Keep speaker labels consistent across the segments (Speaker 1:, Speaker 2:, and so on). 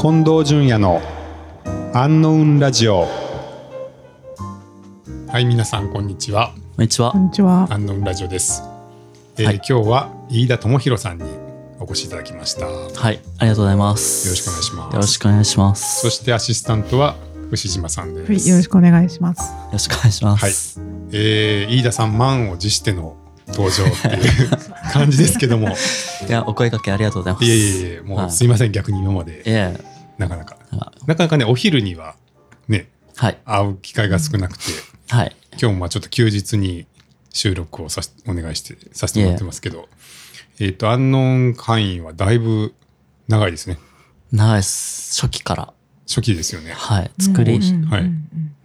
Speaker 1: 近藤淳也のアンノウンラジオはい皆さんこんにちは
Speaker 2: こんにちは
Speaker 3: こ。んにちは。
Speaker 1: アンノウンラジオです、えー
Speaker 2: はい
Speaker 1: 今日は飯田智博さんにお越しいただきました
Speaker 2: はい、ありがとうございます。
Speaker 1: よろしくお願いします
Speaker 2: よろしくお願いします。
Speaker 1: そしてアシスタントは牛島さんで
Speaker 3: はい、
Speaker 1: す
Speaker 3: よろしくお願いします。
Speaker 2: よろしくお願いします。
Speaker 1: えー飯田さん満を持しての登場って いう感じですけども
Speaker 2: い、や、お声掛けありがとうございます。
Speaker 1: いえいえいえも
Speaker 2: は
Speaker 1: う
Speaker 2: い
Speaker 1: すいません、逆に今まで
Speaker 2: え
Speaker 1: なかなか
Speaker 2: え。はい
Speaker 1: なかなかねお昼にはね
Speaker 2: はい、
Speaker 1: 会う機会が少なくて
Speaker 2: はい、
Speaker 1: 今日もまあちょっと休日に収録をさしお願いしてさせてもらってますけど、えっ、と、アンノン会員はだいぶ長いですね。
Speaker 2: ナイス。初期から、
Speaker 1: 初期ですよね。
Speaker 2: はい、作り、
Speaker 3: うん
Speaker 1: はい
Speaker 3: う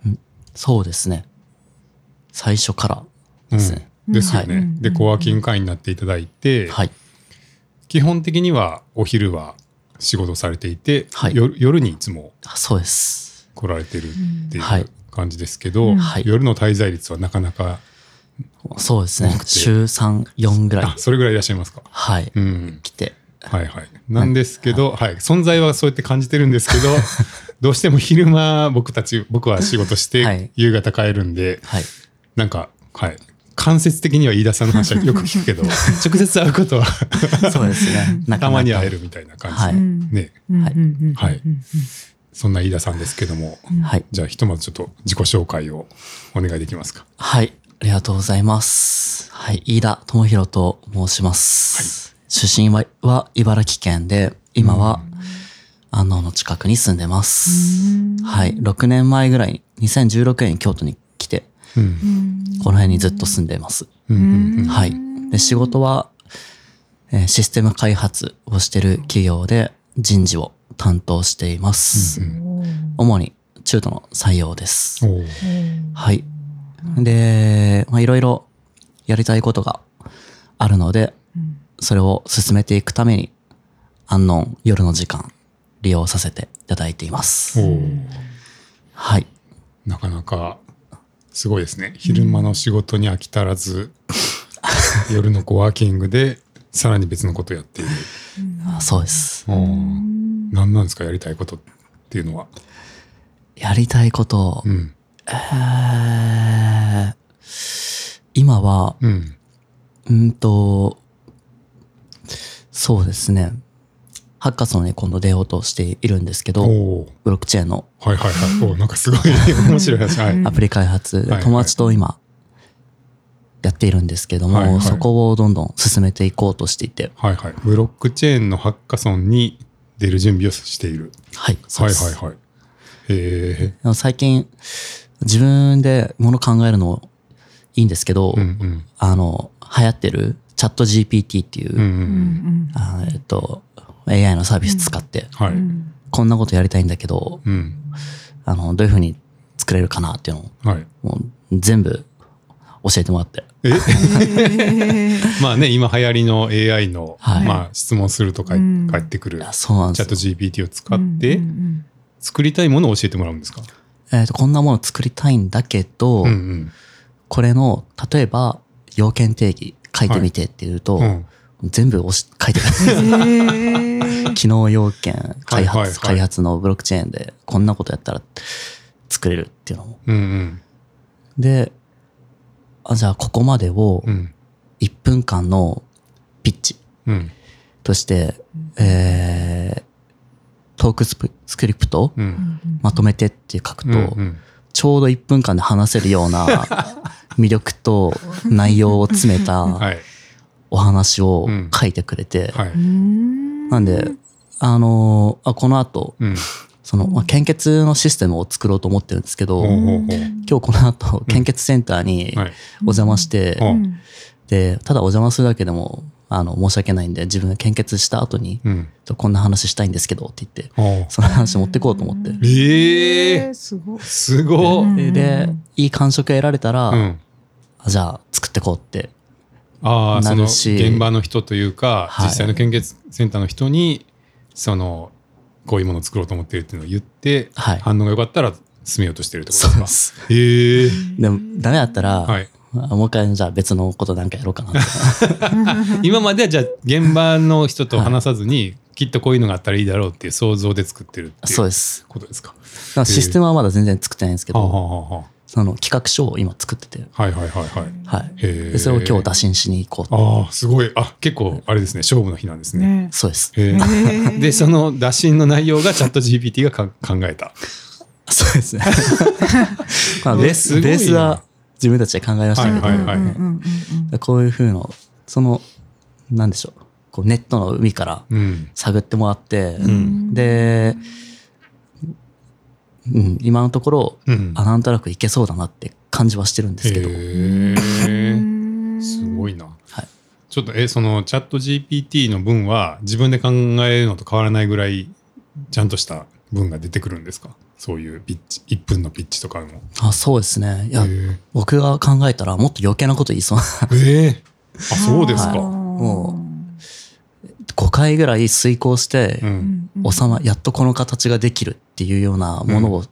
Speaker 3: ん
Speaker 2: そうですね。最初からですね。
Speaker 1: うんですよね。
Speaker 3: はい
Speaker 1: で、コワーキング会員になっていただいて、
Speaker 2: はい、
Speaker 1: 基本的にはお昼は仕事されていて、
Speaker 2: はい
Speaker 1: 夜夜にいつも
Speaker 2: あそうです。
Speaker 1: 来られてるってい
Speaker 2: は
Speaker 1: う
Speaker 2: い
Speaker 1: 感じですけど、
Speaker 3: うん
Speaker 2: はい
Speaker 1: 夜の滞在率はなかなか、
Speaker 2: そうです
Speaker 1: 多
Speaker 2: ね
Speaker 1: く。て
Speaker 2: 週3、4ぐら
Speaker 1: あ
Speaker 2: い、。
Speaker 1: それぐらいいらっしゃいますか。
Speaker 2: はい、
Speaker 1: うん。
Speaker 2: 来て。
Speaker 1: はいはい。なんですけど、はい、存在はそうやって感じてるんですけど、 どうしても昼間、僕たち、僕は仕事し
Speaker 2: は
Speaker 1: て
Speaker 2: い、
Speaker 1: 夕方帰るんで、
Speaker 2: はい、
Speaker 1: なんか、はい。間接的には飯田さんの話はよく聞く けど、直接会うことは
Speaker 2: そうですね。 なかなか
Speaker 1: たまに会え。るみたいな感じ。
Speaker 2: はい
Speaker 3: うん
Speaker 1: ね。
Speaker 3: うん
Speaker 2: はい
Speaker 3: うんうん
Speaker 1: はいそんな飯田さんですけども、
Speaker 2: はい。
Speaker 1: じゃあひとまずちょっと自己紹介をお願いできますか。
Speaker 2: はい、ありがとうございます。はい、飯田智弘と申します。出身はは茨城県で、今は安納の近くに住んでます。はい、6年前ぐらいに、2016年に京都に来て、
Speaker 1: うん。
Speaker 2: この辺にずっと住んでます。
Speaker 1: うんうんうん。
Speaker 2: はい。で、仕事は、えーシステム開発をしてる企業で人事を担当しています。主に中途の採用です。
Speaker 1: おー
Speaker 2: はい。で、まあ、いろいろやりたいことがあるので、それを進めていくために、安納夜の時間、利用させていただいていま
Speaker 1: お
Speaker 2: す。
Speaker 1: ー
Speaker 2: はい。
Speaker 1: なかなかすごいですね。昼間の仕事に飽き足らず、夜のコワーキングでさらに別のことをやっている。
Speaker 2: あそうです。
Speaker 1: うん何なんですかやりたいことっていうのは。
Speaker 2: やりたいことを、
Speaker 1: うん。
Speaker 2: えー今は、
Speaker 1: うん。
Speaker 2: うんと、そうですね。ハッカソンに今度出ようとしているんですけ
Speaker 1: お
Speaker 2: ど、
Speaker 1: おー。
Speaker 2: ブロックチェーンの
Speaker 1: はいはいはい。おーなんかすごい 面白い話。はい。
Speaker 2: アプリ開発
Speaker 1: はい、
Speaker 2: 友達と今、やっているですけど
Speaker 1: はいはい
Speaker 2: も、そこをどんどん進めていこうとしていて、
Speaker 1: はいはい。ブロックチェーンのハッカソンに出る準備をしている。
Speaker 2: はい、そう
Speaker 1: は
Speaker 2: で
Speaker 1: い
Speaker 2: す
Speaker 1: はいはい。へえ。
Speaker 2: でも最近、自分でもの考えるのいいんですけど
Speaker 1: うん、うん。
Speaker 2: あの、流行ってるチャット GPT っていう、
Speaker 1: うんうん。
Speaker 2: あのえっと、AI のサービス使って、
Speaker 1: はい。
Speaker 2: こんなことやりたいんだけど、
Speaker 1: うん。
Speaker 2: あの、どういうふうに作れるかなっていうの
Speaker 1: はい。
Speaker 2: を、もう全部教えてもらって、
Speaker 1: え
Speaker 3: えー
Speaker 1: まあね、今流行りの AI の、
Speaker 2: はい
Speaker 1: まあ質問するとか
Speaker 3: うん
Speaker 1: 返ってくる
Speaker 2: いやそうなん
Speaker 1: チ
Speaker 2: で
Speaker 1: ャット
Speaker 2: すよ。
Speaker 1: GPT を使って
Speaker 3: うんうん
Speaker 1: 作りたいものを教えてもらうんですか
Speaker 2: えっと、こんなもの作りたいんだけど、
Speaker 1: うん
Speaker 2: これの、例えば、要件定義書いてみてって言うと、
Speaker 1: うん。うん。
Speaker 2: 全部押し書いて
Speaker 3: え
Speaker 2: る。
Speaker 3: ー
Speaker 2: 機能要件
Speaker 1: はいは
Speaker 2: 開発、
Speaker 1: いはい
Speaker 2: 開発のブロックチェーンで、こんなことやったら作れるっていうのも。
Speaker 1: うんうん。
Speaker 2: で、あじゃあここまでを
Speaker 1: うん。
Speaker 2: 1分間のピッチ
Speaker 1: うん。
Speaker 2: として、えー、トークスプスクリプト
Speaker 1: う。
Speaker 3: うんん
Speaker 2: まとめてって書くと、
Speaker 1: うん
Speaker 2: ちょうど1分間で話せるような 魅力と内容を詰めた、
Speaker 1: はい。
Speaker 2: お話を書いてくれて、
Speaker 1: はい。
Speaker 3: うん
Speaker 2: なんで、あのーあこの後、
Speaker 1: うん。
Speaker 2: その、まあ、献血のシステムを作ろうと思ってるんですけど、
Speaker 1: ほう
Speaker 2: 今
Speaker 1: ほうほ
Speaker 2: 日この後、献血センターに
Speaker 1: う。はい。
Speaker 2: お邪魔して、
Speaker 1: うん
Speaker 3: うん
Speaker 2: で、ただお邪魔するだけでも、あの、申し訳ないんで、自分が献血した後に、
Speaker 1: うん。
Speaker 2: ちょっとこんな話したいんですけど、って言って、
Speaker 1: ほう
Speaker 2: その話持ってこうと思って。
Speaker 1: え
Speaker 3: え
Speaker 1: え
Speaker 3: ー。すごい。
Speaker 1: すごっ
Speaker 3: うん
Speaker 2: でで、いい感触得られたら、
Speaker 1: うん。
Speaker 2: あじゃあ作ってこうって。
Speaker 1: ああ、そ
Speaker 2: な
Speaker 1: の
Speaker 2: るし
Speaker 1: 現場の人というか、
Speaker 2: はい
Speaker 1: 実際の献血センターの人に、その、こういうものを作ろうと思ってるっていうのを言って、
Speaker 2: はい
Speaker 1: 反応が良かったら進めようとしてるってこ
Speaker 2: そ
Speaker 1: と
Speaker 2: うで
Speaker 1: です
Speaker 2: す。
Speaker 1: か。へえ。
Speaker 2: でも、ダメだったら、
Speaker 1: はい。
Speaker 2: あもう一回、じゃあ 別のことなんかやろうかなとか。
Speaker 1: 今まではじゃあ現場の人と話さずに、きっとこういうのがあったらいいだろうっていう想像で作ってるってい
Speaker 2: そう
Speaker 1: う
Speaker 2: です。
Speaker 1: ことですか。
Speaker 2: だからシステムはまだ全然作ってないんですけ
Speaker 1: はあは
Speaker 2: ど、
Speaker 1: あは
Speaker 2: その企画書を今作ってて、
Speaker 1: あはいはいはいはい。
Speaker 2: はい。
Speaker 1: へ
Speaker 2: でそれを今日打診しに行こうと。
Speaker 1: ああすごいあ結構あれですね勝負の日なんですね。
Speaker 3: ね
Speaker 2: そうです。
Speaker 1: へー
Speaker 3: え
Speaker 1: でその打診の内容がチャット GPT がか考えた。
Speaker 2: そうです ね。まあ、ベー
Speaker 1: すご
Speaker 2: ス、
Speaker 1: いな
Speaker 2: ベースは自分たちで考えましたけど、
Speaker 1: はいはい
Speaker 3: うんうんうんうん
Speaker 2: こういうふうの、その、なんでしょう、こうネットの海から
Speaker 1: うん
Speaker 2: 探ってもらって、
Speaker 1: ん
Speaker 2: で、うん、今のところ、
Speaker 1: うん
Speaker 2: あ、なんとなくいけそうだなって感じはしてるんですけど、
Speaker 1: へ
Speaker 3: う
Speaker 1: え
Speaker 3: ん
Speaker 1: すごいな。
Speaker 2: はい。
Speaker 1: ちょっとえそのチャット GPT の文は自分で考えるのと変わらないぐらいちゃんとした文が出てくるんですかそういうピッチ1分のピッチとかも。
Speaker 2: あそうですね。いや、
Speaker 1: へ
Speaker 2: 僕が考えたらもっと余計なこと言いそうな。
Speaker 1: ええあそうです
Speaker 3: あー
Speaker 1: か。
Speaker 2: も5回ぐらい遂行して、
Speaker 1: う、
Speaker 3: うんんうん
Speaker 2: 収ま、やっとこの形ができるっていうようなものを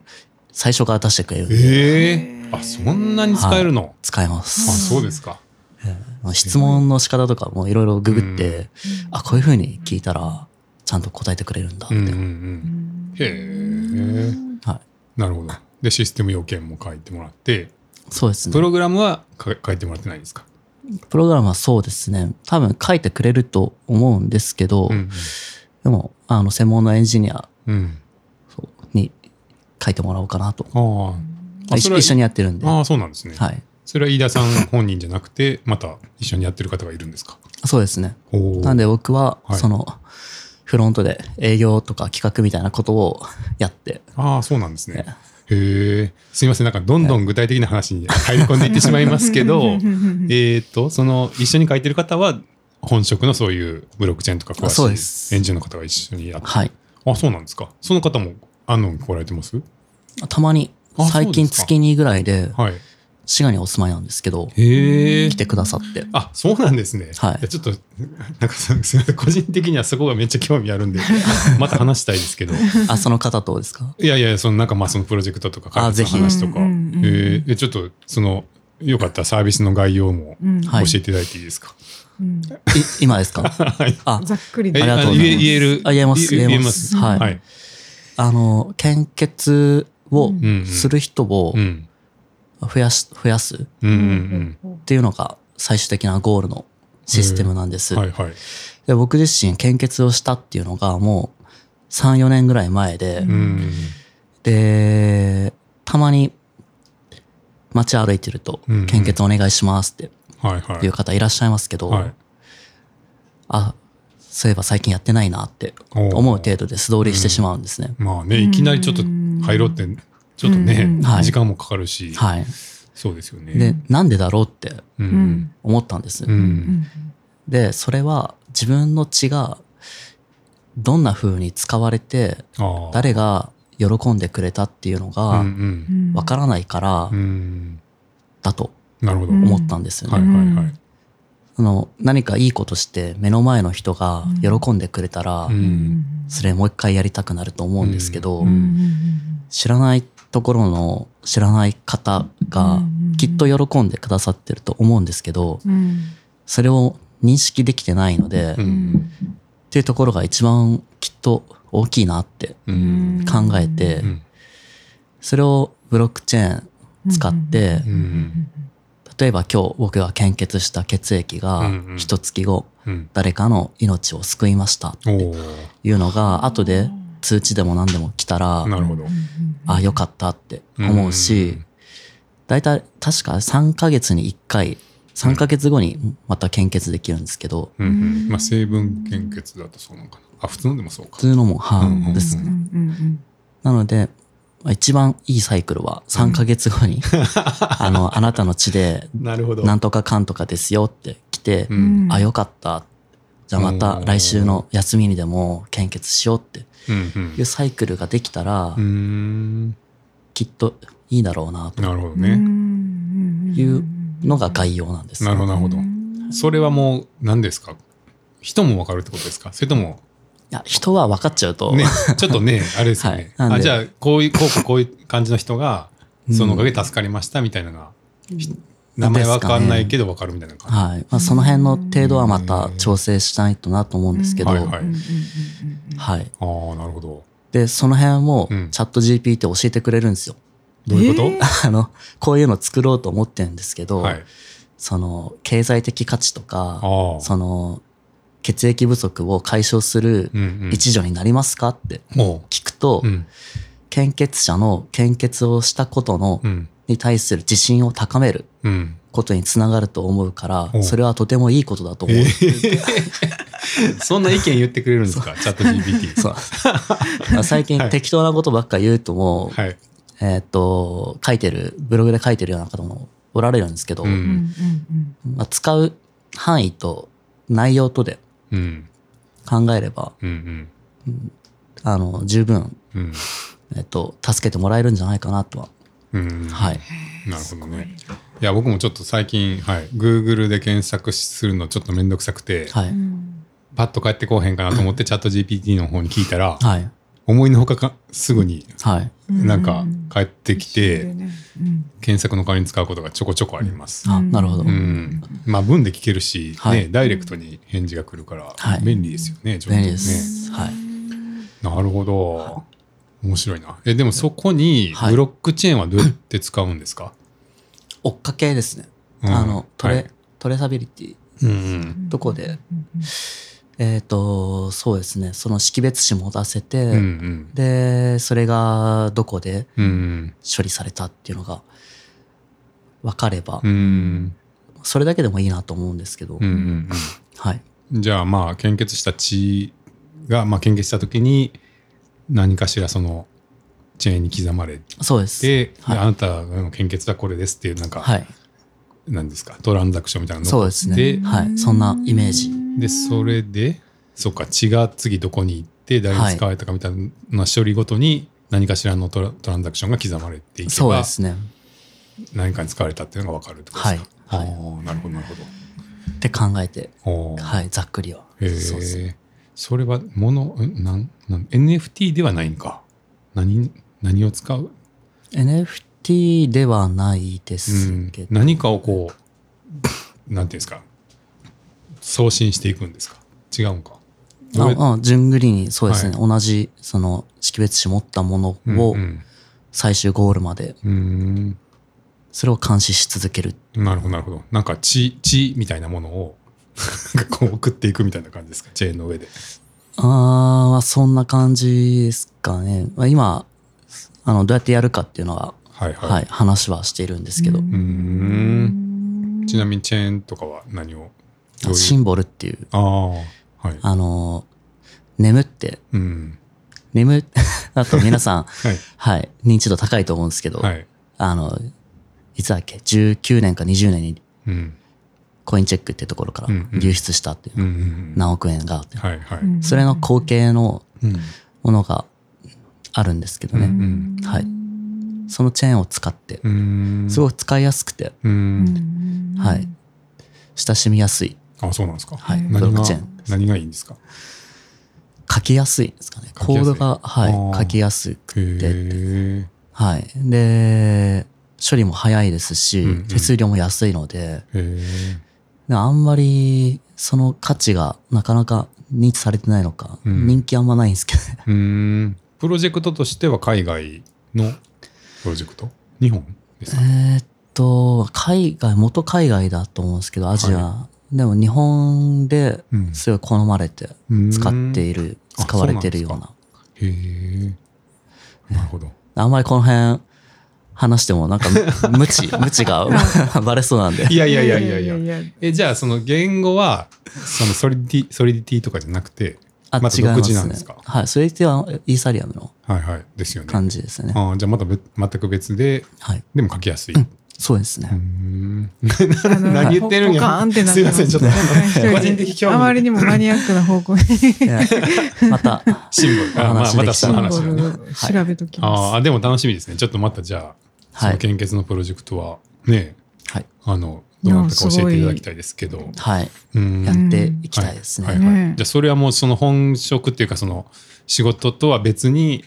Speaker 2: 最初から出してくれるんで、
Speaker 1: ええあそんなに使えるの、
Speaker 2: 使えま
Speaker 1: あ
Speaker 2: す。
Speaker 1: そうですか。
Speaker 2: 質問の仕方とかもいろいろググって、あ、こういうふうに聞いたら、ちゃんと答えてくれるんだって。
Speaker 1: うんうんう。
Speaker 3: うんん
Speaker 1: へえ
Speaker 2: はい。
Speaker 1: なるほど。でシステム要件も書いてもらって
Speaker 2: そうですね。
Speaker 1: プ
Speaker 2: プロ
Speaker 1: ログラムはか書いてもらってないんですか、
Speaker 2: グラムはそうですね。多分書いてくれると思うんですけど、
Speaker 1: うん
Speaker 2: でも、あの、専門のエンジニア
Speaker 1: うん、
Speaker 2: に書いてもらおうかなと。
Speaker 1: あああ
Speaker 2: 一
Speaker 1: それ
Speaker 2: 緒
Speaker 1: は
Speaker 2: 一緒にやってるんで。は
Speaker 1: ああそうなんですね。
Speaker 2: い。
Speaker 1: それは飯田さん本人じゃなくて、また一緒にやってる方がいるんですか。
Speaker 2: そうですね。
Speaker 1: おー
Speaker 2: なんで僕は、
Speaker 1: はい
Speaker 2: その、フロントで営業とか企画みたいなことをやって、
Speaker 1: ああ、そうなんですね
Speaker 2: ね。
Speaker 1: へえ。すいません、なんかどんどん具体的な話に入り込んでいってしまいますけ ど、えっと、その一緒に書いてる方は、本職のそういうブロックチェーンとか詳
Speaker 2: あそうで
Speaker 1: しい
Speaker 2: す
Speaker 1: エンジンの方が一緒にやって。
Speaker 2: はい。
Speaker 1: あ、そうなんですか。その方も、あの、来られてます
Speaker 2: たまに
Speaker 1: あ、
Speaker 2: 最
Speaker 1: そう
Speaker 2: 近
Speaker 1: ですか
Speaker 2: 月2ぐらいで、
Speaker 1: はい。
Speaker 2: 滋賀にお住まいなんですけど、
Speaker 1: へえ
Speaker 2: 来。てくださって。
Speaker 1: あ、そうなんですね。
Speaker 2: はい
Speaker 1: やちょっと、なんかすみません、個人的にはそこがめっちゃ興味あるん で、また話したいですけど。
Speaker 2: あ、その方とですか
Speaker 1: いやいや、そのなんかまあそのプロジェクトとか開発の話とか。え
Speaker 3: あぜひ
Speaker 1: ーえちょっとその、よかったらサービスの概要も
Speaker 3: うんうん
Speaker 1: 教
Speaker 2: はい
Speaker 1: えていただいていいですか。
Speaker 3: う
Speaker 2: い
Speaker 3: ん
Speaker 2: 今ですか
Speaker 1: はい。
Speaker 2: あ、
Speaker 3: ざっく
Speaker 2: あ
Speaker 3: り
Speaker 1: え
Speaker 2: り
Speaker 3: ね
Speaker 2: がとうご
Speaker 1: あ
Speaker 2: ざいます
Speaker 1: 言え言える。
Speaker 2: あ言えます
Speaker 1: 言え
Speaker 2: 言
Speaker 1: 言
Speaker 2: え
Speaker 1: えま
Speaker 2: ます
Speaker 1: す。
Speaker 2: はい
Speaker 1: はい。
Speaker 2: あの、献血を
Speaker 3: うん
Speaker 1: うんうん。
Speaker 2: する人を
Speaker 1: うん。
Speaker 2: 増やす、増やすっ
Speaker 1: うんうん
Speaker 2: ていうのが最終的なゴールのシステムなんです。
Speaker 1: うん。はいはい。
Speaker 2: で僕自身献血をしたっていうのがもう3、4年ぐらい前で、
Speaker 3: うん
Speaker 1: うん。
Speaker 2: で、たまに街歩いてると
Speaker 1: うんうん、
Speaker 2: 献血お願いしますって
Speaker 1: はいはい。
Speaker 2: いう方いらっしゃいますけど、
Speaker 1: はい。
Speaker 2: あ、そういえば最近やってないなって思う程度で素通りしてしまうんですね。
Speaker 1: まあね、いきなりちょっと入ろうって、ちょっと
Speaker 3: うん
Speaker 1: ね
Speaker 2: は、い
Speaker 1: 時間もかかるし、
Speaker 2: はい。
Speaker 1: そうですよね。
Speaker 2: で、なんでだろうって
Speaker 1: う
Speaker 3: うんん。
Speaker 2: 思ったんです。
Speaker 1: う。
Speaker 3: うん
Speaker 2: で、それは自分の血がどんな風に使われて、
Speaker 1: ああ。
Speaker 2: 誰が喜んでくれたっていうの
Speaker 1: う
Speaker 2: が
Speaker 1: ん
Speaker 3: ん
Speaker 2: わからないから
Speaker 1: うん。うん。
Speaker 2: だと
Speaker 1: なるほど。
Speaker 3: うん
Speaker 2: 思ったんですよね。
Speaker 1: はいはいはい。
Speaker 2: その何かいいことして目の前の人が喜んでくれたら、
Speaker 1: うん
Speaker 2: それもう一回やりたくなると思うんですけど、
Speaker 1: うん
Speaker 3: うん
Speaker 2: 知らないところの知らない方
Speaker 3: う
Speaker 2: が
Speaker 3: ん
Speaker 2: きっと喜んでくださってると思うんですけど、
Speaker 3: うんうん
Speaker 2: それを認識できてないので、
Speaker 1: う
Speaker 3: うん
Speaker 2: っ
Speaker 3: ん
Speaker 2: ていうところが一番きっと大きいなって
Speaker 1: うん。
Speaker 2: 考えて、
Speaker 1: うん。
Speaker 2: それをブロックチェーン使って、
Speaker 1: うんうん。
Speaker 2: 例えば今日僕が献血した血液が
Speaker 1: うんうん
Speaker 2: 一月後
Speaker 1: うん。
Speaker 2: 誰かの命を救いましたって
Speaker 1: お
Speaker 2: いうのが後で通知でも何でも来たら
Speaker 1: お、なるほど。
Speaker 2: あ、よかったって思うし、大体確か3ヶ月に1回、3ヶ月後にまた献血できるんですけど、
Speaker 1: うんうん、まあ成分献血だとそうなのかな。あ、普通のでもそうか
Speaker 2: 普。通のも、は
Speaker 1: うんうんうん
Speaker 2: です
Speaker 3: う
Speaker 2: ね。
Speaker 3: んうん
Speaker 2: なので、まあ一番いいサイクルは3ヶ月後 に、あの、あなたの血で、
Speaker 1: なるほど
Speaker 2: なんとかかんとかですよって来て、
Speaker 1: う
Speaker 3: うんん
Speaker 2: あ、よかった。じゃあまた
Speaker 1: うん
Speaker 2: 来週の休みにでも献血しようって
Speaker 1: うんう。
Speaker 2: いうんサイクルができたら
Speaker 1: うー、ん。
Speaker 2: きっといいだろうなと
Speaker 1: なるほど
Speaker 3: うんう
Speaker 1: ね。
Speaker 3: ん
Speaker 2: いうのが概要なんですね。
Speaker 1: なるほど、なるほど
Speaker 3: う。ん
Speaker 1: それはもう何ですか人もわかるってことですかそれとも、
Speaker 2: いや、人は分かっちゃうと、
Speaker 1: ね、ちょっと ね、あれですよね。
Speaker 2: はいなんで
Speaker 1: あ、じゃあ、こういう、こうこうこういう感じの人が、
Speaker 2: うん
Speaker 1: そのおかげで助かりましたみたいなのが、ひ名前わかんないけどわかるみたいな感じ。
Speaker 2: はい。まあ、その辺の程度はまた調整したいとなと思うんですけど、
Speaker 1: うんはいはい
Speaker 2: はい。
Speaker 1: ああ、なるほど。
Speaker 2: で、その辺も
Speaker 1: うん
Speaker 2: チャット GPT 教えてくれるんですよ。
Speaker 1: どういうこと、
Speaker 3: えー
Speaker 2: あの、こういうの作ろうと思ってるんですけど、
Speaker 1: はい。
Speaker 2: その、経済的価値と
Speaker 1: あ
Speaker 2: か、
Speaker 1: あ。
Speaker 2: その、血液不足を解消する
Speaker 1: うんうん。
Speaker 2: 一助になりますかって
Speaker 1: も
Speaker 2: 聞くと、
Speaker 1: う。うん。
Speaker 2: 献血者の献血をしたことの、
Speaker 1: うん。
Speaker 2: に対する自信を高める
Speaker 1: うん。
Speaker 2: ことにつながると思うか
Speaker 1: お
Speaker 2: ら、それはとてもいいことだと思う。
Speaker 1: えーそんな意見言ってくれるんですかチャット GPT。
Speaker 2: そう。まあ最
Speaker 1: は
Speaker 2: 近
Speaker 1: い
Speaker 2: 適当なことばっか言うともう、
Speaker 1: はい。
Speaker 2: えーっと、書いてる、ブログで書いてるような方もおられるんですけど、
Speaker 1: う
Speaker 3: うんうん
Speaker 1: ん。
Speaker 2: まあ、使う範囲と内容とで
Speaker 1: うん。
Speaker 2: 考えれば、
Speaker 1: うん。うん。
Speaker 2: あの、十分、
Speaker 1: うん。
Speaker 2: えーっと、助けてもらえるんじゃないかなとは。
Speaker 1: うん。
Speaker 2: はい。
Speaker 1: なるほどね。いや、僕もちょっと最近、はい。Google で検索するのちょっとめんどくさくて、
Speaker 2: はい。
Speaker 3: うん
Speaker 1: パッと帰ってこうへんかなと思ってチャット GPT の方に聞いたら、
Speaker 2: はい。
Speaker 1: 思いのほかかすぐに
Speaker 2: はい。
Speaker 3: うん
Speaker 1: なんか帰ってきて、
Speaker 3: 一瞬でねうん
Speaker 1: 検索の代わりに使うことがちょこちょこあります。
Speaker 2: あ、
Speaker 3: うん
Speaker 2: なるほど。
Speaker 1: うんまあ文で聞けるし、
Speaker 2: はい
Speaker 1: ね、ダイレクトに返事が来るから
Speaker 2: はい
Speaker 1: 便利ですよね、情報
Speaker 2: 便
Speaker 1: ね
Speaker 2: 利です。はい。
Speaker 1: なるほど面白いなえでもそこに
Speaker 2: はい
Speaker 1: ブロックチェーンはどうやって使うんですか、
Speaker 2: 追っかけですね。
Speaker 1: うん
Speaker 2: あの、トレ、
Speaker 1: はい
Speaker 2: トレーサビリティ。
Speaker 1: うん
Speaker 2: どこで
Speaker 3: うんうん
Speaker 2: えーっと、そうですね。その識別子持たせて、
Speaker 1: うんうん
Speaker 2: で、それがどこで
Speaker 1: うんうん
Speaker 2: 処理されたっていうのが分かれば、
Speaker 1: うん
Speaker 2: それだけでもいいなと思うんですけど、
Speaker 1: うんうん
Speaker 2: はい。
Speaker 1: うんじゃあまあ献血した血が、まあ、献血した時に何かしらそのチェーンに刻まれ
Speaker 2: そうです。
Speaker 1: て、
Speaker 2: はい
Speaker 1: あなたの献血はこれですっていうなんか、
Speaker 2: はい。
Speaker 1: なんですかトランザクションみたいなの
Speaker 2: そうですね
Speaker 1: で
Speaker 2: はいそんなイメージ
Speaker 1: でそれでそっか血が次どこに行って誰に使われたかみたいな処理ごとに何かしらのトラトランザクションが刻まれていけ
Speaker 2: そう
Speaker 1: ば
Speaker 2: ですね。
Speaker 1: 何かに使われたっていうのが分かるってことですか、
Speaker 2: はいはい
Speaker 1: おーなるほどなるほ
Speaker 2: って考えて、
Speaker 1: どおー
Speaker 2: はい、ざっくりは。
Speaker 1: へ
Speaker 2: そうですね。
Speaker 1: えそれはものんなんなん NFT ではないんか何何を使う、
Speaker 2: NFT ではないで
Speaker 1: う
Speaker 2: す
Speaker 1: ん
Speaker 2: け、ど、
Speaker 1: 何かをこうなんていうんですか送信していくんですか違うんかどうや
Speaker 2: ああ順繰りにそうですね、同じその識別子持ったも
Speaker 1: うん
Speaker 2: のを
Speaker 1: うん
Speaker 2: 最終ゴールまで、
Speaker 1: うーん
Speaker 2: それを監視し続ける。
Speaker 1: なるほど、なるほど。なんか血、血みたいなものを、 なんかこう送っていくみたいな感じですか、チェーンの上で。
Speaker 2: ああ、そんな感じですかね。まあ、今、あの、どうやってやるかっていうのは、
Speaker 1: はいはい。
Speaker 2: はい、話はしているんですけど、
Speaker 3: うん
Speaker 1: うーん。ちなみにチェーンとかは何をどう
Speaker 2: シ
Speaker 1: いう
Speaker 2: ンボルっていう、
Speaker 1: ああ、はい。
Speaker 2: あの、眠って、
Speaker 1: うん。
Speaker 2: 眠、 あと皆さん、
Speaker 1: はい。
Speaker 2: はい、認知度高いと思うんですけど、
Speaker 1: はい。
Speaker 2: あの、いつだっけ、19年か20年に
Speaker 1: うん。
Speaker 2: コインチェックってところから
Speaker 1: うんうん
Speaker 2: 流出したっていう、
Speaker 1: うんうんうん。
Speaker 2: 何億円があって、
Speaker 1: はいはい。
Speaker 3: うん
Speaker 2: それの後継の
Speaker 1: うん。
Speaker 2: ものがあるんですけど
Speaker 1: う
Speaker 2: ね、
Speaker 1: ん
Speaker 2: はい。そのチェーンを使って
Speaker 1: う、ーん。
Speaker 2: すご
Speaker 1: い。
Speaker 2: く使いやすくて、
Speaker 1: う
Speaker 3: うん
Speaker 1: ん。
Speaker 3: うん
Speaker 2: はい親しみやすい、
Speaker 1: あ、そうなんですか。
Speaker 2: はい、
Speaker 3: うん
Speaker 2: ブロ
Speaker 1: 何
Speaker 2: ッ
Speaker 1: が
Speaker 2: クチェーン。、
Speaker 1: 何がいいんですか。
Speaker 2: 書きやすいんですかね。
Speaker 1: 書
Speaker 2: コ
Speaker 1: きや
Speaker 2: ー
Speaker 1: す
Speaker 2: ド
Speaker 1: い
Speaker 2: が、は
Speaker 1: あー
Speaker 2: い、書きやすく
Speaker 1: へ
Speaker 2: て、
Speaker 1: え。
Speaker 2: はい。で、処理も早いですし、
Speaker 1: うんうん
Speaker 2: 手数料も安いので、
Speaker 1: へえ。
Speaker 2: であんまりその価値がなかなか認知されてないのか、
Speaker 1: うん
Speaker 2: 人気あんまないんですけどね。
Speaker 1: うーん。プロジェクトとしては海外のプロジェクト日本ですか
Speaker 2: えーっと、海外、元海外だと思うんですけど、アジア。
Speaker 1: は
Speaker 2: でも日本で
Speaker 1: うん
Speaker 2: すごい好まれて
Speaker 1: うん
Speaker 2: 使っている、
Speaker 1: あ
Speaker 2: 使われてるよう
Speaker 1: そう
Speaker 2: な。
Speaker 1: なんへえ。なるほど。
Speaker 2: あんまりこの辺話してもなんか む無知、無知がバレそうなんで。
Speaker 1: いやいやいやいやいや。
Speaker 3: や。
Speaker 1: え、じゃあその言語は、そのソリディ、ソリディティとかじゃなくて、
Speaker 2: あ、
Speaker 1: また
Speaker 2: 違いま
Speaker 1: 独自な
Speaker 2: す
Speaker 1: ん
Speaker 2: ね
Speaker 1: ですか。
Speaker 2: はい。それってはイーサリアムの
Speaker 1: はいはい。ですよね。
Speaker 2: 感じですね。
Speaker 1: ああじゃあまた別全く別で、
Speaker 2: はい。
Speaker 1: でも書きやすい。
Speaker 2: そうです
Speaker 1: うー
Speaker 2: ね。
Speaker 1: ん。
Speaker 3: あの
Speaker 1: 何言ってるんや
Speaker 3: ポカーンってなっ
Speaker 1: す
Speaker 3: て
Speaker 1: いませんちょっと
Speaker 3: なんか一人
Speaker 1: 個人的興味
Speaker 3: あまりにもマニアックな 方向に
Speaker 2: いやまた、
Speaker 1: シンボル。あまあ、
Speaker 2: 話
Speaker 1: ま
Speaker 2: で
Speaker 1: た
Speaker 2: きた
Speaker 1: その
Speaker 2: ら
Speaker 3: シン
Speaker 1: 話
Speaker 3: ボ
Speaker 1: だね。
Speaker 3: ルを調べとき
Speaker 1: あ
Speaker 3: ま
Speaker 1: あ、でも楽しみですね。ちょっとまたじゃあ、そ
Speaker 2: は
Speaker 1: の
Speaker 2: い。
Speaker 1: 献血のプロジェクトは、ね、
Speaker 2: はい。
Speaker 1: あの、どうなったか教えていただきたいですけど。
Speaker 2: はい。
Speaker 1: うん
Speaker 2: やっていきたいです
Speaker 1: はい
Speaker 2: ね。
Speaker 1: はいはい
Speaker 3: ね
Speaker 1: じゃあそれはもうその本職っていうかその仕事とは別に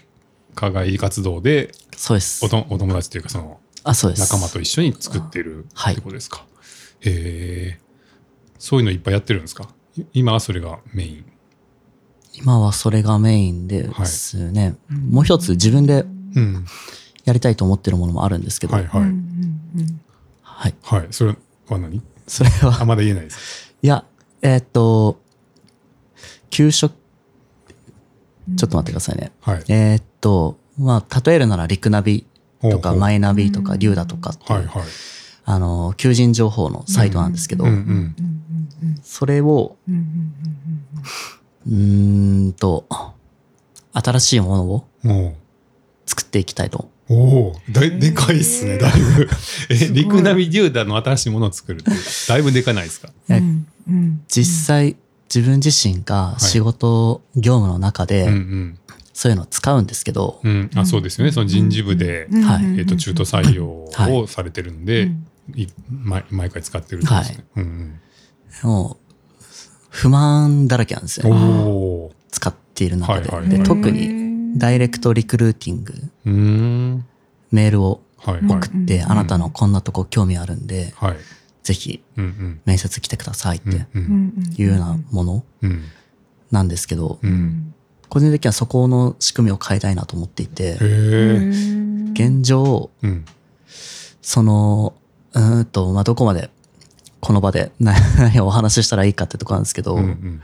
Speaker 1: 課外活動で
Speaker 2: そうです
Speaker 1: お。とお友達というかその
Speaker 2: あ、そうです。
Speaker 1: 仲間と一緒に作ってる
Speaker 2: は
Speaker 1: っ
Speaker 2: い
Speaker 1: てことですか。へえそういうのいっぱいやってるんですかい今はそれがメイン。
Speaker 2: 今はそれがメインですね。もう一つ自分で
Speaker 1: うん。
Speaker 2: やりたいと思ってるものもあるんですけど、
Speaker 1: は
Speaker 2: はいい。
Speaker 1: はい。
Speaker 3: うんうん
Speaker 1: はい。それは何
Speaker 2: それは、
Speaker 1: あ、まだ言えないです。
Speaker 2: いや、えーっと、給食、
Speaker 3: うん
Speaker 2: ちょっと待ってくださいね。
Speaker 1: はい。
Speaker 2: えーっと、まあ、例えるなら、リクナビと
Speaker 1: ほう
Speaker 2: か、
Speaker 1: ほう
Speaker 2: マイナビと
Speaker 3: う
Speaker 2: か、
Speaker 3: ん
Speaker 2: リューダとかってい
Speaker 1: は
Speaker 2: う、
Speaker 1: いはい。
Speaker 2: あの、求人情報のサイトなんですけど、
Speaker 1: うんうん。
Speaker 3: うんうん
Speaker 2: それを、
Speaker 3: うんうん
Speaker 2: うーんと、新しいものを
Speaker 1: も
Speaker 2: 作っていきたいと。
Speaker 1: うおおだいでかいっすね、だい ぶ。え、
Speaker 3: すごい
Speaker 1: リクナビデューダの新しいものを作るって、だいぶでかないですか。
Speaker 3: うんうんうん
Speaker 2: 実際、自分自身が
Speaker 1: い
Speaker 2: 仕事、業務の中
Speaker 1: うんう
Speaker 2: で、
Speaker 1: ん。
Speaker 2: そういうのを使うんですけど、
Speaker 1: うん。あ、そうですよね。その人事部で、
Speaker 3: うん
Speaker 2: はい
Speaker 1: えっと、中途採用
Speaker 2: は
Speaker 1: を
Speaker 2: い
Speaker 1: されてるん
Speaker 3: う
Speaker 1: で、
Speaker 3: ん
Speaker 1: い毎毎回使ってるんですね。うん
Speaker 2: もう、不満だらけなんです
Speaker 1: うん。
Speaker 2: よね。
Speaker 1: おお
Speaker 2: 使っている中で。
Speaker 1: はいはいはい
Speaker 2: で特
Speaker 3: へ
Speaker 2: に、
Speaker 3: ー
Speaker 2: ダイレクトリクルーティング、
Speaker 1: うーん。
Speaker 2: メールを
Speaker 1: はい
Speaker 3: うん
Speaker 1: はい。
Speaker 2: 送って、
Speaker 3: うん
Speaker 2: あなたのこんなとこ興味あるんで、
Speaker 1: はい。
Speaker 2: ぜひ
Speaker 1: うん
Speaker 2: 面接来てくださいっ
Speaker 1: うん。うん
Speaker 2: て
Speaker 1: うん
Speaker 2: いうようなもの
Speaker 1: うん。
Speaker 2: なんですけど
Speaker 1: う、ん。
Speaker 2: 個人的にはそこの仕組みを変えたいなと思っていて、
Speaker 1: へえ。
Speaker 2: 現状、
Speaker 1: うん。
Speaker 2: その、うーんと、まあ、どこまで、この場で な何をお話ししたらいいかってとこなんですけど、
Speaker 1: うん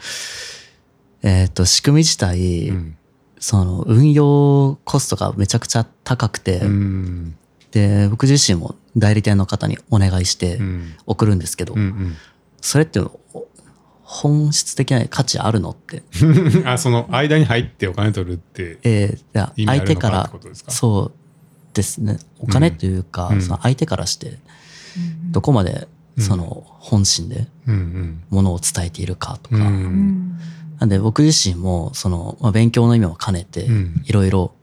Speaker 2: えっ、と、仕組み自体、
Speaker 1: うん。
Speaker 2: その、運用コストがめちゃくちゃ高くて、
Speaker 1: うん。
Speaker 2: で、僕自身も代理店の方にお願いして
Speaker 1: うん。
Speaker 2: 送るんですけど、
Speaker 1: うん。
Speaker 2: それってお本質的な価値あるのって、
Speaker 1: うん。 あ、その間に入ってお金取るって
Speaker 2: えーいや
Speaker 1: 意味あ
Speaker 2: 相
Speaker 1: る
Speaker 2: 手
Speaker 1: の
Speaker 2: か
Speaker 1: かって
Speaker 2: ら
Speaker 1: ことですか
Speaker 2: そうですねお金というか、
Speaker 1: うん
Speaker 2: その相手からして
Speaker 3: うん
Speaker 2: どこまで
Speaker 1: うん
Speaker 2: その本心で
Speaker 1: うん
Speaker 2: ものを伝えているかと
Speaker 1: う
Speaker 2: か、
Speaker 1: ん。う。
Speaker 3: うんん
Speaker 2: なんで僕自身もその、まあ、勉強の意味を兼ねて
Speaker 1: うん
Speaker 2: いろいろ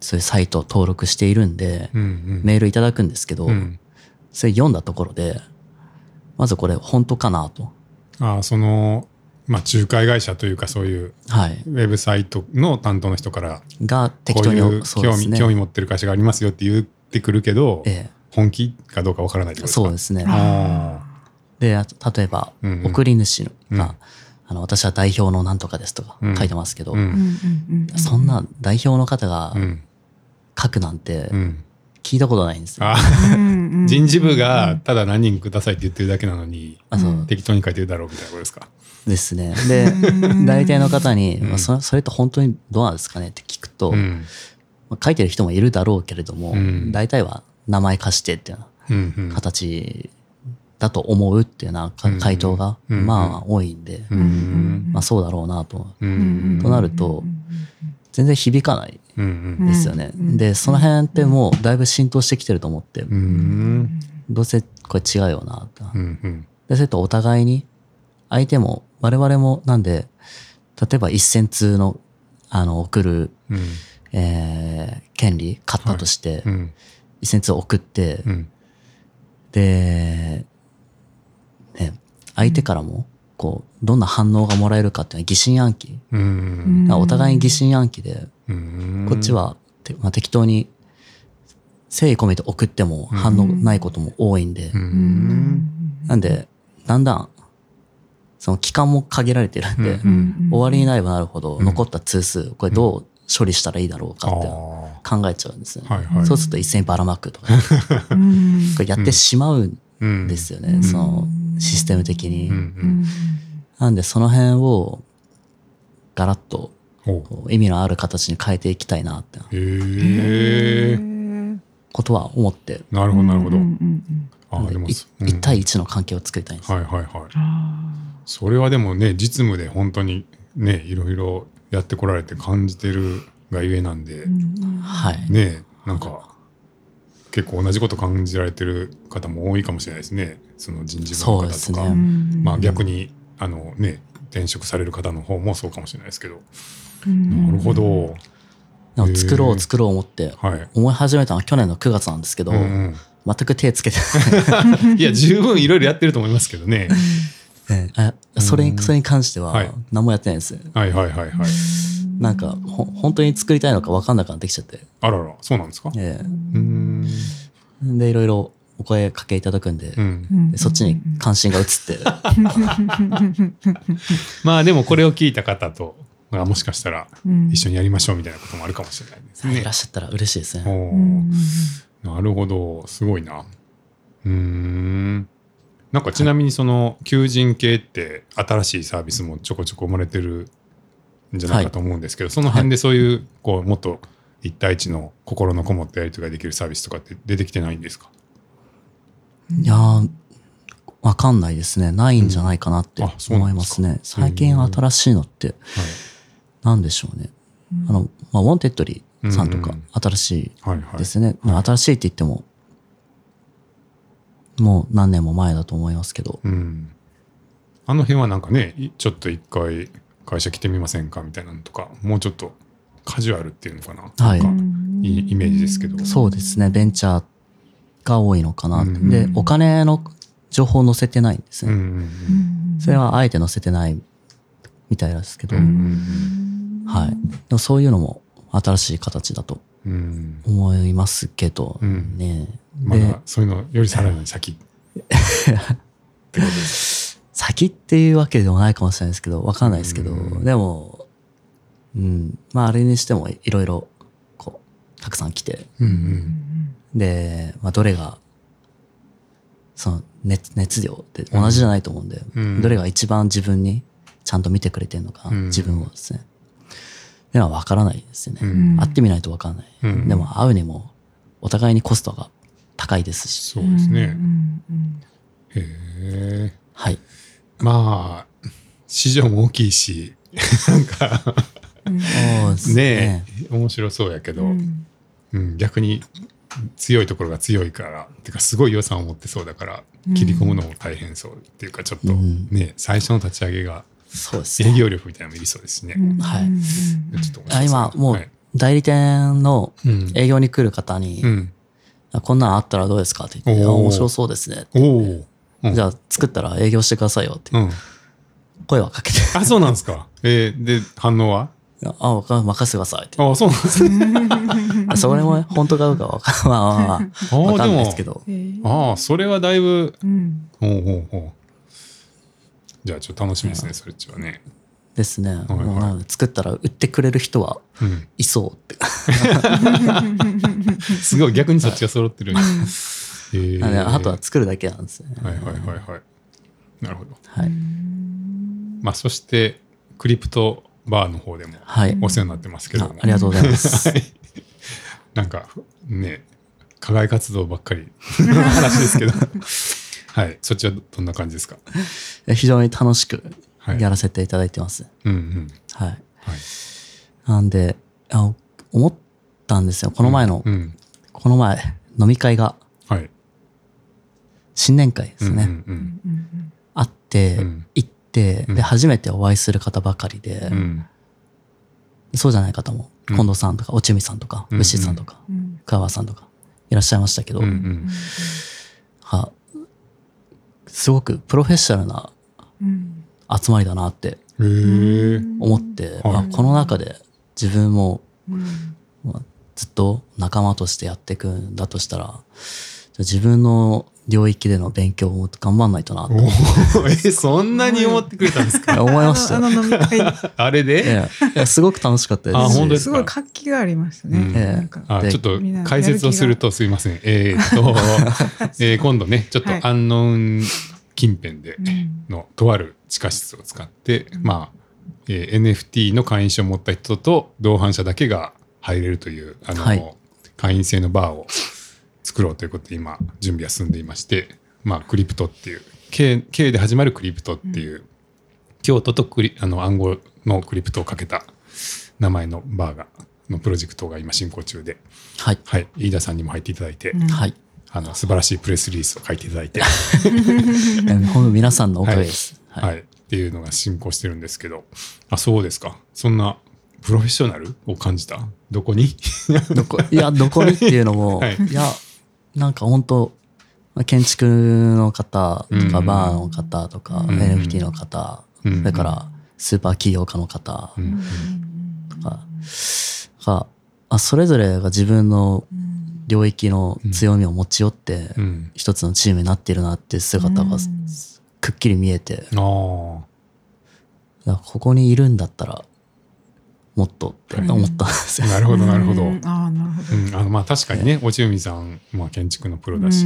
Speaker 2: そういうサイトを登録しているんで、
Speaker 1: うん。
Speaker 2: メールいただくんですけど、
Speaker 1: うん。
Speaker 2: それ読んだところでまずこれ本当かなと
Speaker 1: あ、その、まあ、仲介会社というかそういう
Speaker 2: はい
Speaker 1: ウェブサイトの担当の人から
Speaker 2: が適
Speaker 1: こう
Speaker 2: 当に
Speaker 1: いう
Speaker 2: そう
Speaker 1: 興
Speaker 2: で
Speaker 1: 味、
Speaker 2: すね
Speaker 1: 興味持ってる会社がありますよって言ってくるけど、
Speaker 2: え
Speaker 1: 本気かどうかわからないって
Speaker 2: え
Speaker 1: こと
Speaker 2: そう
Speaker 1: で
Speaker 2: ですすね
Speaker 1: か。あ
Speaker 2: で、あと例えば、
Speaker 1: あ。うんうん
Speaker 2: 送り主が、
Speaker 1: うん
Speaker 2: あの、私は代表のなんとかですとか
Speaker 1: うん
Speaker 2: 書いてますけど、
Speaker 1: うん
Speaker 2: そんな代表の方が
Speaker 1: うん。
Speaker 2: 書くなんて
Speaker 1: うん。
Speaker 2: 聞いたことないんですよ。
Speaker 1: あ
Speaker 3: うん
Speaker 1: 人事部がただ何人くださいって言ってるだけなのに、
Speaker 2: あそう
Speaker 3: うん
Speaker 1: 適当に書いてるだろうみたいなことですか。
Speaker 2: ですね。で、代理店の方に、まあ、そそれって本当にどうなんですかねって聞くと、
Speaker 1: うん。
Speaker 2: まあ書いてる人もいるだろうけれども、
Speaker 1: うん
Speaker 2: 大体は名前貸してっていうよ
Speaker 1: うんう
Speaker 2: うんな。形だと思うっていうよう
Speaker 1: う
Speaker 2: なん回答が、
Speaker 1: うん
Speaker 2: まあ多いんで、
Speaker 1: うん。
Speaker 2: まあそうだろうなと。
Speaker 1: うん。
Speaker 2: となると、全然響かない
Speaker 1: うんうん。
Speaker 2: ですよね。
Speaker 3: うん
Speaker 2: で、その辺ってもうだいぶ浸透してきてると思って、
Speaker 1: うん。
Speaker 2: どうせこれ違うよな。と
Speaker 1: うんうん。
Speaker 2: で、それとお互いに、相手も我々もなんで、例えば1000通の、あの、送る、
Speaker 1: うん。
Speaker 2: えー、権利買ったとして、
Speaker 1: うん。
Speaker 2: 1000通送って、
Speaker 1: うん。
Speaker 2: で、ね、相手からも、こう、どんな反応がもらえるかっていうのは疑心暗鬼。
Speaker 1: うん。
Speaker 2: お互いに疑心暗鬼で、
Speaker 1: うん。
Speaker 2: こっち。はて、まあ、適当に誠意込めて送っても反応ないことも多いんで、
Speaker 1: うん。
Speaker 2: なんで、だんだん、その期間も限られてるんで、
Speaker 1: うん
Speaker 2: 終わりになればなるほど
Speaker 1: ん
Speaker 2: 残った通数、これどう処理したらいいだろう
Speaker 1: ああ
Speaker 2: か。って考えちゃうんですね。
Speaker 1: はいはい。
Speaker 2: そうすると一斉にばらまくと か、これやってしまうん
Speaker 1: うん。
Speaker 2: ですよね、そのシステム的に。
Speaker 1: うんうん。
Speaker 2: なんでその辺をガラッと
Speaker 1: お
Speaker 2: こう意味のある形に変えていきたいなって
Speaker 1: へえ。
Speaker 2: ことは思って
Speaker 1: なるほどなるほど。
Speaker 2: な
Speaker 1: あ
Speaker 2: ん
Speaker 1: あ、
Speaker 2: で
Speaker 1: でも、
Speaker 2: い一対一の関係を作りたいんです。
Speaker 1: はいはいはい。それはでもね実務で本当にねいろいろやってこられて感じてるがゆえなんで、
Speaker 2: はい。
Speaker 1: ねなんか結構同じこと感じられてる方も多いかもしれないですねその人事部の
Speaker 2: そう
Speaker 1: 方
Speaker 2: で
Speaker 1: と
Speaker 2: す
Speaker 1: か、
Speaker 2: ね
Speaker 1: まあ逆にあのね転職される方の方もそうかもしれないですけど、なるほど
Speaker 2: でも作ろ
Speaker 1: へー
Speaker 2: う作ろう思って、
Speaker 1: はい、
Speaker 2: 思い始めたのは去年の9月なんですけど、
Speaker 1: うん
Speaker 2: 全く手つけて
Speaker 1: うん いや十分いろいろやってると思いますけどね
Speaker 2: ない、 あそれに、それに関して
Speaker 1: は
Speaker 2: はい何もやってないんです。
Speaker 1: はいはいはいはい
Speaker 2: なんか、ほ、本当に作りたいのか分かんなくなってきちゃって。
Speaker 1: あららそうなんですか、
Speaker 2: え
Speaker 1: う
Speaker 2: え
Speaker 1: ーん
Speaker 2: で、いろいろお声かけいただくんで、
Speaker 1: うん
Speaker 3: うん
Speaker 2: でそっちに関心が移って、
Speaker 1: まあでもこれを聞いた方と、まあ、もしかしたら
Speaker 3: うん
Speaker 1: 一緒にやりましょうみたいなこともあるかもしれないです
Speaker 2: はい い
Speaker 1: ね
Speaker 2: らっ。しゃったら嬉しいです
Speaker 1: お
Speaker 2: ね。
Speaker 1: ー
Speaker 3: うん
Speaker 1: なるほどすごいな。うーんなんかちなみにその求人系って新しいサービスもちょこちょこ生まれてるんじゃないかと思うんですけど、その辺でそういうこうもっと一対一の心のこもったやり取りができるサービスとかって出てきてないんですか
Speaker 2: いやー、わかんないですね。ないんじゃないかなって
Speaker 1: うんあそう
Speaker 2: 思
Speaker 1: ないんで
Speaker 2: ますす
Speaker 1: か
Speaker 2: ね。最近
Speaker 1: うん
Speaker 2: 新しいのって、
Speaker 1: は
Speaker 2: なんでしょうね。あの、まあ、ウォンテッドリーさんと
Speaker 1: う
Speaker 2: か
Speaker 1: ん、
Speaker 2: 新し
Speaker 1: いはいはいい。
Speaker 2: ですね。まあ、新しいって言っても、もう何年も前だと思いますけど、
Speaker 1: うん、あの辺はなんかねいちょっと一回会社来てみませんかみたいなのとかもうちょっとカジュアルっていうのかな。
Speaker 2: はい
Speaker 1: なんかいいイメージですけど
Speaker 2: そうですね、ベンチャーが多いのかな。
Speaker 1: うん
Speaker 2: で、お金の情報載せてないんです
Speaker 1: うん
Speaker 2: ね。
Speaker 1: うん
Speaker 3: うん
Speaker 2: それはあえて載せてないみたいですけど、
Speaker 1: うんうん
Speaker 2: はい。でもそういうのも新しい形だと
Speaker 1: うんうん
Speaker 2: 思いますけど、
Speaker 1: うん
Speaker 2: ね。
Speaker 1: ま
Speaker 2: で、
Speaker 1: だそういうのよりさらに先ってことです。
Speaker 2: 先っていうわけでもないかもしれないですけど、わかんないですけど、
Speaker 1: うん
Speaker 2: でも、うん、まああれにしてもいろいろ、こう、たくさん来て、
Speaker 1: うんう
Speaker 3: うんん
Speaker 2: で、まあどれが、その熱、熱量って同じじゃないと思うんで、
Speaker 1: うん
Speaker 2: どれが一番自分にちゃんと見てくれてるのか、
Speaker 1: うん
Speaker 2: 自分をですね。ではわからないですよね。
Speaker 1: うん
Speaker 2: 会ってみないとわかんない。
Speaker 1: うん
Speaker 2: でも会うにも、お互いにコストが高いですし、
Speaker 1: そうです
Speaker 3: う
Speaker 1: ね。
Speaker 3: んうん
Speaker 1: へえ。
Speaker 2: はい。
Speaker 1: まあ市場も大きいしなんか
Speaker 3: うん
Speaker 2: そうです
Speaker 1: ねえ面白そうやけど、
Speaker 3: うん
Speaker 1: うん、逆に強いところが強いからてかすごい予算を持ってそうだから切り込むのも大変そうっていうかちょっと
Speaker 2: うん
Speaker 1: ね、最初の立ち上げが
Speaker 2: そうですね
Speaker 1: 営業力みたいなのもいりそうですしね。
Speaker 3: うん
Speaker 2: はい
Speaker 3: うん
Speaker 1: ちょっと面白そう
Speaker 2: あ今、も
Speaker 1: は
Speaker 2: う
Speaker 1: い、
Speaker 2: 代理店の
Speaker 1: うん
Speaker 2: 営業に来る方に、
Speaker 1: うん、
Speaker 2: あこんなんあったらどうですかって言って、あ
Speaker 1: おー
Speaker 2: 面白そうですね。
Speaker 1: おお、うん
Speaker 2: じゃあ、作ったら営業してくださいよって
Speaker 1: うん、
Speaker 2: 声はかけて、
Speaker 1: あそうなんですか。えーで反応は
Speaker 2: あ、わか任せてくださいって。
Speaker 1: あそうなんですか。
Speaker 2: あそれも本当かどうかわかん まあまあま
Speaker 1: あ
Speaker 2: あ、
Speaker 1: ー
Speaker 2: わかんないですけど。
Speaker 3: へー
Speaker 1: ああそれはだいぶ
Speaker 3: うん
Speaker 1: ほうほうほうじゃあちょっと楽しみですねそれっちはね。
Speaker 2: ですね。
Speaker 1: いはい
Speaker 2: もうなので作ったら売ってくれる人は
Speaker 1: うん、
Speaker 2: いそうって。
Speaker 1: すごい逆にそっちが揃ってる。えー
Speaker 2: なのであとは作るだけなんですね。
Speaker 1: はいはいはいはい。なるほど。
Speaker 2: はい。
Speaker 1: まあそしてクリプトバーの方でも
Speaker 2: はい。
Speaker 1: お世話になってますけど
Speaker 2: あ
Speaker 1: も。
Speaker 2: ありがとうございます。
Speaker 1: はいなんかね課外活動ばっかりの話ですけどはいそっちはどんな感じですか
Speaker 2: え非常に楽しく
Speaker 1: はい
Speaker 2: やらせていただいてます。
Speaker 1: うんうん
Speaker 2: はい。
Speaker 1: はい
Speaker 2: なんで、あ思ったんですよ。この前の、
Speaker 1: うん
Speaker 2: この前、飲み会が、
Speaker 1: はいで
Speaker 2: 新年会ですね。
Speaker 1: うん
Speaker 3: うん
Speaker 2: あって、
Speaker 1: うん
Speaker 2: 行って、
Speaker 1: うん
Speaker 2: で、初めてお会いする方ばかりで
Speaker 1: うんう、ん
Speaker 2: そうじゃない方も、
Speaker 1: うん
Speaker 2: 近藤さんとか、おちみさんとか、
Speaker 1: うん
Speaker 2: むしさんとか、
Speaker 3: うん
Speaker 2: 桑川さんとか、いらっしゃいましたけど、
Speaker 1: うんうん
Speaker 2: はすごくプロフェッショナルな
Speaker 3: うん
Speaker 2: 集まりだなって
Speaker 1: へえ
Speaker 2: 思って、
Speaker 1: はい
Speaker 2: あこの中で自分も
Speaker 3: うん
Speaker 2: まあずっと仲間としてやっていくんだとしたら、じゃあ自分の領域での勉強も頑張んないとなっ
Speaker 1: お
Speaker 2: て
Speaker 1: おえそんなに思ってくれたんですか
Speaker 2: 思いまし
Speaker 3: あ
Speaker 2: た。
Speaker 3: のあの飲み会
Speaker 1: あれで、
Speaker 2: ええいやすごく楽しかったです
Speaker 1: あ
Speaker 2: し。
Speaker 1: 本当ですす
Speaker 3: ごい
Speaker 1: か
Speaker 3: 活気がありました
Speaker 1: うん
Speaker 2: ええ
Speaker 3: ね。なんか
Speaker 1: あ
Speaker 2: で
Speaker 1: ちょっと解説をするとすいませんえー、っと、 えー今度ねちょっと
Speaker 3: はい
Speaker 1: アンノーン近辺で
Speaker 3: うん
Speaker 1: のとある地下室を使って、まあえー NFT の会員証を持った人と同伴者だけが入れるというあの、
Speaker 2: はい
Speaker 1: 会員制のバーを作ろうということで今準備が進んでいまして、まあ、クリプトっていう K, K で始まるクリプトっていう、京都とクリあの暗号のクリプトをかけた名前のバーがのプロジェクトが今進行中で、
Speaker 2: はい。
Speaker 1: はい、飯田さんにも入っていただいて、
Speaker 3: うん
Speaker 2: はい。
Speaker 1: あの素晴らしいプレスリリースを書いていただいて。
Speaker 2: えーほんと皆さんのおかげです。
Speaker 1: は、
Speaker 2: はいい。
Speaker 1: っていうのが進行してるんですけどあそうですかそんなプロフェッショナルを感じたどこに
Speaker 2: どこいや、どこにっていうのも、
Speaker 1: はい
Speaker 2: い、や、なんか本当まあ建築の方とか、
Speaker 1: うん
Speaker 2: バーの方とか、
Speaker 3: うん
Speaker 2: NFT の方、
Speaker 1: うん
Speaker 2: それからスーパー企業家の方
Speaker 1: うん
Speaker 3: うん
Speaker 2: とかが、あそれぞれが自分の
Speaker 3: うん
Speaker 2: 領域の強みを持ち寄って
Speaker 1: うん。
Speaker 2: 一つのチームになっているなっていう姿
Speaker 3: う
Speaker 2: が
Speaker 3: ん
Speaker 2: くっきり見えて
Speaker 1: ああ。
Speaker 2: だからここにいるんだったらもっとって思ったんですよ。
Speaker 1: なるほど、なるほど。
Speaker 3: う
Speaker 1: うんん、
Speaker 3: ああ、なるほど。
Speaker 1: あの、まあ、確かにね、落ち海さん、まあ、建築のプロだし、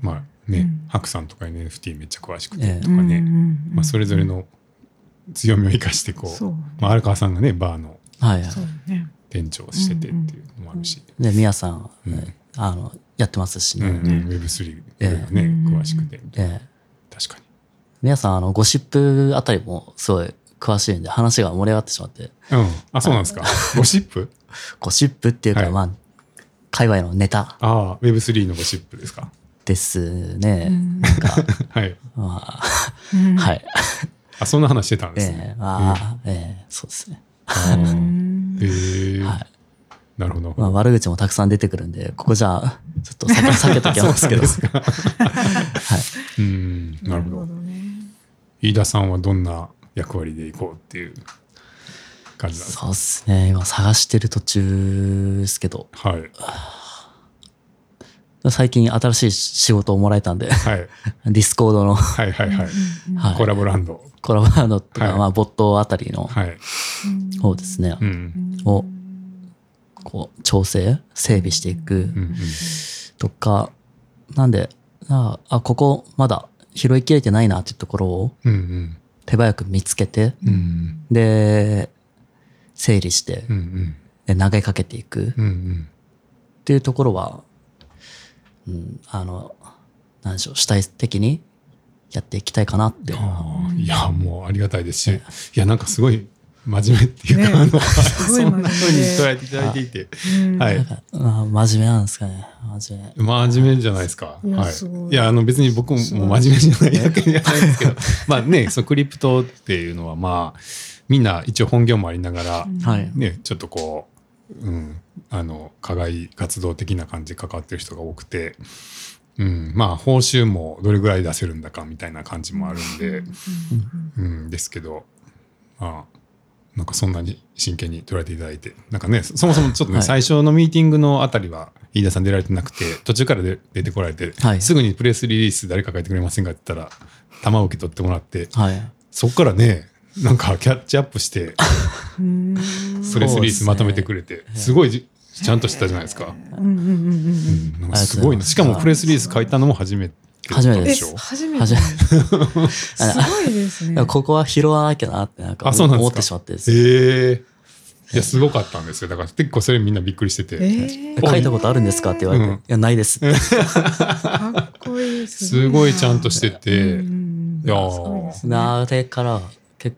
Speaker 1: まあ、
Speaker 3: う
Speaker 1: ね
Speaker 3: ん、
Speaker 1: 白さんとか NFT めっちゃ詳しく
Speaker 2: え
Speaker 1: て
Speaker 2: え
Speaker 1: とかね、まあ、それぞれ
Speaker 3: こ
Speaker 1: の強みを生かして、こ、
Speaker 3: そうう。
Speaker 1: まあ、荒川さんがね、バーの
Speaker 2: はいはい
Speaker 3: そうね。
Speaker 1: 店長をしててっていうのもあるし、
Speaker 2: で宮さん、
Speaker 1: うん
Speaker 2: あのやってますし
Speaker 1: うん
Speaker 2: ね、
Speaker 1: うん
Speaker 3: うん
Speaker 1: Web3
Speaker 2: ええ
Speaker 1: がね、詳しくて、
Speaker 2: ええ
Speaker 1: 確かに。
Speaker 2: 宮さんあのゴシップあたりもすごい詳しいんで話が盛り上がってしまって
Speaker 1: うん。あ、そうなんですか。ゴシップ
Speaker 2: ゴシップっていうか、
Speaker 1: はい
Speaker 2: まあ界隈のネタ
Speaker 1: ああ、Web3 のゴシップですか。
Speaker 2: ですね、
Speaker 3: うん
Speaker 1: はい。
Speaker 2: まあ、
Speaker 3: うん
Speaker 2: はい
Speaker 1: あ、そんな話してたんで
Speaker 2: え
Speaker 1: すね。
Speaker 2: えああ、ええそうですね、
Speaker 1: あ
Speaker 3: う
Speaker 1: ー
Speaker 3: ん
Speaker 1: へえ。
Speaker 2: はい
Speaker 1: なるほど。
Speaker 2: まあ、悪口もたくさん出てくるんでここじゃあちょっと 避け避けときますけど
Speaker 1: うん、なるほど。
Speaker 3: ね。
Speaker 1: 飯田さんはどんな役割で行こうっていう感じなんですか
Speaker 2: そうですね今探してる途中ですけど
Speaker 1: はい。
Speaker 2: 最近新しい仕事をもらえたんで
Speaker 1: はい。
Speaker 2: ディスコードの
Speaker 1: はいはいはい。
Speaker 2: はい
Speaker 1: コラボランド。
Speaker 2: コラボランドとか、
Speaker 1: はい
Speaker 2: まあ、ボットあたりの
Speaker 1: はい。
Speaker 2: 方ですね、
Speaker 1: うん。
Speaker 2: をこう調整整備していく
Speaker 1: うんうん。
Speaker 2: とか、なんでああここまだ拾いきれてないなっていうところを
Speaker 1: うん
Speaker 2: 手早く見つけて
Speaker 1: うん。うん
Speaker 2: で整理して
Speaker 1: うんうん
Speaker 2: で投げかけていくっ
Speaker 1: うんうん。
Speaker 2: ていうところは、うん、あの何でしょう主体的にやっていきたいかなって
Speaker 1: ああ、いや、もうありがたいですし、いや、なんかすごい真面目っていうか、あの、
Speaker 3: ねごい
Speaker 1: そ
Speaker 3: 真面目
Speaker 1: んな風に捉えていただいていて、
Speaker 3: うん
Speaker 1: はい
Speaker 2: なん。か、まあ、真面目なんですかね真面目
Speaker 1: 真面目じゃないですか。
Speaker 3: いや
Speaker 1: は
Speaker 3: すご
Speaker 1: い。
Speaker 3: い
Speaker 1: いや、あの別に僕も
Speaker 3: すごい
Speaker 1: もう真面目じゃないわけじゃないんですけど、まあね、そのクリプトっていうのはまあ、みんな一応本業もありながら、
Speaker 2: はい
Speaker 1: ね、ちょっとこう、うん、あの、課外活動的な感じで関わってる人が多くて、うん、まあ、報酬もどれぐらい出せるんだかみたいな感じもあるんで、うん、ですけど、まあ、なんかそんなに真剣に捉えていただいて、なんかね、そそもそもちょっとね、
Speaker 2: はい
Speaker 1: 最初のミーティングのあたりは、飯田さん出られてなくて、途中からで出てこられて、
Speaker 2: はい
Speaker 1: すぐにプレスリリース誰か書いてくれませんかって言ったら、玉を受け取ってもらって、
Speaker 2: はい
Speaker 1: そこからね、なんかキャッチアップ して、
Speaker 3: うん
Speaker 1: プレスリリースまとめてくれて、すごいじちゃんとしてたじゃないですか。
Speaker 3: うんうんうんうんうん
Speaker 1: うんなんかすごいな。しかもプレスリリース書いたのも初めてだった
Speaker 2: 初めて
Speaker 1: で
Speaker 3: え
Speaker 1: しょ。
Speaker 3: 初めて
Speaker 2: 初
Speaker 3: す
Speaker 2: め
Speaker 3: ごいです
Speaker 2: い
Speaker 3: ね
Speaker 2: や。ここは拾わなきゃなってなんか
Speaker 1: あそうなんですか
Speaker 2: 思ってしまってですね
Speaker 1: ええいや、すごかったんですよ。だから結構それみんなびっくりしてて。
Speaker 3: えー
Speaker 2: 書いたことあるんですかって言われて、
Speaker 1: うん
Speaker 2: いや、ないですって。
Speaker 3: かっこいい
Speaker 1: すごいちゃんとしてて、
Speaker 3: うん
Speaker 1: いやー
Speaker 3: すごいですね
Speaker 2: あれから、結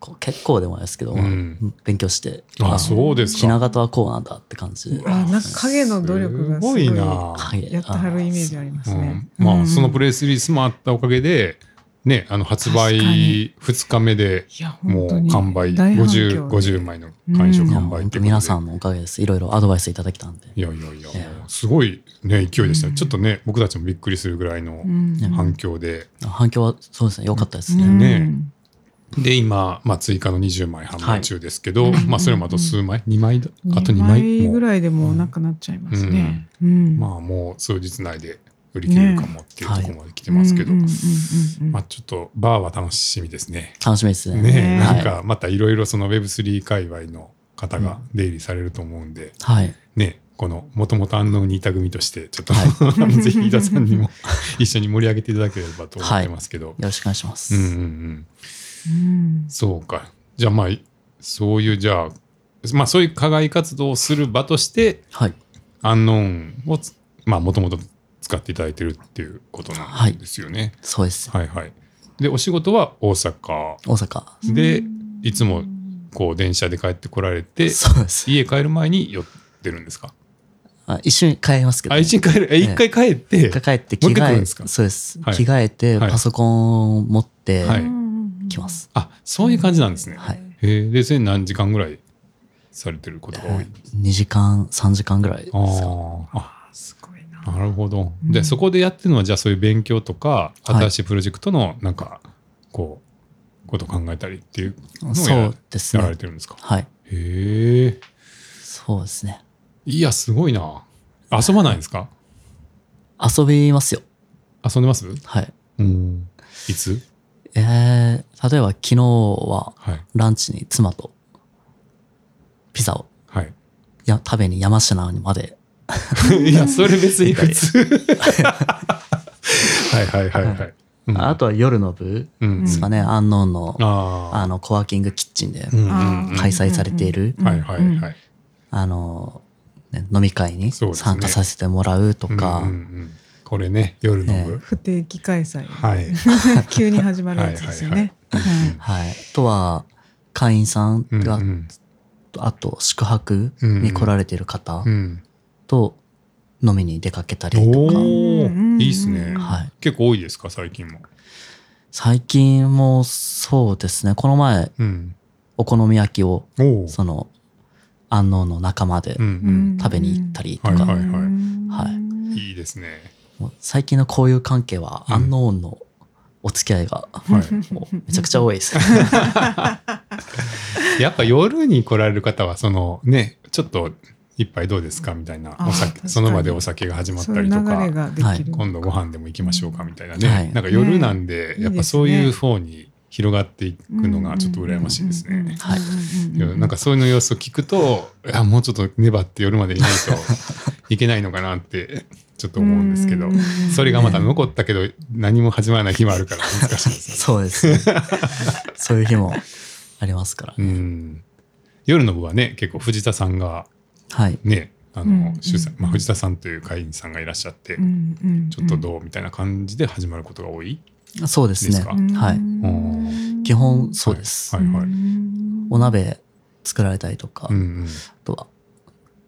Speaker 2: 構、結構でもないですけど、
Speaker 1: うん
Speaker 2: 勉強して、
Speaker 1: あ
Speaker 2: あ
Speaker 1: そうです
Speaker 2: ひな
Speaker 1: か。
Speaker 2: 形はこうなんだって感じで。
Speaker 3: あなんか影の努力がすごい
Speaker 1: すごいな
Speaker 2: はい
Speaker 3: やってはるイメージありますね。
Speaker 1: うんまあ、そのプ
Speaker 3: レ
Speaker 1: レスリリースもあったおかげで、ね、あの発売
Speaker 3: 確かに
Speaker 1: 2日目で
Speaker 3: いや
Speaker 1: も
Speaker 3: 本当
Speaker 1: う
Speaker 3: に
Speaker 1: 完売、
Speaker 3: 大反
Speaker 1: 50,
Speaker 3: 響
Speaker 1: 50枚の完食
Speaker 2: いや
Speaker 1: 完
Speaker 2: 本
Speaker 1: 売って
Speaker 2: 当皆さ
Speaker 1: ん。
Speaker 2: んのおかげです。いろいろアドバイスいただきたんで。
Speaker 1: いやいやいや
Speaker 2: え、
Speaker 1: すごいね、勢いでした
Speaker 3: う
Speaker 1: ね。
Speaker 3: ん
Speaker 1: ちょっとね、僕たちもびっくりするぐらいの
Speaker 3: うん
Speaker 1: 反響で。
Speaker 2: 反響はそうですね、良かったです
Speaker 3: う
Speaker 2: ね。
Speaker 3: ん
Speaker 1: ねで、今、まあ、追加の20枚販売中ですけど、
Speaker 3: はい
Speaker 1: まあ、それもあと数枚、2枚だ、あと2
Speaker 3: 2
Speaker 1: 枚
Speaker 3: 枚
Speaker 1: も
Speaker 3: ぐ
Speaker 1: う
Speaker 3: らいでもうなくなっちゃいますね。うん
Speaker 1: まあ、もう数日内で売り切れるかもっていうと
Speaker 2: ね
Speaker 1: ころまで来てますけど
Speaker 3: うんう、んうんうん
Speaker 1: まあ、ちょっとバーは楽しみですね。
Speaker 2: 楽しみですね。
Speaker 1: ねえ、
Speaker 3: はい
Speaker 1: なんかまたいろいろその Web3 界隈の方が出入りされると思うんで、
Speaker 2: はい。
Speaker 1: ね、このもともと安納にいた組として、ちょっと、
Speaker 2: は
Speaker 1: あ のぜひ飯田さんにも一緒に盛り上げていただければと思ってますけど。
Speaker 2: よろしくお願いします。
Speaker 1: うんうんうん。
Speaker 3: うん
Speaker 1: そうか。じゃあまあ、そういう、じゃあ、まあそういう課外活動をする場として、
Speaker 2: はい。
Speaker 1: アンノーンをつ、まあもともと使っていただいてるっていうことなんですよね。
Speaker 2: そうです。
Speaker 1: はい、はい、で、お仕事は大阪
Speaker 2: 大阪。
Speaker 1: で、いつもこう電車で帰ってこられて、
Speaker 2: そうです。
Speaker 1: 家帰る前に寄ってるんですか
Speaker 2: あ一瞬帰りますけど、
Speaker 1: あ、一日帰る、え、
Speaker 2: ええ
Speaker 1: 一回帰って、
Speaker 2: 帰って着
Speaker 1: もう一回来
Speaker 2: 替
Speaker 1: るん
Speaker 2: え、
Speaker 1: ですか
Speaker 2: そうです、
Speaker 1: はい
Speaker 2: 着替えて、
Speaker 1: はい
Speaker 2: パソコンを持って
Speaker 1: はい
Speaker 2: 来ます。
Speaker 1: あ、そういう感じなんですね。
Speaker 2: はい。
Speaker 1: へえ、で、それ何時間ぐらいされてることが多い
Speaker 2: 2時間、3時間ぐらいです
Speaker 1: あ
Speaker 2: か。
Speaker 1: ーあ、
Speaker 3: すごいな。
Speaker 1: なるほど。
Speaker 3: うん
Speaker 1: で、そこでやってるのは、じゃあそういう勉強とか、
Speaker 2: はい
Speaker 1: 新しいプロジェクトの、なんか、こう、ことを考えたりっていうのを
Speaker 2: そ
Speaker 1: や
Speaker 2: うです
Speaker 1: やら
Speaker 2: ね
Speaker 1: れ。てるんですか。
Speaker 2: はい。
Speaker 1: へえ。
Speaker 2: そうですね。
Speaker 1: いや、すごいな。遊ばないんですか
Speaker 2: 遊びますよ。
Speaker 1: 遊んでます
Speaker 2: はい。
Speaker 1: うん。いつ
Speaker 2: えー、例えば昨日は
Speaker 1: はい。
Speaker 2: ランチに妻とピザを
Speaker 1: はい。
Speaker 2: や食べに山科にまで。
Speaker 1: いや、それ別に普
Speaker 2: 普
Speaker 1: 通。はいはいはいはい。うん
Speaker 2: あ、とは夜の部
Speaker 1: うん
Speaker 2: ですかね、アンノーンの
Speaker 1: あ
Speaker 2: あのコワーキングキッチンで
Speaker 1: あ。う、んうん
Speaker 3: あー
Speaker 2: 開催されている
Speaker 1: うん。はいはいはい。
Speaker 2: あの、ね飲み会に
Speaker 1: そうですね
Speaker 2: 参加させてもらうとか、
Speaker 1: うんうんうんこれね、夜の部。
Speaker 3: 不定期開催。
Speaker 1: はい。
Speaker 3: 急に始まるやつですよね。はい
Speaker 2: はい。あとは、会員さん
Speaker 1: うん
Speaker 2: が、
Speaker 1: うん
Speaker 2: あと宿泊に来られてる方
Speaker 1: うん。
Speaker 2: と飲みに出かけたりとか、
Speaker 1: おお
Speaker 3: うん
Speaker 1: いいっすね
Speaker 3: うん。
Speaker 2: はい。
Speaker 1: 結構多いですか、最近も。
Speaker 2: 最近もそうですね、この前、
Speaker 1: うん。
Speaker 2: お好み焼きを、
Speaker 1: おお。
Speaker 2: その、安納の仲間で
Speaker 1: うん
Speaker 2: 食べに行ったりと
Speaker 1: うん
Speaker 2: か、
Speaker 1: はいはい
Speaker 2: はい
Speaker 1: うん。
Speaker 3: い。
Speaker 1: いいですね。
Speaker 2: もう最近の交友関係は
Speaker 1: うん
Speaker 2: 安納のお付き合いが、
Speaker 1: は
Speaker 2: もうめちゃくちゃ多 いですね。
Speaker 1: い。やっぱ夜に来られる方は、そのね、ちょっと一杯どうですかみたいな、
Speaker 3: あー
Speaker 1: お
Speaker 3: 確か
Speaker 1: 酒、
Speaker 3: に
Speaker 1: その場でお酒が始まっ
Speaker 3: そ
Speaker 1: た
Speaker 3: うい
Speaker 1: り
Speaker 3: う
Speaker 1: と
Speaker 3: 流れ
Speaker 1: か、
Speaker 3: ができる。
Speaker 1: 今度ご飯でも行きましょうかみたいな
Speaker 2: は
Speaker 1: ね。
Speaker 2: い
Speaker 1: なんか夜なんで、
Speaker 3: ね
Speaker 1: やっぱそういう方に広がっていくのがちょっと羨ましいです
Speaker 3: うんうんうんう
Speaker 1: ね
Speaker 3: ん。
Speaker 2: はい
Speaker 1: いやなんかそういうの様子を聞くと、いやもうちょっと粘って夜までいないといけないのかなってちょっと思うんですけど
Speaker 3: うんうんうん、
Speaker 1: それがまだ残ったけど何も始まらない日もあるから難しいです
Speaker 2: そうですね。そういう日もありますから。
Speaker 1: ね。うん、夜の部はね、結構藤田さんが
Speaker 2: はい。
Speaker 1: ね、あ
Speaker 3: うんう
Speaker 1: の
Speaker 3: ん
Speaker 1: 主催、まあ、藤田さんという会員さんがいらっしゃって
Speaker 3: う、んうんうん
Speaker 1: ちょっとどうみたいな感じで始まることが多い。
Speaker 2: そうです
Speaker 1: で
Speaker 2: ね。
Speaker 1: すか
Speaker 3: うん
Speaker 2: はい。
Speaker 1: ん
Speaker 2: 基本そうです。
Speaker 1: はいはい。
Speaker 2: お鍋作られたりとか、
Speaker 1: う
Speaker 2: あ
Speaker 1: ん
Speaker 2: とは、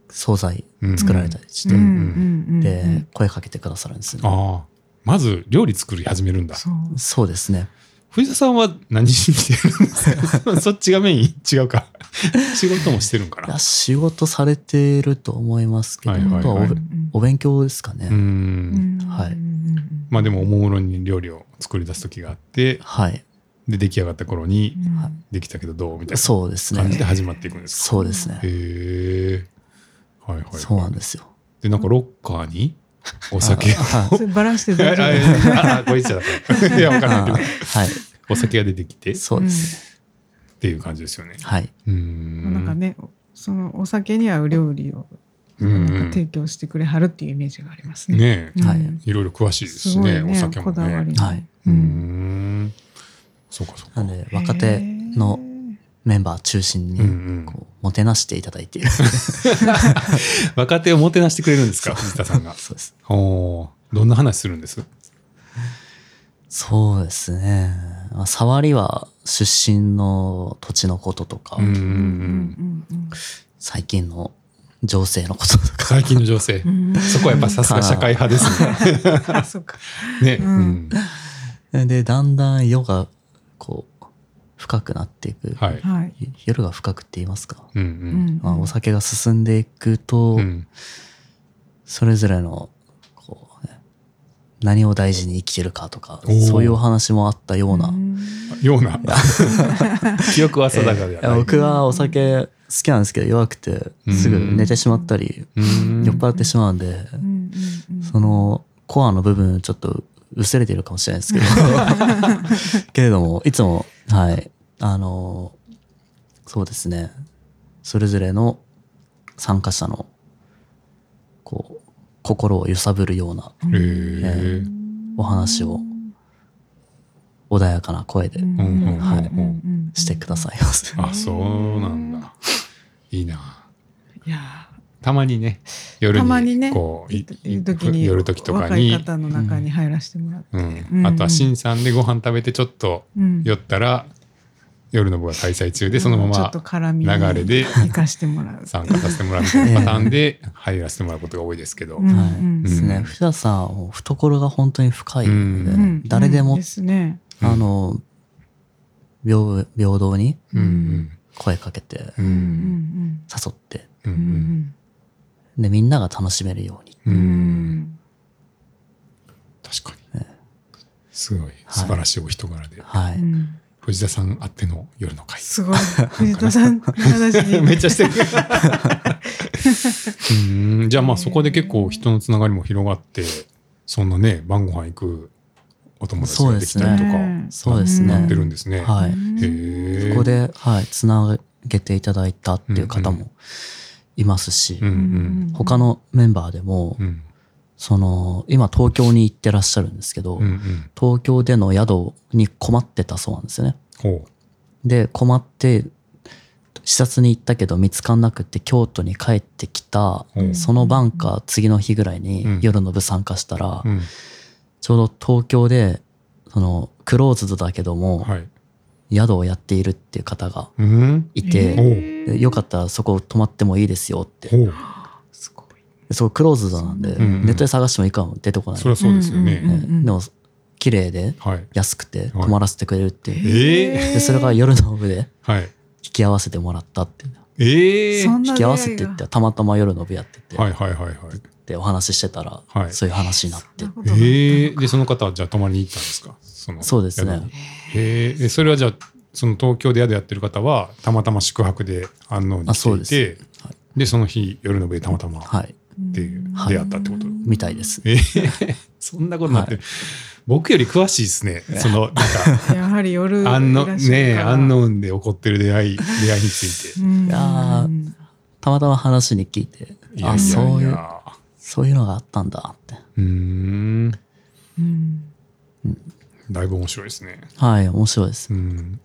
Speaker 2: 惣菜
Speaker 1: うん、
Speaker 2: 作られたりして、
Speaker 1: うん
Speaker 2: で、声かけてくださるんですよね。
Speaker 1: ああ、まず料理作り始めるんだ。
Speaker 3: そう
Speaker 2: そうですね。
Speaker 1: 藤田さんは何しに来てるんですか そっちがメイン違うか。仕事もしてるんか
Speaker 2: い
Speaker 1: な
Speaker 2: や、。仕事されてると思いますけど、
Speaker 1: はいはいはい
Speaker 2: あとはおべお勉強ですか
Speaker 1: う
Speaker 2: ね。
Speaker 1: ん。
Speaker 2: はい
Speaker 1: まあでもおもむろに料理を作り出す時があって、
Speaker 2: はい。
Speaker 1: で出来上がった頃に、
Speaker 2: は
Speaker 1: できたけどどうみたいな
Speaker 2: そうです
Speaker 1: 感じで
Speaker 2: ね。
Speaker 1: 始まっていくんですか。
Speaker 2: そうですね。
Speaker 1: へえ。はいはいはい。
Speaker 2: そうなんですよ。
Speaker 1: で、なんかロッカーにお酒。あ
Speaker 2: は
Speaker 3: それバラして
Speaker 1: あ
Speaker 3: 大丈夫
Speaker 1: あ、これ言っちゃった。 いや、わからないけど。
Speaker 2: は
Speaker 1: お酒が出てきてっ
Speaker 2: い。そうですね。
Speaker 1: ていう感じですよね。
Speaker 2: はい。
Speaker 1: う
Speaker 3: うん
Speaker 1: ん。
Speaker 3: なんかねそのお酒に合う料理を
Speaker 1: うん
Speaker 3: なん
Speaker 1: う
Speaker 3: か
Speaker 1: ん。
Speaker 3: 提供してくれはるっていうイメージがありますね。
Speaker 1: ね
Speaker 3: うん
Speaker 2: はい
Speaker 1: え、いろいろ詳しいですす
Speaker 3: ごい
Speaker 1: ね、
Speaker 3: ね
Speaker 1: お酒も
Speaker 3: こだわり
Speaker 1: ね。
Speaker 3: の。
Speaker 2: はい
Speaker 1: うん。そうかそうか。
Speaker 2: なので、若手のメンバー中心
Speaker 1: うんう
Speaker 2: に、
Speaker 1: ん
Speaker 2: こう、もてなしていただい ている。
Speaker 1: 若手をもてなしてくれるんですか、藤田さんが。
Speaker 2: そうです。
Speaker 1: おーどんな話するんです
Speaker 2: そうですね。まあ、触りは出身の土地のこととか、
Speaker 1: うんうんう
Speaker 3: うん
Speaker 1: ん
Speaker 2: 最近の情勢のこととか、
Speaker 1: 最近の情勢
Speaker 3: うんうんうん
Speaker 1: そこはやっぱさすが社会派ですね。
Speaker 3: あそうか。
Speaker 1: ね、
Speaker 3: うん
Speaker 1: うん
Speaker 2: で、だんだん夜が、こう、深くなっていく。
Speaker 1: はい。
Speaker 3: はい。
Speaker 2: い夜が深くって言いますか。
Speaker 1: うんうん
Speaker 2: まあ、お酒が進んでいくと、
Speaker 1: うん
Speaker 2: それぞれの、こう、ね、何を大事に生きてるかとか
Speaker 1: お、ー
Speaker 2: そういうお話もあったような。
Speaker 1: よう な記憶は定かで
Speaker 2: いや
Speaker 1: はない。
Speaker 2: 僕はお酒好きなんですけど弱くてすぐ寝てしまったり
Speaker 1: うん
Speaker 2: 酔っ払ってしまうんでそのコアの部分ちょっと薄れてるかもしれないですけ どけれどもいつもはいあのそうですねそれぞれの参加者のこう心を揺さぶるような
Speaker 1: へえ。
Speaker 2: お話を穏やかな声で
Speaker 1: うんうん
Speaker 2: はい
Speaker 3: うん
Speaker 2: してくださいます。
Speaker 1: あ、そうなんだ。いいな。
Speaker 3: いや
Speaker 1: たまにね、夜
Speaker 3: ー
Speaker 1: に
Speaker 3: たまにね、
Speaker 1: こう、い
Speaker 3: いう時に
Speaker 1: 夜時とかに
Speaker 3: 若い、方の中に入らせてもらって、
Speaker 1: うん、あとは新さんでご飯食べてちょっと
Speaker 3: うん
Speaker 1: 酔ったら、夜の部が開催中で、そのま
Speaker 3: ちょっ
Speaker 1: ま
Speaker 3: と絡み
Speaker 1: 流れで
Speaker 3: 生かしてもら う。
Speaker 1: 参加させてもらうみたいなパターンで入らせてもらうことが多いですけど。
Speaker 3: うん
Speaker 2: はい。です
Speaker 1: う
Speaker 2: ね。
Speaker 1: ん
Speaker 2: 藤田さんはもう懐が本当に深い
Speaker 1: うん
Speaker 2: ので、誰で
Speaker 3: うん
Speaker 2: も
Speaker 3: で、すね。
Speaker 1: うん
Speaker 2: あの、平平等に
Speaker 1: うん
Speaker 2: 声かけて、
Speaker 1: うんう
Speaker 3: うんん
Speaker 2: 誘って、
Speaker 1: う
Speaker 3: うん
Speaker 1: ん
Speaker 2: で、みんなが楽しめるように。
Speaker 1: う
Speaker 3: うん
Speaker 1: ん
Speaker 3: ん
Speaker 1: 確かにすごい素晴らしいお人柄で
Speaker 2: は
Speaker 3: う
Speaker 2: い。
Speaker 3: ん
Speaker 1: 藤田さんあっての夜の 会
Speaker 3: すごい 藤田さんの話に
Speaker 1: めっちゃしてるうーんじゃあまあそこで結構人のつながりも広がってそんなね晩ご飯行くお友達ができたりとか
Speaker 2: そうです
Speaker 1: な
Speaker 2: ね
Speaker 1: っ。てるんですね。
Speaker 2: はいい。
Speaker 1: へ
Speaker 2: そ
Speaker 1: え
Speaker 2: こで、はい、つなげていただいたっていう方
Speaker 1: うんう
Speaker 2: もいますし、
Speaker 1: うんうん
Speaker 2: 他のメンバーでも、
Speaker 1: うん
Speaker 2: その、今東京に行ってらっしゃるんですけど、
Speaker 1: うんうん
Speaker 2: 東京での宿に困ってたそうなんですよね。
Speaker 1: ほ
Speaker 2: で、困って、視察に行ったけど見つかんなくて京都に帰ってきた、
Speaker 1: うん
Speaker 2: その晩か次の日ぐらい
Speaker 1: うん
Speaker 2: に夜の部参加したら、
Speaker 1: ううん
Speaker 2: ちょうど東京で、その、クローズドだけども、
Speaker 1: はい
Speaker 2: 宿をやっているっていう方が
Speaker 1: うん
Speaker 2: い
Speaker 1: へー
Speaker 2: て、
Speaker 3: え
Speaker 2: でよかったらそこ泊まってもいいですよって。
Speaker 1: ほう
Speaker 3: すごい。
Speaker 2: でそこクローズドなんで、
Speaker 3: うん
Speaker 1: うん
Speaker 2: ネットで探してもいいかも出てこない。
Speaker 1: そりゃそうですよ
Speaker 3: うんうん
Speaker 1: ね。
Speaker 2: ねでも、綺麗で、
Speaker 1: はい
Speaker 2: 安くて、
Speaker 1: はい
Speaker 2: 泊まらせてくれるっていう。
Speaker 1: え
Speaker 2: で、それが夜の部で
Speaker 1: はい
Speaker 2: 引き合わせてもらったっていう。
Speaker 1: ええ
Speaker 3: そんな
Speaker 2: 引き合わせてって、たまたま夜の部やってて、
Speaker 1: はいはいはいはい。
Speaker 2: で、お話ししてたら、
Speaker 1: はい
Speaker 2: そういう話になって。
Speaker 1: ええ
Speaker 3: え
Speaker 1: でその方はじゃあ泊まりに行ったんですかその
Speaker 2: そうです
Speaker 1: 宿に
Speaker 2: ね。
Speaker 1: へええそれはじゃあその東京で宿やってる方はたまたま宿泊で安納に来
Speaker 2: あ
Speaker 1: て
Speaker 2: そう
Speaker 1: い
Speaker 2: です
Speaker 1: てで,、
Speaker 2: はい
Speaker 1: その日夜の部でたまたま
Speaker 2: はい。
Speaker 1: っていう
Speaker 2: はい
Speaker 1: 出会ったってこと、
Speaker 2: みたいです。
Speaker 1: ええ そんなことになってる、僕より詳しいですねそのなんか
Speaker 3: やはり夜
Speaker 1: 安納ねえ安
Speaker 3: の
Speaker 1: 納で起こってる出会い出会いについて
Speaker 3: い
Speaker 2: やたまたま話に聞いて、
Speaker 1: いや
Speaker 2: あ、
Speaker 1: いや
Speaker 2: そう
Speaker 1: い
Speaker 2: いう、
Speaker 1: や
Speaker 2: そういうのがあったんだって。
Speaker 1: うーん
Speaker 3: うん
Speaker 1: だいぶ面白いですね
Speaker 2: はい、面白いです
Speaker 1: う。ん
Speaker 3: うんうん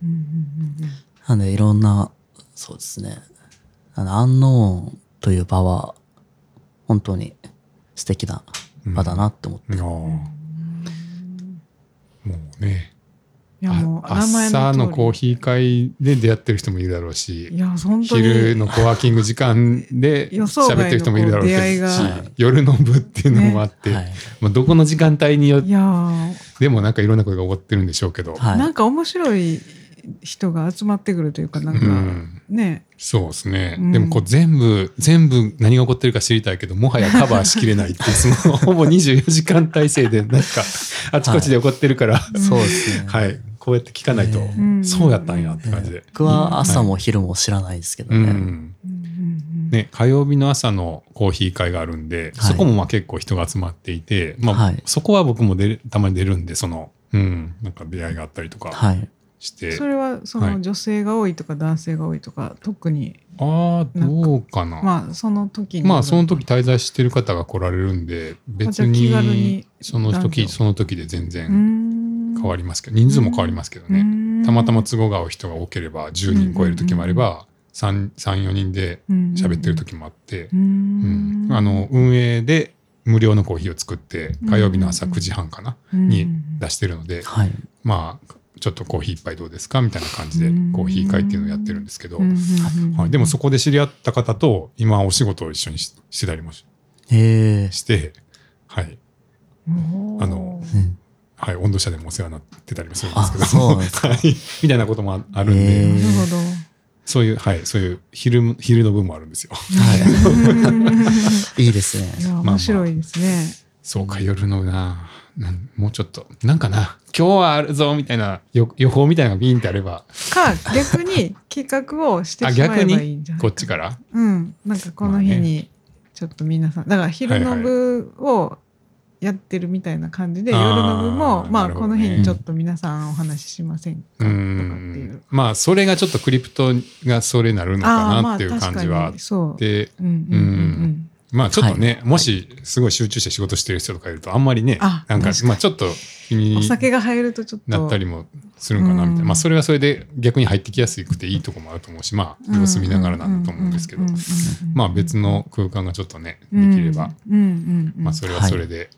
Speaker 2: なんで、いろんな、そうですね。あの、アンノーンという場は、本当に素敵な場だなって思って。
Speaker 1: ああもうね
Speaker 3: いやもう
Speaker 1: あ
Speaker 3: 名前の
Speaker 1: 朝のコー
Speaker 3: ヒ
Speaker 1: ヒー会で出会ってる人もいるだろうし
Speaker 3: いや本当に
Speaker 1: 昼のコワーキング時間で
Speaker 3: 予想外の
Speaker 1: 喋ってる人もいるだろうし
Speaker 3: こう出会いが
Speaker 2: はい
Speaker 1: 夜の部っていうのもあって、
Speaker 2: はい。
Speaker 1: まあ、どこの時間帯によっ
Speaker 3: いやー
Speaker 1: でもなんかいろんなことが起こってるんでしょうけど、
Speaker 2: はい。
Speaker 3: なんか面白い人が集まってくるというかなん
Speaker 1: う
Speaker 3: か
Speaker 1: ん、
Speaker 3: ね
Speaker 1: そうですね、
Speaker 3: うん
Speaker 1: でもこう全部全部何が起こってるか知りたいけどもはやカバーしきれないっていうそ のほぼ24時間体制でなんかあちこちで起こってるから、は
Speaker 2: そうですね。
Speaker 1: いこうやって聞かないと、
Speaker 3: ん
Speaker 1: そうやったんやって感じで。
Speaker 2: 僕は朝も昼も知らないですけど
Speaker 1: う
Speaker 2: ね。
Speaker 1: ん
Speaker 3: うんうん
Speaker 1: ね、火曜日の朝のコーヒー会があるんで、
Speaker 2: はい
Speaker 1: そこもまあ結構人が集まっていて、まあ
Speaker 2: はい
Speaker 1: そこは僕も出るたまに出るんでその、うん、なんか出会いがあったりとか
Speaker 2: はい。
Speaker 1: して、
Speaker 3: うんそれはそ
Speaker 1: はい
Speaker 3: の女性が多いとか男性が多いとか特に
Speaker 1: ああどうかな
Speaker 3: まあその時に
Speaker 1: まあその時滞在してる方が来られるんで別
Speaker 3: じゃあ気軽
Speaker 1: に
Speaker 3: に
Speaker 1: その時
Speaker 3: 男女
Speaker 1: その時で全然
Speaker 3: 変
Speaker 1: 変わりますけど人数も変わりますけどねたまたま都合が合う人が多ければ10人超える時もあれば34人で喋ってる時もあって
Speaker 3: う、
Speaker 1: うん
Speaker 3: ん
Speaker 1: あの運営で無料のコーヒーを作って火曜日の朝9時半かなに出してるので、
Speaker 2: はい。
Speaker 1: まあちょっとコーヒー一杯どうですかみたいな感じで
Speaker 3: うん
Speaker 1: コーヒー会っていうのをやってるんですけど、はい、で
Speaker 3: で
Speaker 1: もそこで知り合った方と今お仕事を一緒にししてたりもし
Speaker 2: へえ。
Speaker 1: して、はいあの
Speaker 2: うん
Speaker 1: はい、温度社でもお世話になってたりもするんですけ
Speaker 2: あ、
Speaker 1: ど
Speaker 2: そうなんですか。
Speaker 1: はい、みたいなこともああるん
Speaker 2: へ
Speaker 1: で
Speaker 2: ー
Speaker 3: なるほど
Speaker 1: そういう、はい、そういう昼昼の分もあるんですよ。
Speaker 2: は
Speaker 3: うん
Speaker 2: い。いいですね。
Speaker 3: いや面白いですね
Speaker 1: そうか、夜のななん、もうちょっと、なんかな、今日はあるぞみたいな予予報みたいなのがビンってあれば、
Speaker 3: か逆に企画をして
Speaker 1: あ
Speaker 3: しま
Speaker 1: 逆
Speaker 3: えばいい
Speaker 1: に
Speaker 3: んじゃな
Speaker 1: こ
Speaker 3: い
Speaker 1: っちから。
Speaker 3: うんなんかこの日にちょっと皆さんだから昼の部をやってるみたいな感じで
Speaker 1: はい
Speaker 3: 夜
Speaker 1: はい
Speaker 3: の部も
Speaker 1: あー
Speaker 3: ま
Speaker 1: な
Speaker 3: あ
Speaker 1: るほ
Speaker 3: こ
Speaker 1: どね
Speaker 3: の日にちょっと皆さんお話ししませんかと
Speaker 1: う
Speaker 3: かっていうん
Speaker 1: まあそれがちょっとクリプトがそれなるの
Speaker 3: あ
Speaker 1: か
Speaker 3: ー
Speaker 1: な
Speaker 3: ま
Speaker 1: っ
Speaker 3: あ
Speaker 1: ていう感じはあっ
Speaker 3: 確かにそう
Speaker 1: て
Speaker 3: うんうんうん
Speaker 1: まあちょっとね、
Speaker 2: はい
Speaker 1: もしすごい集中して仕事してる人とかいるとあんまりね
Speaker 3: あ
Speaker 1: なんか
Speaker 3: 確かに
Speaker 1: まあちょっと気
Speaker 3: うんお
Speaker 1: に
Speaker 3: 酒が入るとちょっと
Speaker 1: なったりもするんかなみたいな、
Speaker 3: うん
Speaker 1: まあそれはそれで逆に入ってきやすくていいとこもあると思うしまあ様子見ながらなんだと思うんですけど
Speaker 3: うううんうんうん
Speaker 1: まあ別の空間がちょっとねできれば、
Speaker 3: うんうんうん
Speaker 1: まあそれはそれで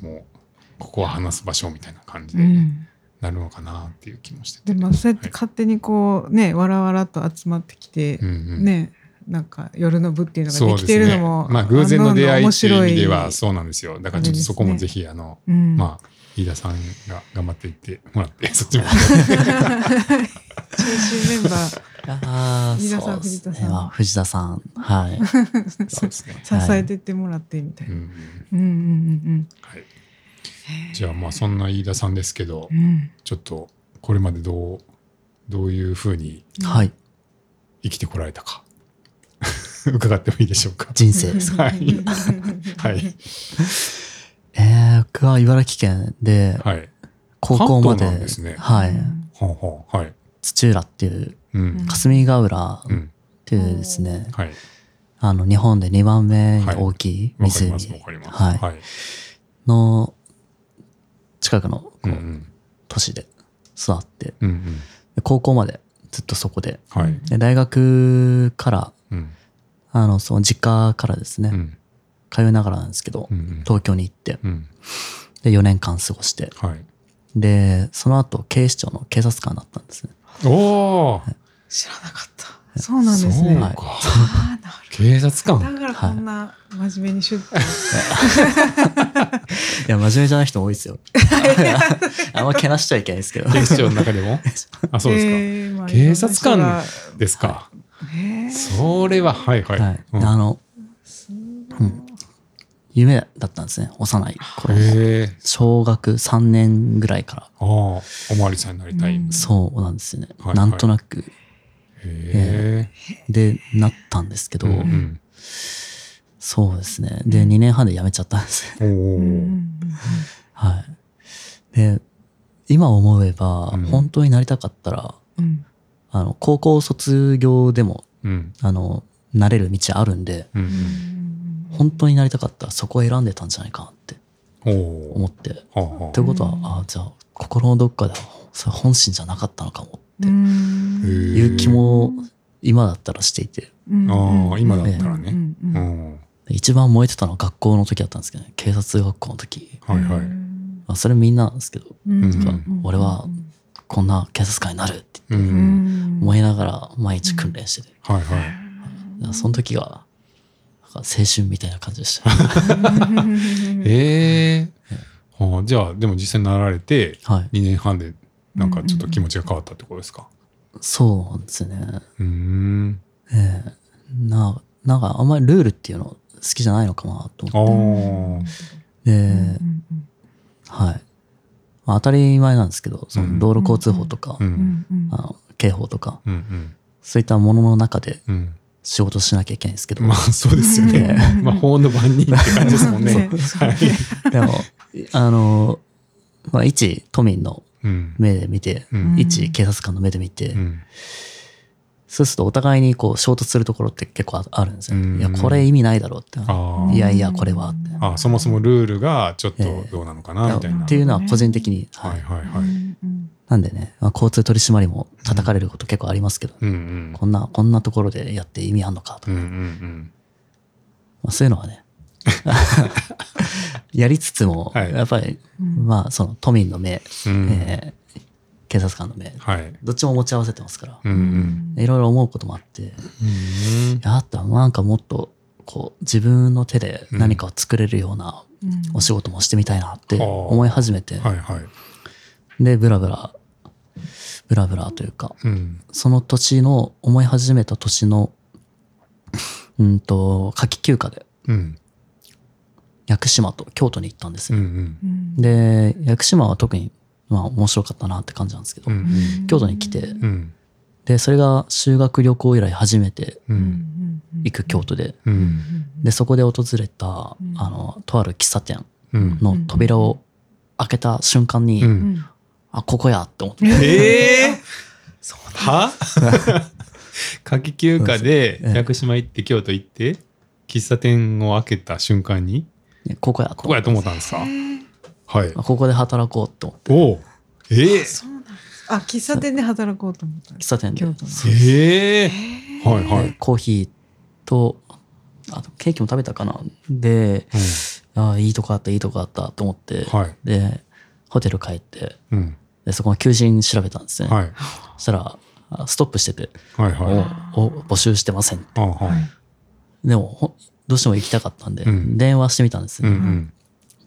Speaker 1: もうここは話す場所みたいな感じ
Speaker 3: う
Speaker 1: で
Speaker 3: ん
Speaker 1: なるのかなっていう気もしてて。
Speaker 3: でもそうやって勝手にこうねわらわらと集まってきて
Speaker 1: うんうん
Speaker 3: ねなんか夜の部っていうの
Speaker 1: そ
Speaker 3: が
Speaker 1: うで
Speaker 3: できてい
Speaker 1: す
Speaker 3: る
Speaker 1: ね。
Speaker 3: のも
Speaker 1: まあ偶然の出会い
Speaker 3: 面
Speaker 1: っていう
Speaker 3: 白
Speaker 1: 意
Speaker 3: い
Speaker 1: 味ではそうなんですよ。だからちょっとそこもぜひあの、
Speaker 3: うん
Speaker 1: まあ飯田さんが頑張っていってもらってそっちも。
Speaker 3: 中心メンバー
Speaker 2: ああ、
Speaker 3: 飯田さ
Speaker 2: そ
Speaker 3: ん
Speaker 2: うです
Speaker 3: 藤田さ
Speaker 2: ね。
Speaker 3: ん
Speaker 2: まあ藤田さん。はい。
Speaker 1: そうですね。
Speaker 3: 支えてってもらってみたい
Speaker 1: うん
Speaker 3: な。
Speaker 1: うん
Speaker 3: うんうんうん
Speaker 1: はい。じゃあまあそんな飯田さんですけど
Speaker 3: う、んうん。
Speaker 1: ちょっとこれまでどうどういうふうに
Speaker 2: はい。
Speaker 1: 生きてこられたか。 伺ってもいいでしょう か。
Speaker 2: 人生ですか。
Speaker 1: はいはい。
Speaker 2: えー、僕は茨城県で、
Speaker 1: はい。
Speaker 2: 高校まで、
Speaker 1: 関東なんですね
Speaker 2: は
Speaker 3: う
Speaker 2: い、
Speaker 3: ん
Speaker 1: ほうほう。はい。
Speaker 2: 土浦っていう、
Speaker 1: うん。
Speaker 2: 霞ヶ浦
Speaker 1: う
Speaker 2: っ
Speaker 1: ん。
Speaker 2: ていうですね、
Speaker 1: はい。
Speaker 2: あの、日本で2番目に大きい
Speaker 1: わかります。
Speaker 2: 湖
Speaker 1: わかります。
Speaker 2: はい
Speaker 1: はい。
Speaker 2: の近くのこう
Speaker 1: うんうん。
Speaker 2: 都市で育って、
Speaker 1: うんうん。
Speaker 2: で高校までずっとそこで、
Speaker 1: はい。
Speaker 2: で大学から、
Speaker 1: うん。
Speaker 2: あの、その実家からですね、
Speaker 1: うん。
Speaker 2: 通いながらなんですけど、
Speaker 1: うん。
Speaker 2: 東京に行って、
Speaker 1: うん。
Speaker 2: で、4年間過ごして、
Speaker 1: はい。
Speaker 2: で、その後、警視庁の警察官だったんですね。
Speaker 1: おー
Speaker 3: 知らなかった。そうなんです
Speaker 1: そう
Speaker 3: ね。
Speaker 1: か
Speaker 2: はい。
Speaker 3: ああ、な
Speaker 1: 警察
Speaker 3: るほ
Speaker 1: 官。
Speaker 3: ど。だからこんな真面目にシュッと。
Speaker 2: いや、真面目じゃない人多 いですよ。あんまけなしちゃいけない ですけど。
Speaker 1: 警視庁の中でもあ、そうです
Speaker 3: えーまあ
Speaker 1: 警察官
Speaker 3: いろんな人
Speaker 1: か。ですか。
Speaker 3: がへー
Speaker 1: それは、はいはい。
Speaker 2: はい。
Speaker 1: うん
Speaker 2: あの、
Speaker 3: すごい
Speaker 2: うん夢だったんですね。幼い頃。
Speaker 1: へえ。
Speaker 2: 小学3年ぐらいから。
Speaker 1: ああ、おまわりさんになりたい。
Speaker 3: う
Speaker 1: へ
Speaker 3: ん
Speaker 2: そうなんですよね。
Speaker 1: はいはい
Speaker 2: なんとなく。
Speaker 1: え。
Speaker 2: で、なったんですけど、
Speaker 1: うんうん。
Speaker 2: そうですね。で、2年半で辞めちゃったんですね。
Speaker 1: おお
Speaker 3: うんうん
Speaker 1: ー。
Speaker 2: はい。で、今思えば、
Speaker 1: うん
Speaker 2: 本当になりたかったら、
Speaker 3: うんうん
Speaker 2: あの、高校卒業でも、
Speaker 1: うん。
Speaker 2: あの、なれる道あるんで、
Speaker 1: う
Speaker 3: うん
Speaker 1: ん
Speaker 2: 本当になりたかったらそこを選んでたんじゃないかなって
Speaker 1: うん。お
Speaker 2: 思
Speaker 1: お。
Speaker 2: って。
Speaker 1: はあは
Speaker 2: ということは、
Speaker 3: うん
Speaker 2: ああ、じゃあ、心のどっかで、それ本心じゃなかったのかも
Speaker 3: う
Speaker 1: あ。へ
Speaker 3: ん
Speaker 1: ー
Speaker 2: いう気も今だったらしていて、
Speaker 3: うん
Speaker 1: ああ、今だ
Speaker 3: うん
Speaker 1: ったらね。
Speaker 3: うんうん
Speaker 1: うん。
Speaker 2: 一番燃えてたのは学校の時だったんですけどね、警察学校の時。
Speaker 1: はいは
Speaker 3: う
Speaker 1: い。
Speaker 3: ん
Speaker 2: あそれみんななんですけど、
Speaker 3: うん
Speaker 1: うん
Speaker 3: うん
Speaker 2: 俺はこんな警察官になるって
Speaker 1: う。
Speaker 3: うんん
Speaker 2: 思いながら毎日訓練してて、
Speaker 1: はいはい。
Speaker 2: だからその時が、なんか青春みたいな感じで した。
Speaker 1: ええ。はあ、じゃあ、でも実際になられて、
Speaker 2: はい。
Speaker 1: 2年半で、なんかちょっと気持ちが変わったってことですか。
Speaker 2: そうなんですよね。
Speaker 1: うーん。
Speaker 2: ええな、なんかあんまりルールっていうの好きじゃないのかなと
Speaker 1: あ
Speaker 2: 思って。
Speaker 1: あ。
Speaker 2: で、
Speaker 3: うんうん
Speaker 2: はい。まあ、当たり前なんですけど、そ
Speaker 1: うん
Speaker 2: の道路交通法とか、
Speaker 1: う。
Speaker 3: うんんうん
Speaker 2: あの刑法とか、
Speaker 1: うんうん。
Speaker 2: そういったものの中で
Speaker 1: うん。
Speaker 2: 仕事しなきゃいけないんですけど、
Speaker 1: まあ、そうですよね
Speaker 3: う。ん
Speaker 1: まあ、法の番人って感じですもんね。
Speaker 3: そうね
Speaker 2: でも、あの、まあ、一都民の
Speaker 1: うん。
Speaker 2: 目で見て、
Speaker 1: うん
Speaker 2: 一警察官の目で見て、
Speaker 1: うん。
Speaker 2: そうするとお互いにこう衝突するところって結構ああるんですよ、
Speaker 1: うん
Speaker 2: いや、これ意味ないだろうって。
Speaker 1: ああ
Speaker 2: い。やいや、これはって。
Speaker 1: あそもそもルールがちょっとどうなのかなみたい
Speaker 2: っ
Speaker 1: な。
Speaker 2: ていうのは個人的に、
Speaker 1: はいはいは
Speaker 3: う
Speaker 1: い。
Speaker 3: んうん
Speaker 2: なんでね、まあ交通取り締まりも叩かれること結構ありますけど、
Speaker 1: うんうん。
Speaker 2: こんな、こんなところでやって意味あんのかと
Speaker 1: う
Speaker 2: か、
Speaker 1: んうん
Speaker 2: まあ、そういうのはね、 やりつつも、
Speaker 1: はい
Speaker 2: やっぱり、
Speaker 3: うん
Speaker 2: まあ、その都民の目、
Speaker 1: うん。うん。
Speaker 2: えー警察官の目、
Speaker 1: はい。
Speaker 2: どっちも持ち合わせてますから、
Speaker 1: うんうん。
Speaker 2: いろいろ思うこともあって、い
Speaker 1: うん
Speaker 2: やあったらなんかもっと、こう、自分の手で何かを作れるような
Speaker 3: うん
Speaker 2: お仕事もしてみたいなって
Speaker 1: うん
Speaker 2: 思い始めて、
Speaker 1: はいはい。
Speaker 2: で、ブラブラ、ブラブラというか、
Speaker 1: うん。
Speaker 2: その年の、思い始めた年の、 うんと、夏季休暇で、
Speaker 1: うん。
Speaker 2: 屋久島と京都に行ったんです
Speaker 1: うんう
Speaker 2: よ。
Speaker 1: ん。
Speaker 3: うん
Speaker 2: で、屋久島は特に、まあ面白かったなって感じなんですけど、
Speaker 1: うん
Speaker 2: 京都に来て、
Speaker 1: うん。
Speaker 2: で、それが修学旅行以来初めて
Speaker 1: う。
Speaker 3: うんんうん
Speaker 2: 行く京都で、
Speaker 1: うん。
Speaker 2: で、そこで訪れた
Speaker 3: う、ん
Speaker 2: あの、とある喫茶店
Speaker 1: うん。
Speaker 2: の扉を開けた瞬間に、
Speaker 1: うん
Speaker 3: うん
Speaker 2: あ、ここやって思って、
Speaker 1: えー
Speaker 3: そう
Speaker 1: は 夏季休暇で屋久島行って京都行って喫茶店を開けた瞬間に
Speaker 2: ねここやと
Speaker 1: ここやと思ったんですか
Speaker 3: だね
Speaker 1: はい
Speaker 2: あここで働こうって思って、
Speaker 1: おうえ
Speaker 3: あそうなんですあ喫茶店で働こうと思ったん
Speaker 2: 喫
Speaker 3: です
Speaker 2: 茶店で
Speaker 3: 京都の
Speaker 2: そう
Speaker 1: ええーはいは
Speaker 2: で
Speaker 1: い
Speaker 2: コーヒーと、あとケーキも食べたかな。で、あいいとこあった、いいとこあったと思って、
Speaker 1: うんはい
Speaker 2: で、ホテル帰って、
Speaker 1: うん
Speaker 2: でそこの求人調べたんですね。
Speaker 1: はい
Speaker 2: そしたら、あストップしてて、
Speaker 1: はいはい
Speaker 2: おお募集してません。
Speaker 1: あはい
Speaker 2: でも、ほんどうしても行きたかったんで、
Speaker 1: うん
Speaker 2: 電話してみたんです、
Speaker 1: う
Speaker 2: ね
Speaker 1: ん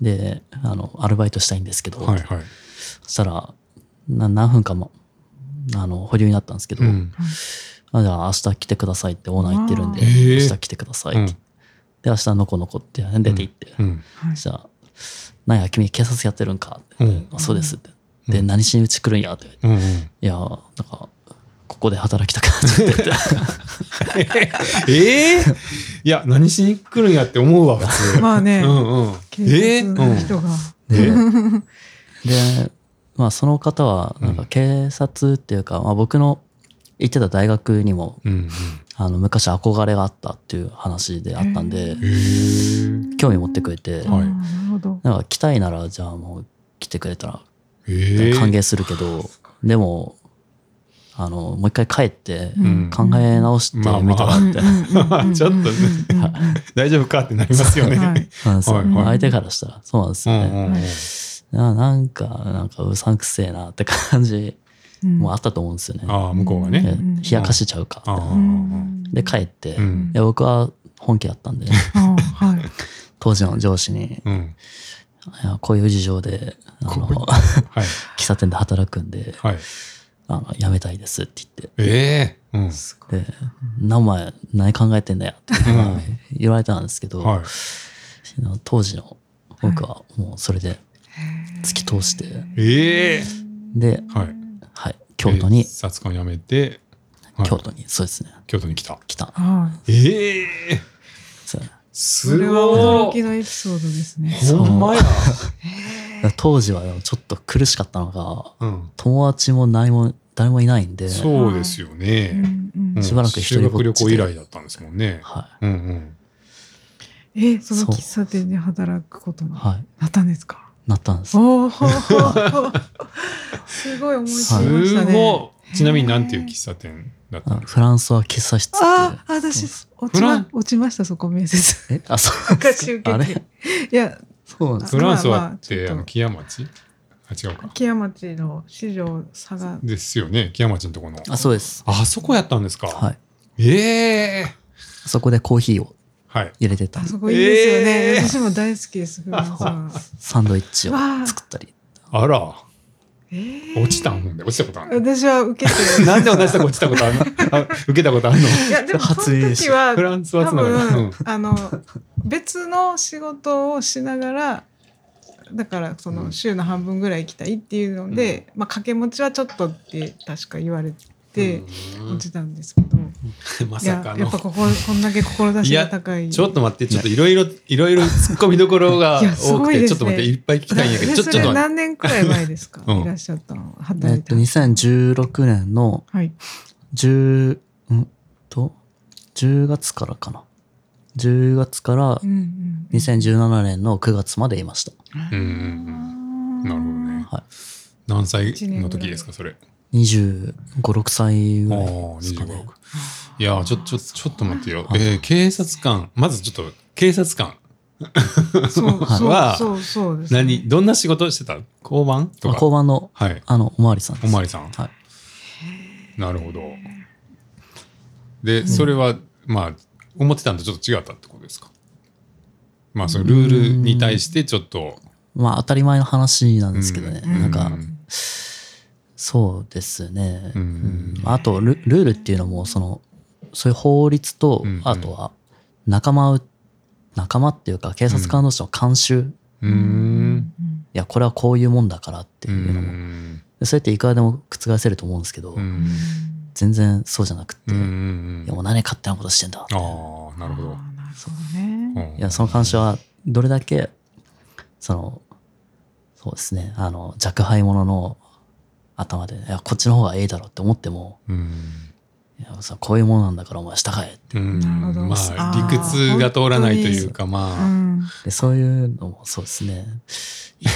Speaker 2: で、あの、アルバイトしたいんですけど、
Speaker 1: うんはいはい
Speaker 2: そしたら、な何分かも、あの、保留になったんですけど、
Speaker 1: うん
Speaker 2: あじゃあ明日来てくださいってオーナー言ってるんで、
Speaker 1: あー
Speaker 2: 明日来てくださいって、
Speaker 1: うん
Speaker 2: で、明日のこのこって出て行って、
Speaker 1: うん
Speaker 3: はい
Speaker 2: じゃあ、なんや、君警察やってるんかって。
Speaker 1: うん
Speaker 2: あそうですって。
Speaker 1: うん
Speaker 2: で、何しにうち来るんやって。
Speaker 1: うんうん
Speaker 2: いや、なんか、ここで働きたくなっちゃってて
Speaker 1: ええいや、何しに来るんやって思う わ、普通。
Speaker 3: まあね
Speaker 1: うんうん。
Speaker 3: 警
Speaker 1: えー
Speaker 3: 察
Speaker 1: う
Speaker 3: の
Speaker 1: ん
Speaker 3: 人が、
Speaker 1: ね
Speaker 2: で、まあ、その方はなんか警察っていうか、まあ、僕の行ってた大学にも
Speaker 1: うん
Speaker 2: あの昔憧れがあったっていう話であったんで
Speaker 3: へ
Speaker 1: うん。へえ。
Speaker 2: 興味持ってくれて、
Speaker 1: んはい
Speaker 3: あーなるほど
Speaker 2: なんか来たいならじゃあもう来てくれたら
Speaker 1: ええ。
Speaker 2: 歓迎するけど、でもあのもう一回帰って
Speaker 1: うん
Speaker 2: 考え直してみたらって、
Speaker 1: あ ちょっとね大丈夫かってなりますよね。
Speaker 3: はい
Speaker 2: そうなんですよ
Speaker 1: はい
Speaker 3: はい
Speaker 2: 相手からしたらそうなんです
Speaker 1: う
Speaker 2: よ
Speaker 1: ん
Speaker 2: ね、
Speaker 1: うんうん。
Speaker 2: ななんか、なんかうさんくせえなって感じもあ
Speaker 3: あ
Speaker 2: ったと思うんですよね。
Speaker 1: ああ、向こうが
Speaker 2: で
Speaker 1: ね。
Speaker 3: うん
Speaker 2: 冷やかしちゃうか
Speaker 1: あ
Speaker 2: っ
Speaker 1: あ。
Speaker 2: て。で、帰って、
Speaker 1: う
Speaker 2: い
Speaker 1: ん。
Speaker 2: や僕は本気だったん で、
Speaker 3: はい
Speaker 2: 当時の上司に、
Speaker 1: うん。
Speaker 2: いやこういう事情で、あ
Speaker 1: こういう
Speaker 2: の、
Speaker 1: はい。
Speaker 2: 喫茶店で働くんで、
Speaker 1: はい。
Speaker 2: あの、辞めたいですって言っ
Speaker 1: ええ。うん。
Speaker 2: て、で、名前、何考えてんだよって
Speaker 1: うん
Speaker 2: 言われたんですけど、
Speaker 1: はい。
Speaker 2: 当時の僕はもうそれで突き通して、
Speaker 1: ええ。
Speaker 2: で、
Speaker 1: はい。
Speaker 2: はい、京都に、
Speaker 1: えー札館辞めて、はい
Speaker 2: 京都に、そうですね、
Speaker 1: 京都に来た。
Speaker 2: 来た。
Speaker 3: はい
Speaker 1: ええ。
Speaker 2: そうだか
Speaker 3: そ
Speaker 1: す
Speaker 3: れは驚
Speaker 1: ご
Speaker 3: き
Speaker 1: い。
Speaker 3: のエピソードですね
Speaker 1: ほんまや。
Speaker 2: ら当時はでもちょっと苦しかったのが、
Speaker 1: うん。
Speaker 2: 友達も何も誰もいないんで、
Speaker 1: そうですよ
Speaker 3: う
Speaker 1: ね。
Speaker 3: んうん
Speaker 1: うん
Speaker 2: しばらく一
Speaker 1: 修
Speaker 2: 人ぼ
Speaker 1: 学
Speaker 2: っちで
Speaker 1: 旅行以来だったんですもんね。
Speaker 2: は
Speaker 1: うんうん。
Speaker 3: えその
Speaker 2: そう
Speaker 3: 喫茶店で働くことに
Speaker 2: い、
Speaker 3: な
Speaker 2: はい、
Speaker 3: ったんですか
Speaker 2: なったんです。
Speaker 3: おおすごい思い
Speaker 1: す
Speaker 3: 知りましたね
Speaker 1: ごい。ちなみになんていう喫茶店だった
Speaker 2: あ
Speaker 1: んですか
Speaker 2: フランスは喫茶室って
Speaker 3: ああ私落
Speaker 1: フ
Speaker 3: ち,、
Speaker 1: ラン
Speaker 3: ま、落ちましたそこ面接
Speaker 2: え、あ、 そうで
Speaker 3: 昔
Speaker 2: す
Speaker 3: 受
Speaker 2: か。あ
Speaker 3: け
Speaker 2: れ
Speaker 3: て、いや
Speaker 2: そうなんです。
Speaker 1: フランスはっ
Speaker 3: まあまあちょ
Speaker 1: て
Speaker 3: っと
Speaker 1: あの木屋町あ違うか。
Speaker 3: 木屋町の市場差が
Speaker 1: ですよね木屋町のとこの。
Speaker 2: あ、そうです。
Speaker 1: あそこやったんですか。
Speaker 2: はい。
Speaker 1: ええ
Speaker 2: そこでコーヒーを
Speaker 1: はい。
Speaker 2: 入れてた
Speaker 3: あそこいいですよね、
Speaker 1: えー
Speaker 3: 私も大好きですフランスは
Speaker 2: サンドイッチを
Speaker 3: わあ
Speaker 2: 作ったり、
Speaker 1: あら
Speaker 3: えー
Speaker 1: 落ちたんほんで落ちたことある。
Speaker 3: 私は受けて
Speaker 1: なんで同じとこ落ちた ことあるの？あ受けたことあるの？
Speaker 3: いやでもそ
Speaker 2: 初
Speaker 3: の
Speaker 2: 印
Speaker 3: 時
Speaker 2: 象
Speaker 3: は
Speaker 1: フランスは
Speaker 3: 多
Speaker 1: つながり。うん
Speaker 3: 分あの別の仕事をしながらだからその週の半分ぐらい行きたいっていうので、まあ掛け持ちはちょっとって確か言われて
Speaker 1: うん
Speaker 3: 落ちたんですけど、
Speaker 1: ま
Speaker 3: いや
Speaker 1: さか
Speaker 3: やっ
Speaker 1: の
Speaker 3: ぱ。こここんだけ志が高い
Speaker 1: ちょっと待って、ちょっといろいろ、いろいろ 突っ込みどころが
Speaker 3: いやす
Speaker 1: 多
Speaker 3: ご
Speaker 1: く
Speaker 3: い
Speaker 1: て、
Speaker 3: ですね
Speaker 1: ちょっと待って、いっぱい聞きたいんやけど、
Speaker 3: え
Speaker 1: ちょっとちょっ
Speaker 3: そ
Speaker 1: と
Speaker 3: れ
Speaker 1: 待って、
Speaker 3: 何年くらい前ですか、
Speaker 1: うん
Speaker 3: いらっしゃったの
Speaker 2: え
Speaker 3: 働
Speaker 2: っ
Speaker 3: いて
Speaker 2: と、2016年の
Speaker 3: はい
Speaker 2: 10、んと、10月からかな。10月から
Speaker 3: うんうん
Speaker 2: 2017年の9月までいました。
Speaker 1: うんうんうんなるほどね。
Speaker 2: はい
Speaker 1: 何歳の時ですか、それ。
Speaker 2: 25、6歳ぐらい
Speaker 1: ああ、
Speaker 2: ですか
Speaker 1: 25
Speaker 2: ね。
Speaker 1: 億。いや、ちょ、ちょ、ちょっと待ってよ。
Speaker 2: はい
Speaker 1: えー、警察官、まずちょっと、警察官、
Speaker 3: そう
Speaker 1: は
Speaker 3: そうそうそうですね
Speaker 1: 何、どんな仕事してた交番と
Speaker 2: あ
Speaker 1: か。
Speaker 2: 交番の、
Speaker 1: はい。
Speaker 2: あの、おまわりさんです。
Speaker 1: おまわりさん
Speaker 2: はい。
Speaker 1: なるほど。で、それは、まあ、思ってたんとちょっと違ったってことですか。まあ、そのルールに対して、ちょっと、
Speaker 2: まあ、当たり前の話なんですけどね。
Speaker 1: うん
Speaker 2: なんか
Speaker 1: う、ん
Speaker 2: そうですね。
Speaker 1: うん
Speaker 2: うんあとル、ルールっていうのも、その、そういう法律と、
Speaker 1: うん
Speaker 2: あとは、仲間う、仲間っていうか、警察官同士の監修、い
Speaker 1: うん。
Speaker 2: や、これはこういうもんだからって
Speaker 1: う
Speaker 2: いうのも、
Speaker 1: ん。
Speaker 2: でそうやっていくらでも覆せると思うんですけど、
Speaker 1: うん。
Speaker 2: 全然そうじゃなくて、
Speaker 1: うんう
Speaker 2: い
Speaker 1: んうん
Speaker 2: や、もう何勝手なことしてんだ。
Speaker 1: ああ、なるほど
Speaker 3: あ。ーなるほどね
Speaker 1: うん
Speaker 2: いや、その監視は、どれだけ、その、そうですね、あの、若輩者の頭で、いや、こっちの方がええだろうって思っても、
Speaker 1: うん。
Speaker 2: いや、さこういうものなんだからお前従え。
Speaker 1: うん
Speaker 3: なるほど
Speaker 1: まあ、
Speaker 3: あー
Speaker 1: 理屈が通らないというか、
Speaker 3: う
Speaker 1: まあ、
Speaker 3: ん
Speaker 2: で、そういうのもそうですね。いや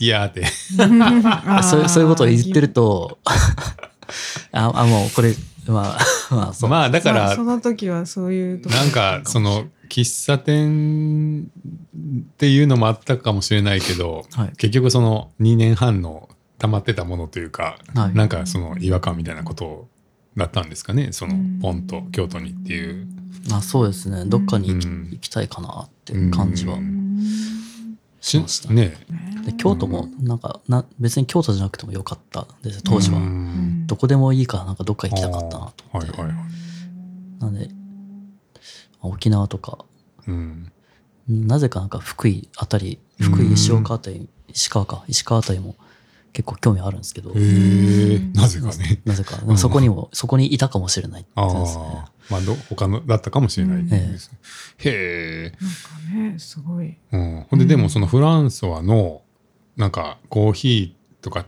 Speaker 1: いやーって。
Speaker 2: ー
Speaker 3: あ
Speaker 2: そういう、そういうことを言ってると、 あ、あ、もうこれ、まあ、 まあ、そう。
Speaker 1: まあ、だか
Speaker 3: まあ
Speaker 1: ら
Speaker 3: そ、の時はそういうとこ
Speaker 1: なんかその喫茶店っていうのもあったかもしれないけど、
Speaker 2: はい
Speaker 1: 結局その2年半の溜まってたものというか、
Speaker 2: はい
Speaker 1: なんかその違和感みたいなことだったんですかねその
Speaker 3: うん
Speaker 1: ポンと京都にっていう。
Speaker 2: まあ、そうですね。どっかに行き,、
Speaker 1: うん
Speaker 2: 行きたいかなっていう感じは
Speaker 1: う
Speaker 3: うんん
Speaker 2: しました。
Speaker 1: ね
Speaker 2: で京都も、なんかな、別に京都じゃなくてもよかったんですよ当時は。
Speaker 1: うん
Speaker 2: どこでもいいから、なんかどっか行きたかったなと
Speaker 1: あ
Speaker 2: 思っ
Speaker 1: ー
Speaker 2: て。
Speaker 1: はいはいはい。
Speaker 2: なんで、まあ沖縄とか、
Speaker 1: うん
Speaker 2: なぜかなんか福井あたり、福井、石岡あたり、石川か、石川あたりも結構興味あるんですけど、
Speaker 1: へえなぜかね。
Speaker 2: なぜか、でもそこにも、そこにいたかもしれないって
Speaker 1: あ
Speaker 2: や
Speaker 1: あ
Speaker 2: つですね。、
Speaker 1: まあど、他のだったかもしれないです。へえ。
Speaker 3: なんかねすごい。
Speaker 1: うん、ほんで、でもそのフランソワの、なんかコーヒーとか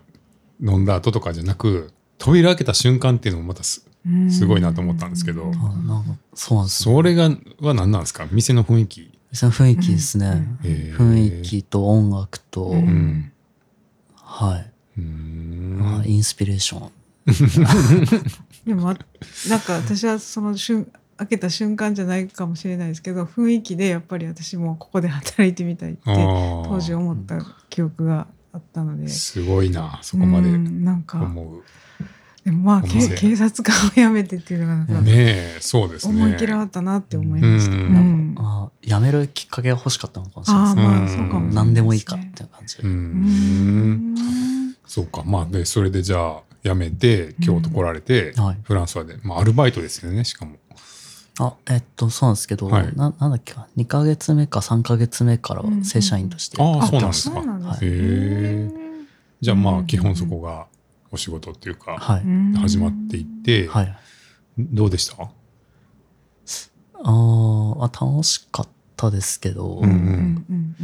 Speaker 1: 飲んだ後とかじゃなく、扉開けた瞬間っていうのもまたす、
Speaker 3: うん
Speaker 1: すごいなと思ったんですけど
Speaker 2: あなんかそうなんですね。
Speaker 1: それが、は何なんですか店の雰囲気。
Speaker 2: その雰囲気ですね。
Speaker 3: うん
Speaker 1: へえ
Speaker 2: 雰囲。気と音楽と、
Speaker 3: う
Speaker 1: うん。
Speaker 2: はい、
Speaker 1: うー
Speaker 2: まあ
Speaker 1: ん。
Speaker 2: インスピレーション。
Speaker 3: でもわなんか私はその瞬開けた瞬間じゃないかもしれないですけど雰囲気でやっぱり私もここで働いてみたいって
Speaker 1: あ
Speaker 3: 当時
Speaker 1: あ。
Speaker 3: 思った記憶があったのです
Speaker 1: ごいな、そこまで
Speaker 3: うんなんか
Speaker 1: 思
Speaker 3: でもまあ
Speaker 1: お
Speaker 3: け
Speaker 1: 店
Speaker 3: 警察官を辞めてっていうのがなん
Speaker 1: う。
Speaker 3: か
Speaker 1: ねえ、そうですね。
Speaker 3: 思い切りあったなって思いました、
Speaker 1: う
Speaker 3: うんん
Speaker 2: まあやめるきっかけが欲しかったのかもしれない
Speaker 3: あ
Speaker 2: で
Speaker 3: あ
Speaker 2: すね。
Speaker 3: まあそうかもしれな
Speaker 1: ー
Speaker 3: い
Speaker 2: 何でもいい
Speaker 3: す
Speaker 2: かっ
Speaker 3: ね
Speaker 2: ていう感じで。
Speaker 1: うー。
Speaker 3: うんん
Speaker 1: そうか。まあ、で、それでじゃあ、辞めて、京都来られて、
Speaker 2: はい。
Speaker 1: フランスはで、まあ、アルバイトですよね、しかも。
Speaker 2: あ、えっと、そうなんですけど、
Speaker 1: はい
Speaker 2: ななんだっけか、2ヶ月目か3ヶ月目からは正社員として。
Speaker 1: ああ、
Speaker 3: あ
Speaker 1: そうなんです
Speaker 3: そ
Speaker 1: か
Speaker 3: う。なんです
Speaker 1: へ
Speaker 3: ね
Speaker 1: えじゃあ、ま
Speaker 3: う
Speaker 1: あ、
Speaker 3: ん
Speaker 1: 基本そこがお仕事っていうか、
Speaker 2: はい。
Speaker 3: うん
Speaker 1: 始まっていって、
Speaker 2: はい。
Speaker 1: どうでした
Speaker 2: あーあ、楽しかったですけど、
Speaker 1: うん
Speaker 3: うんうん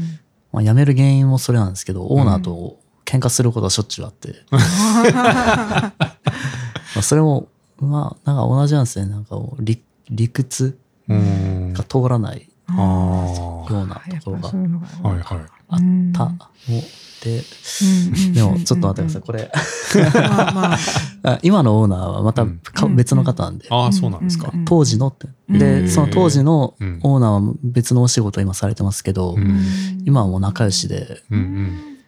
Speaker 2: まあ、辞める原因もそれなんですけど、オーナーと喧嘩することはしょっちゅうあ って、 まあそれも、まあ、なんか同じなんですね。なんかもう理理屈
Speaker 1: うーん。
Speaker 2: が通らない
Speaker 1: ああ。
Speaker 2: ようなところが
Speaker 3: そういうのが
Speaker 1: はいはい。
Speaker 2: あったので、でもちょっと待ってください。これ、
Speaker 3: い。まあまあ、
Speaker 2: あ今のオーナーはまたか
Speaker 3: うん
Speaker 2: 別の方なんで、
Speaker 1: ああ、そうなんですか。
Speaker 3: うん
Speaker 2: 当時のって。
Speaker 3: うん
Speaker 1: へー
Speaker 2: で、その当時の
Speaker 1: うん
Speaker 2: オーナーは別のお仕事を今されてますけど、
Speaker 1: うん
Speaker 2: 今はもう仲良しで、
Speaker 1: うんうん。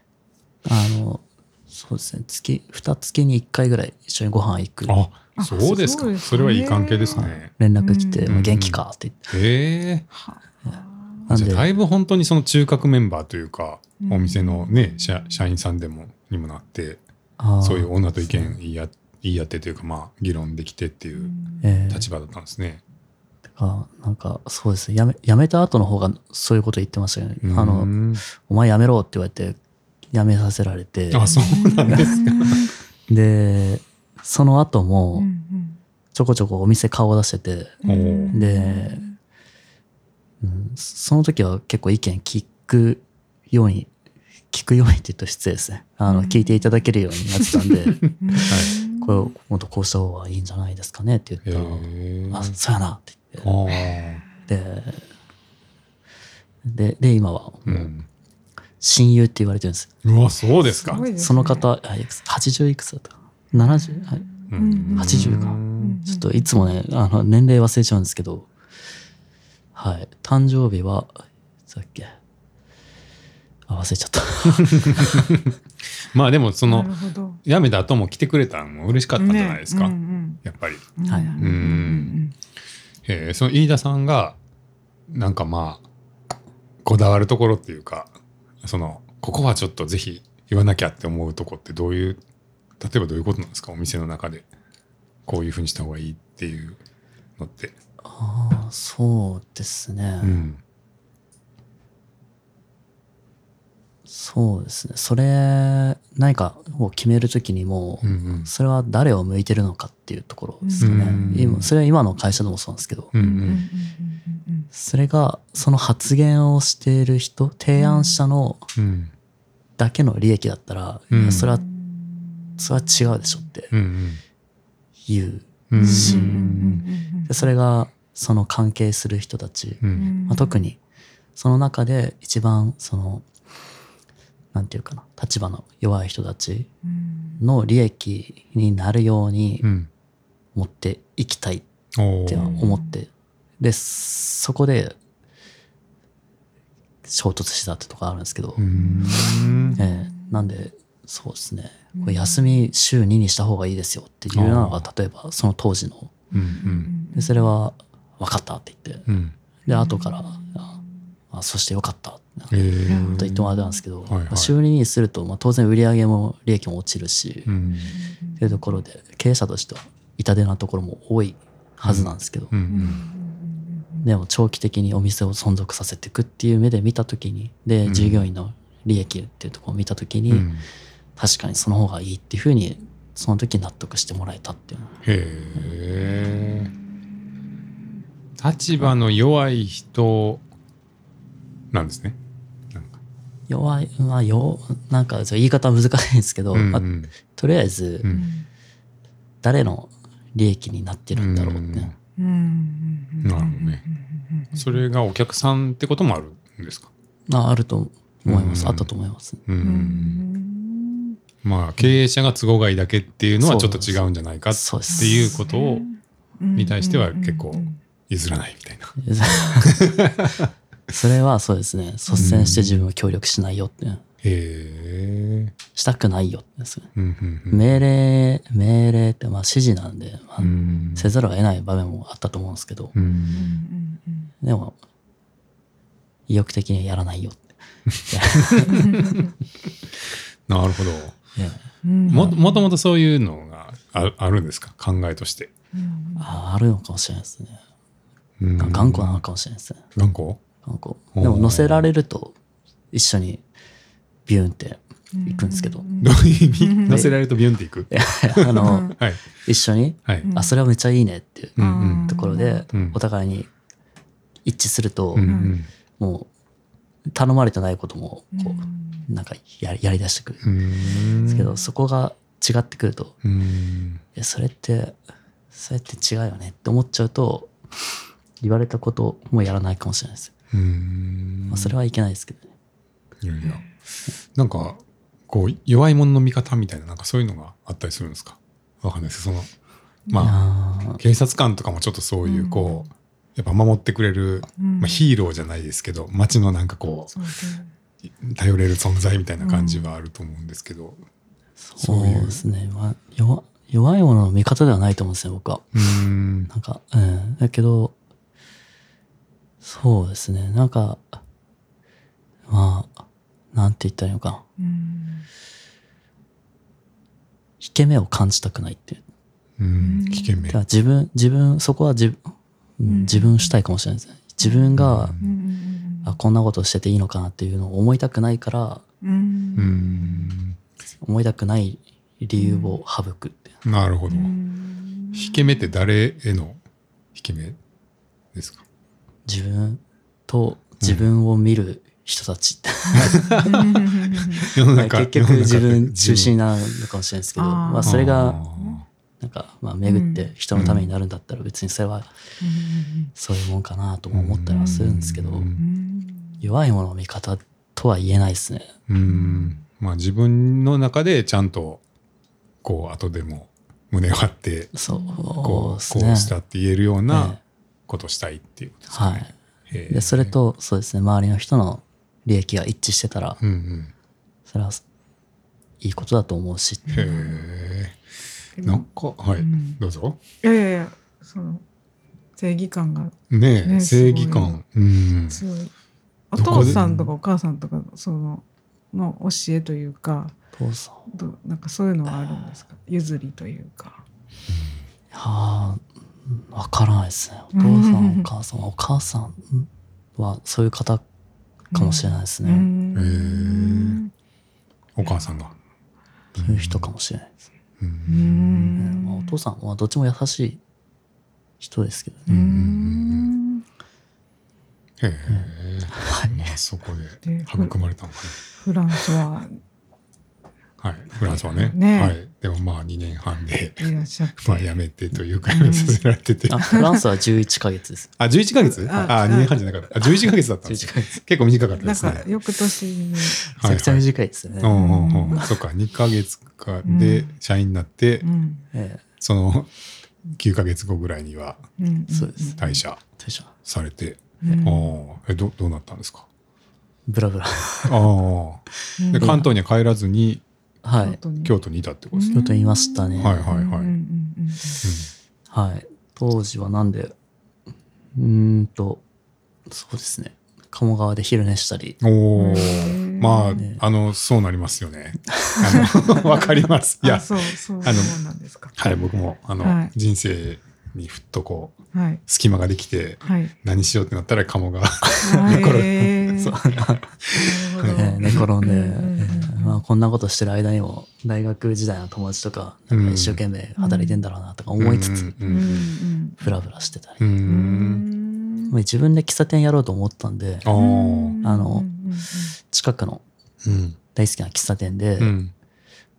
Speaker 2: あの、そうですね、月、二月に一回ぐらい一緒にご飯行く
Speaker 1: あ、
Speaker 3: あ
Speaker 1: そうです
Speaker 3: そう
Speaker 1: か。
Speaker 3: ですね
Speaker 1: それはいい関係ですね。
Speaker 2: 連絡来て、
Speaker 1: うん
Speaker 2: まあ元気かって言って。
Speaker 1: へえ。
Speaker 3: は
Speaker 2: なん
Speaker 1: じゃあだ
Speaker 2: で、
Speaker 1: いぶ本当にその中核メンバーというか、
Speaker 3: うん
Speaker 1: お店のね、社社員さんでも、にもなって、
Speaker 2: あー
Speaker 1: そういう女と意見言い合言い合ってというか、まあ、議論できてっていう
Speaker 2: えー
Speaker 1: 立場だったんですね。
Speaker 2: あなんか、そうですね。やめ、やめた後の方がそういうこと言ってましたよね。
Speaker 1: うん
Speaker 2: あの、お前やめろって言われて、やめさせられて。
Speaker 1: あ、そうなん です。
Speaker 3: すか。
Speaker 2: で、その後
Speaker 3: う
Speaker 2: も、
Speaker 3: ん
Speaker 2: ちょこちょこお店顔を出してて、
Speaker 3: うん
Speaker 1: お
Speaker 2: で、うん、その時は結構意見聞くように、聞くようにって言うと失礼ですね。あの、
Speaker 3: うん
Speaker 2: 聞いていただけるようになってたんで、
Speaker 3: うん
Speaker 2: これをもっとこうした方がいいんじゃないですかねって
Speaker 1: へ
Speaker 2: 言ったら、
Speaker 1: え。
Speaker 2: あ、そうやなって言っ
Speaker 1: あ
Speaker 2: て、で、で、で、今は
Speaker 1: ーうん。
Speaker 2: 親友って言われてるんです。
Speaker 1: うわ、そうですか。
Speaker 3: すごいですね
Speaker 2: その方、あいくつ80いくつだったかな ?70? はい。
Speaker 1: うん
Speaker 2: 80か
Speaker 1: うん
Speaker 2: ちょっといつもね、あの、年齢忘れちゃうんですけど、はい。誕生日は、いつだっけ。あ、忘れちゃった。
Speaker 1: まあでも、そ
Speaker 3: な
Speaker 1: の
Speaker 3: る、ほど
Speaker 1: 辞めた後も来てくれたのも嬉しかったんじゃないですか
Speaker 3: ねう。ん
Speaker 1: やっぱり。
Speaker 3: うん
Speaker 2: はい
Speaker 3: うん
Speaker 1: えーその飯田さんがなんかまあこだわるところっていうかそのここはちょっとぜひ言わなきゃって思うとこってどういう例えばどういうことなんですかお店の中でこういうふうにした方がいいっていうのって。
Speaker 2: ああ、そうですね。
Speaker 1: うん
Speaker 2: そうですね。それ、何かを決めるときにも
Speaker 1: う、ん
Speaker 2: それは誰を向いてるのかっていうところですか
Speaker 1: うん
Speaker 2: ね。今、それは今の会社でもそうなんですけど、
Speaker 1: うんう
Speaker 3: うんうんう
Speaker 1: ん
Speaker 3: んうん
Speaker 2: それが、その発言をしている人、提案者の
Speaker 1: うん
Speaker 2: だけの利益だったら、
Speaker 1: うん
Speaker 2: いやそれ
Speaker 3: う
Speaker 2: は、
Speaker 3: ん
Speaker 2: それは違うでしょって
Speaker 1: うんうん
Speaker 2: 言う。
Speaker 1: うんうん
Speaker 2: し
Speaker 1: うん
Speaker 2: でそれがその関係する人たち、
Speaker 1: う
Speaker 3: うんん
Speaker 2: まあ、特にその中で一番そのなんていうかな立場の弱い人たち
Speaker 3: うん
Speaker 2: の利益になるように
Speaker 1: うん
Speaker 2: 持っていきたいっ
Speaker 1: おー
Speaker 2: て思ってでそこで衝突したってとかあるんですけど、
Speaker 1: うん
Speaker 2: ええなんでそうですねこれ休み週2にした方がいいですよっていうの
Speaker 1: あ
Speaker 2: が
Speaker 1: ー
Speaker 2: 例えばその当時の
Speaker 1: うんうん
Speaker 2: でそれは分かったって言って
Speaker 1: うん
Speaker 2: で、後から、あ、あそしてよかった、なん
Speaker 1: え
Speaker 2: て
Speaker 1: ー
Speaker 2: 言ってもらったんですけど、
Speaker 1: はいはい
Speaker 2: まあ修理にすると、まあ、当然売り上げも利益も落ちるし、
Speaker 1: う
Speaker 2: っ
Speaker 1: ん
Speaker 2: ていうところで、経営者としては痛手なところも多いはずなんですけど、
Speaker 1: うんうん
Speaker 2: でも長期的にお店を存続させていくっていう目で見たときに、で、従業員の利益っていうところを見たときに、
Speaker 1: うん
Speaker 2: 確かにその方がいいっていうふうにその時納得してもらえたっていうのは
Speaker 1: へえ立場の弱い人なんですねなんか
Speaker 2: 弱いまあよなんかそう言い方は難しいんですけど、
Speaker 1: うん
Speaker 2: ま
Speaker 1: う
Speaker 2: あ、
Speaker 1: ん
Speaker 2: とりあえず
Speaker 1: うん
Speaker 2: 誰の利益になってるんだろうね、
Speaker 1: なる
Speaker 3: な
Speaker 1: ほどね。それがお客さんってこともあるんですか
Speaker 2: ああると思います、
Speaker 1: うん
Speaker 2: あったと思います
Speaker 1: う
Speaker 3: うんん
Speaker 1: まあ経営者が都合がいいだけっていうのはちょっと違うんじゃないかっ
Speaker 2: そうで
Speaker 1: て
Speaker 2: す
Speaker 1: いうことをに対しては結構
Speaker 3: うんうん
Speaker 1: 譲らないみたいな。
Speaker 2: それはそうですね率先して自分は協力しないよって、
Speaker 1: へえ。
Speaker 2: したくないよってですね
Speaker 1: うんうんうん
Speaker 2: 命令命令ってまあ指示なんで、まあ
Speaker 1: うん
Speaker 2: せざるを得ない場面もあったと思うんですけど、
Speaker 1: うん
Speaker 3: うんうん
Speaker 2: でも意欲的にはやらないよって
Speaker 1: なるほど。
Speaker 2: いや
Speaker 3: うん
Speaker 1: ももともとそういうのがああるんですか考えとして。
Speaker 3: うん
Speaker 2: ああるのかもしれないですね
Speaker 1: うん
Speaker 2: が頑固なのかもしれないですね
Speaker 1: 頑 固
Speaker 2: 頑固
Speaker 1: おー
Speaker 2: でも乗せられると一緒にビューン って行くんですけど、
Speaker 3: う
Speaker 2: い
Speaker 3: ん
Speaker 1: どういう意味
Speaker 3: うん
Speaker 1: 乗せられるとビュンっていく
Speaker 2: やあの、
Speaker 3: うん
Speaker 1: はい。
Speaker 2: 一緒に
Speaker 1: はい。
Speaker 3: うん
Speaker 2: あそれはめっちゃいいねっていう
Speaker 1: うんうん
Speaker 2: ところで、
Speaker 1: うん
Speaker 2: お互いに一致すると、
Speaker 1: うんうん
Speaker 2: もう頼まれてないことも
Speaker 3: うん
Speaker 2: こう、なんかややりだしてくるん
Speaker 1: う
Speaker 2: で
Speaker 1: ん
Speaker 2: すけど、そこが違ってくると
Speaker 1: うん
Speaker 2: いやそれってそれって違うよねって思っちゃうと言われたこともやらないかもしれないです、
Speaker 1: うん
Speaker 2: まあ、それはいけないですけどね
Speaker 1: いやいやなんかこう弱い者の味方みたいななんかそういうのがあったりするんですかわかんないですそのまあ
Speaker 2: あ
Speaker 1: 警察官とかもちょっとそういうこう、やっぱ守ってくれる、
Speaker 3: うん
Speaker 1: まあ、ヒーローじゃないですけど街のなんかこ
Speaker 3: そうそう
Speaker 1: う頼れる存在みたいな感じはあると思うんですけど
Speaker 2: そうですね、まあ、弱弱いものの味方ではないと思うんですよ僕は
Speaker 1: うーん
Speaker 2: なんか、うん。だけど、そうですね。なんか、まあ、なんて言ったらいいのかな。
Speaker 3: うん
Speaker 2: 引け目を感じたくないっていう。
Speaker 1: うん危険
Speaker 2: て
Speaker 1: 面
Speaker 2: か自分、自分、そこは自分、うん
Speaker 3: うん
Speaker 2: 自分したいかもしれないですね。自分が、
Speaker 3: うんうん
Speaker 2: あ、こんなことしてていいのかなっていうのを思いたくないから、
Speaker 3: うんうん
Speaker 1: うーん
Speaker 2: 思いたくない理由を省くっていう。
Speaker 1: なるほど、
Speaker 3: うん
Speaker 1: 引け目って誰への引け目ですか
Speaker 2: 自分と自分を見る人たちって。
Speaker 1: 世の中
Speaker 2: 結局自
Speaker 1: 世の中
Speaker 2: 分
Speaker 1: って
Speaker 2: 中心なのかもしれないですけど、
Speaker 3: あー
Speaker 2: まあそれが、
Speaker 1: あ
Speaker 2: なんか、まあ、巡って人のためになるんだったら別にそれはそういうもんかなとも思ったりはするんですけど、
Speaker 1: うん
Speaker 2: 弱いものの味方とは言えないですね。
Speaker 1: ーうんまあ自分の中でちゃんとこう後でも胸を張って
Speaker 2: そう
Speaker 1: こう
Speaker 2: です
Speaker 1: こうした
Speaker 2: ね。
Speaker 1: って言えるよう
Speaker 2: え
Speaker 1: な
Speaker 2: え
Speaker 1: ことしたいっていうことですか
Speaker 2: は
Speaker 1: ね。
Speaker 2: い。
Speaker 1: へえ
Speaker 2: で、それ、と、そうですね、周りの人の利益が一致してたら、
Speaker 1: うんうん、
Speaker 2: それはいいことだと思うし、
Speaker 1: へえなんかはい、
Speaker 3: うん
Speaker 1: どうぞ
Speaker 3: いやいやいやその正義感が
Speaker 1: ねえ
Speaker 3: ね
Speaker 1: 正義感、うん、
Speaker 3: 強いお
Speaker 1: どこで
Speaker 3: 父さんとかお母さんとかそのの教えというか
Speaker 2: 父さん。
Speaker 3: どなんかそういうのはあるんですか譲りというか
Speaker 2: はあ、わからないですね。お父さん、お 母さん、お母さんはそういう方かもしれないですね。
Speaker 3: うん
Speaker 1: へお母さんが、
Speaker 2: そういう人かもしれないです。
Speaker 1: う
Speaker 3: うんん
Speaker 2: まあ、お父さんはどっちも優しい人ですけどね。
Speaker 3: うん
Speaker 1: へえ、まあ、そこで
Speaker 3: で
Speaker 1: 育まれたのか
Speaker 3: フランスは
Speaker 1: な、はい、フランスはね
Speaker 3: ねえ
Speaker 1: はい、でもまあ2年半で、
Speaker 3: いらっしゃって
Speaker 1: まあ、やめてというかやめさせられてて、
Speaker 2: あフランスは11ヶ月です。
Speaker 1: あ11ヶ月
Speaker 3: あ
Speaker 1: あ
Speaker 3: あ
Speaker 1: 二2年半じゃなかったあ11ヶ月だったんです
Speaker 2: 11
Speaker 1: よ
Speaker 2: ヶ月。
Speaker 1: 結構短かった
Speaker 3: な
Speaker 1: で
Speaker 3: ん
Speaker 1: すね
Speaker 3: か翌年に
Speaker 2: めちゃくちゃ短いですよね。
Speaker 1: うんうんうん、そっか2ヶ月かで
Speaker 3: うん
Speaker 1: 社員になって、
Speaker 3: うん
Speaker 2: え
Speaker 1: その9ヶ月後ぐらいには
Speaker 3: うんんん
Speaker 2: そうです
Speaker 1: 退社
Speaker 2: え、大丈夫
Speaker 1: されて、
Speaker 3: うん
Speaker 1: ああえどどうなったんですか
Speaker 2: ブラブ ラ。
Speaker 1: ああで関東には帰らずに
Speaker 2: はい。
Speaker 1: 京都にいたってことですね、
Speaker 2: 京都にいましたね
Speaker 1: はいはいはい
Speaker 2: はい。当時はなんで、うーんと、そうですね。鴨川で昼寝したり、
Speaker 1: うんおお
Speaker 3: うん
Speaker 1: まあ、
Speaker 2: ね
Speaker 1: あのそうなりますよねあの わかりますい
Speaker 3: い
Speaker 1: や
Speaker 3: やそうそう
Speaker 1: あの
Speaker 3: そうなんですか
Speaker 1: はい僕もあの、
Speaker 3: はい
Speaker 1: 人生にふっとこう
Speaker 3: はい
Speaker 1: 隙間ができて
Speaker 3: はい
Speaker 1: 何しようってなったら鴨川
Speaker 3: はい
Speaker 1: これ
Speaker 3: えー
Speaker 2: そう
Speaker 3: なるほど
Speaker 2: ええ寝転んで、
Speaker 3: うんうんうん
Speaker 2: ええまあ、こんなことしてる間にも大学時代の友達とかなんか一生懸命働いてんだろうなとか思いつつ
Speaker 1: う
Speaker 3: うんん
Speaker 2: フラフラしてたり、
Speaker 1: うんう
Speaker 3: うんん
Speaker 2: まあ自分で喫茶店やろうと思ったんで
Speaker 1: ああうん
Speaker 2: あの
Speaker 3: うん
Speaker 2: 近くの大好きな喫茶店で
Speaker 1: うん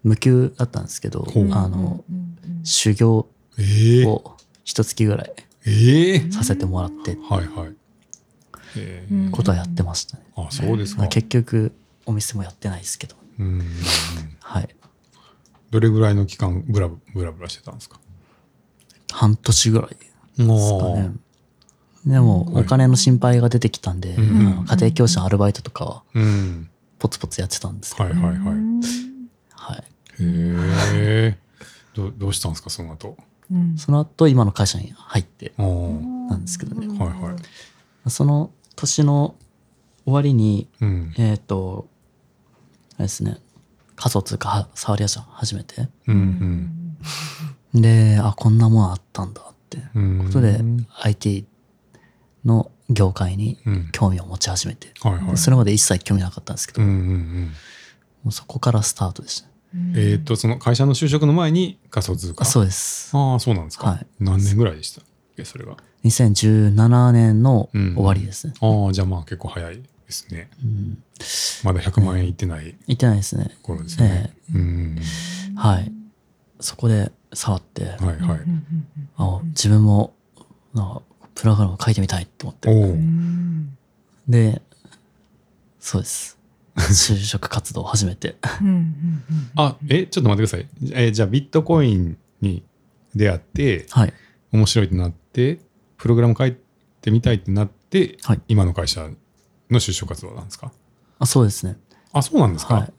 Speaker 2: 無給だったんですけど、
Speaker 1: ほう
Speaker 2: あの、
Speaker 3: うんうんうん
Speaker 2: 修行
Speaker 1: ええ
Speaker 2: を一月ぐらい
Speaker 1: ええ
Speaker 2: させてもらって
Speaker 1: はいはいえ
Speaker 3: うん
Speaker 2: ことはやってましたね、
Speaker 1: えあそうです
Speaker 2: ま
Speaker 1: か
Speaker 2: あ、結局お店もやってないですけど
Speaker 1: うん
Speaker 2: はい
Speaker 1: どれぐらいの期間ブラブラブラしてたんですか
Speaker 2: 半年ぐらいですかね
Speaker 1: も
Speaker 2: でも
Speaker 1: はい
Speaker 2: お金の心配が出てきたんで、
Speaker 1: うん
Speaker 2: あの家庭教師のアルバイトとかは
Speaker 1: ううん
Speaker 2: ポツポツやってたんですけ
Speaker 1: は
Speaker 2: ど、
Speaker 1: いはいはい
Speaker 3: うん
Speaker 2: はい
Speaker 1: へえどどうしたんですかその後
Speaker 3: うん
Speaker 2: その後今の会社に入って
Speaker 1: あー
Speaker 3: なん
Speaker 2: ですけどね
Speaker 1: はいはい
Speaker 2: その年の終わりに
Speaker 1: うん
Speaker 2: えっ、とあれですね仮想通貨は触りやした初めて
Speaker 1: うん
Speaker 2: であこんなもんあったんだって
Speaker 1: うん
Speaker 2: ことで
Speaker 1: うん、
Speaker 2: IT の業界に
Speaker 1: うん
Speaker 2: 興味を持ち始めて、
Speaker 1: はいはい
Speaker 2: それまで一切興味なかったんですけど、
Speaker 1: うんうん
Speaker 2: も
Speaker 1: うん
Speaker 2: うそこからスタートでしたね
Speaker 1: えっ、と、その会社の就職の前に仮想通貨。
Speaker 2: あそううです
Speaker 1: ああ、そうなんですか。
Speaker 2: はい
Speaker 1: 何年ぐらいでしたっけそれが。
Speaker 2: 2017年の
Speaker 1: うん
Speaker 2: 終わりですね、
Speaker 1: ああ、じゃあまあ結構早いですね。
Speaker 2: うん
Speaker 1: まだ100万円いってない
Speaker 2: 行ってないですね
Speaker 1: 頃ですよね。うん。
Speaker 2: はいそこで触って、
Speaker 1: はいはい。
Speaker 2: あ自分もなんかプログラムを書いてみたいと思っ
Speaker 1: お
Speaker 2: て
Speaker 1: お。
Speaker 2: でそうです就職活動を始め て
Speaker 1: あ、え、ちょっと待ってください。えじゃあビットコインに出会って、
Speaker 2: はい
Speaker 1: 面白いってなって、プログラム書いてみたいってなって、
Speaker 2: はい
Speaker 1: 今の会社の就職活動なんですか
Speaker 2: あそうですね
Speaker 1: あ、そうなんですか、
Speaker 2: はい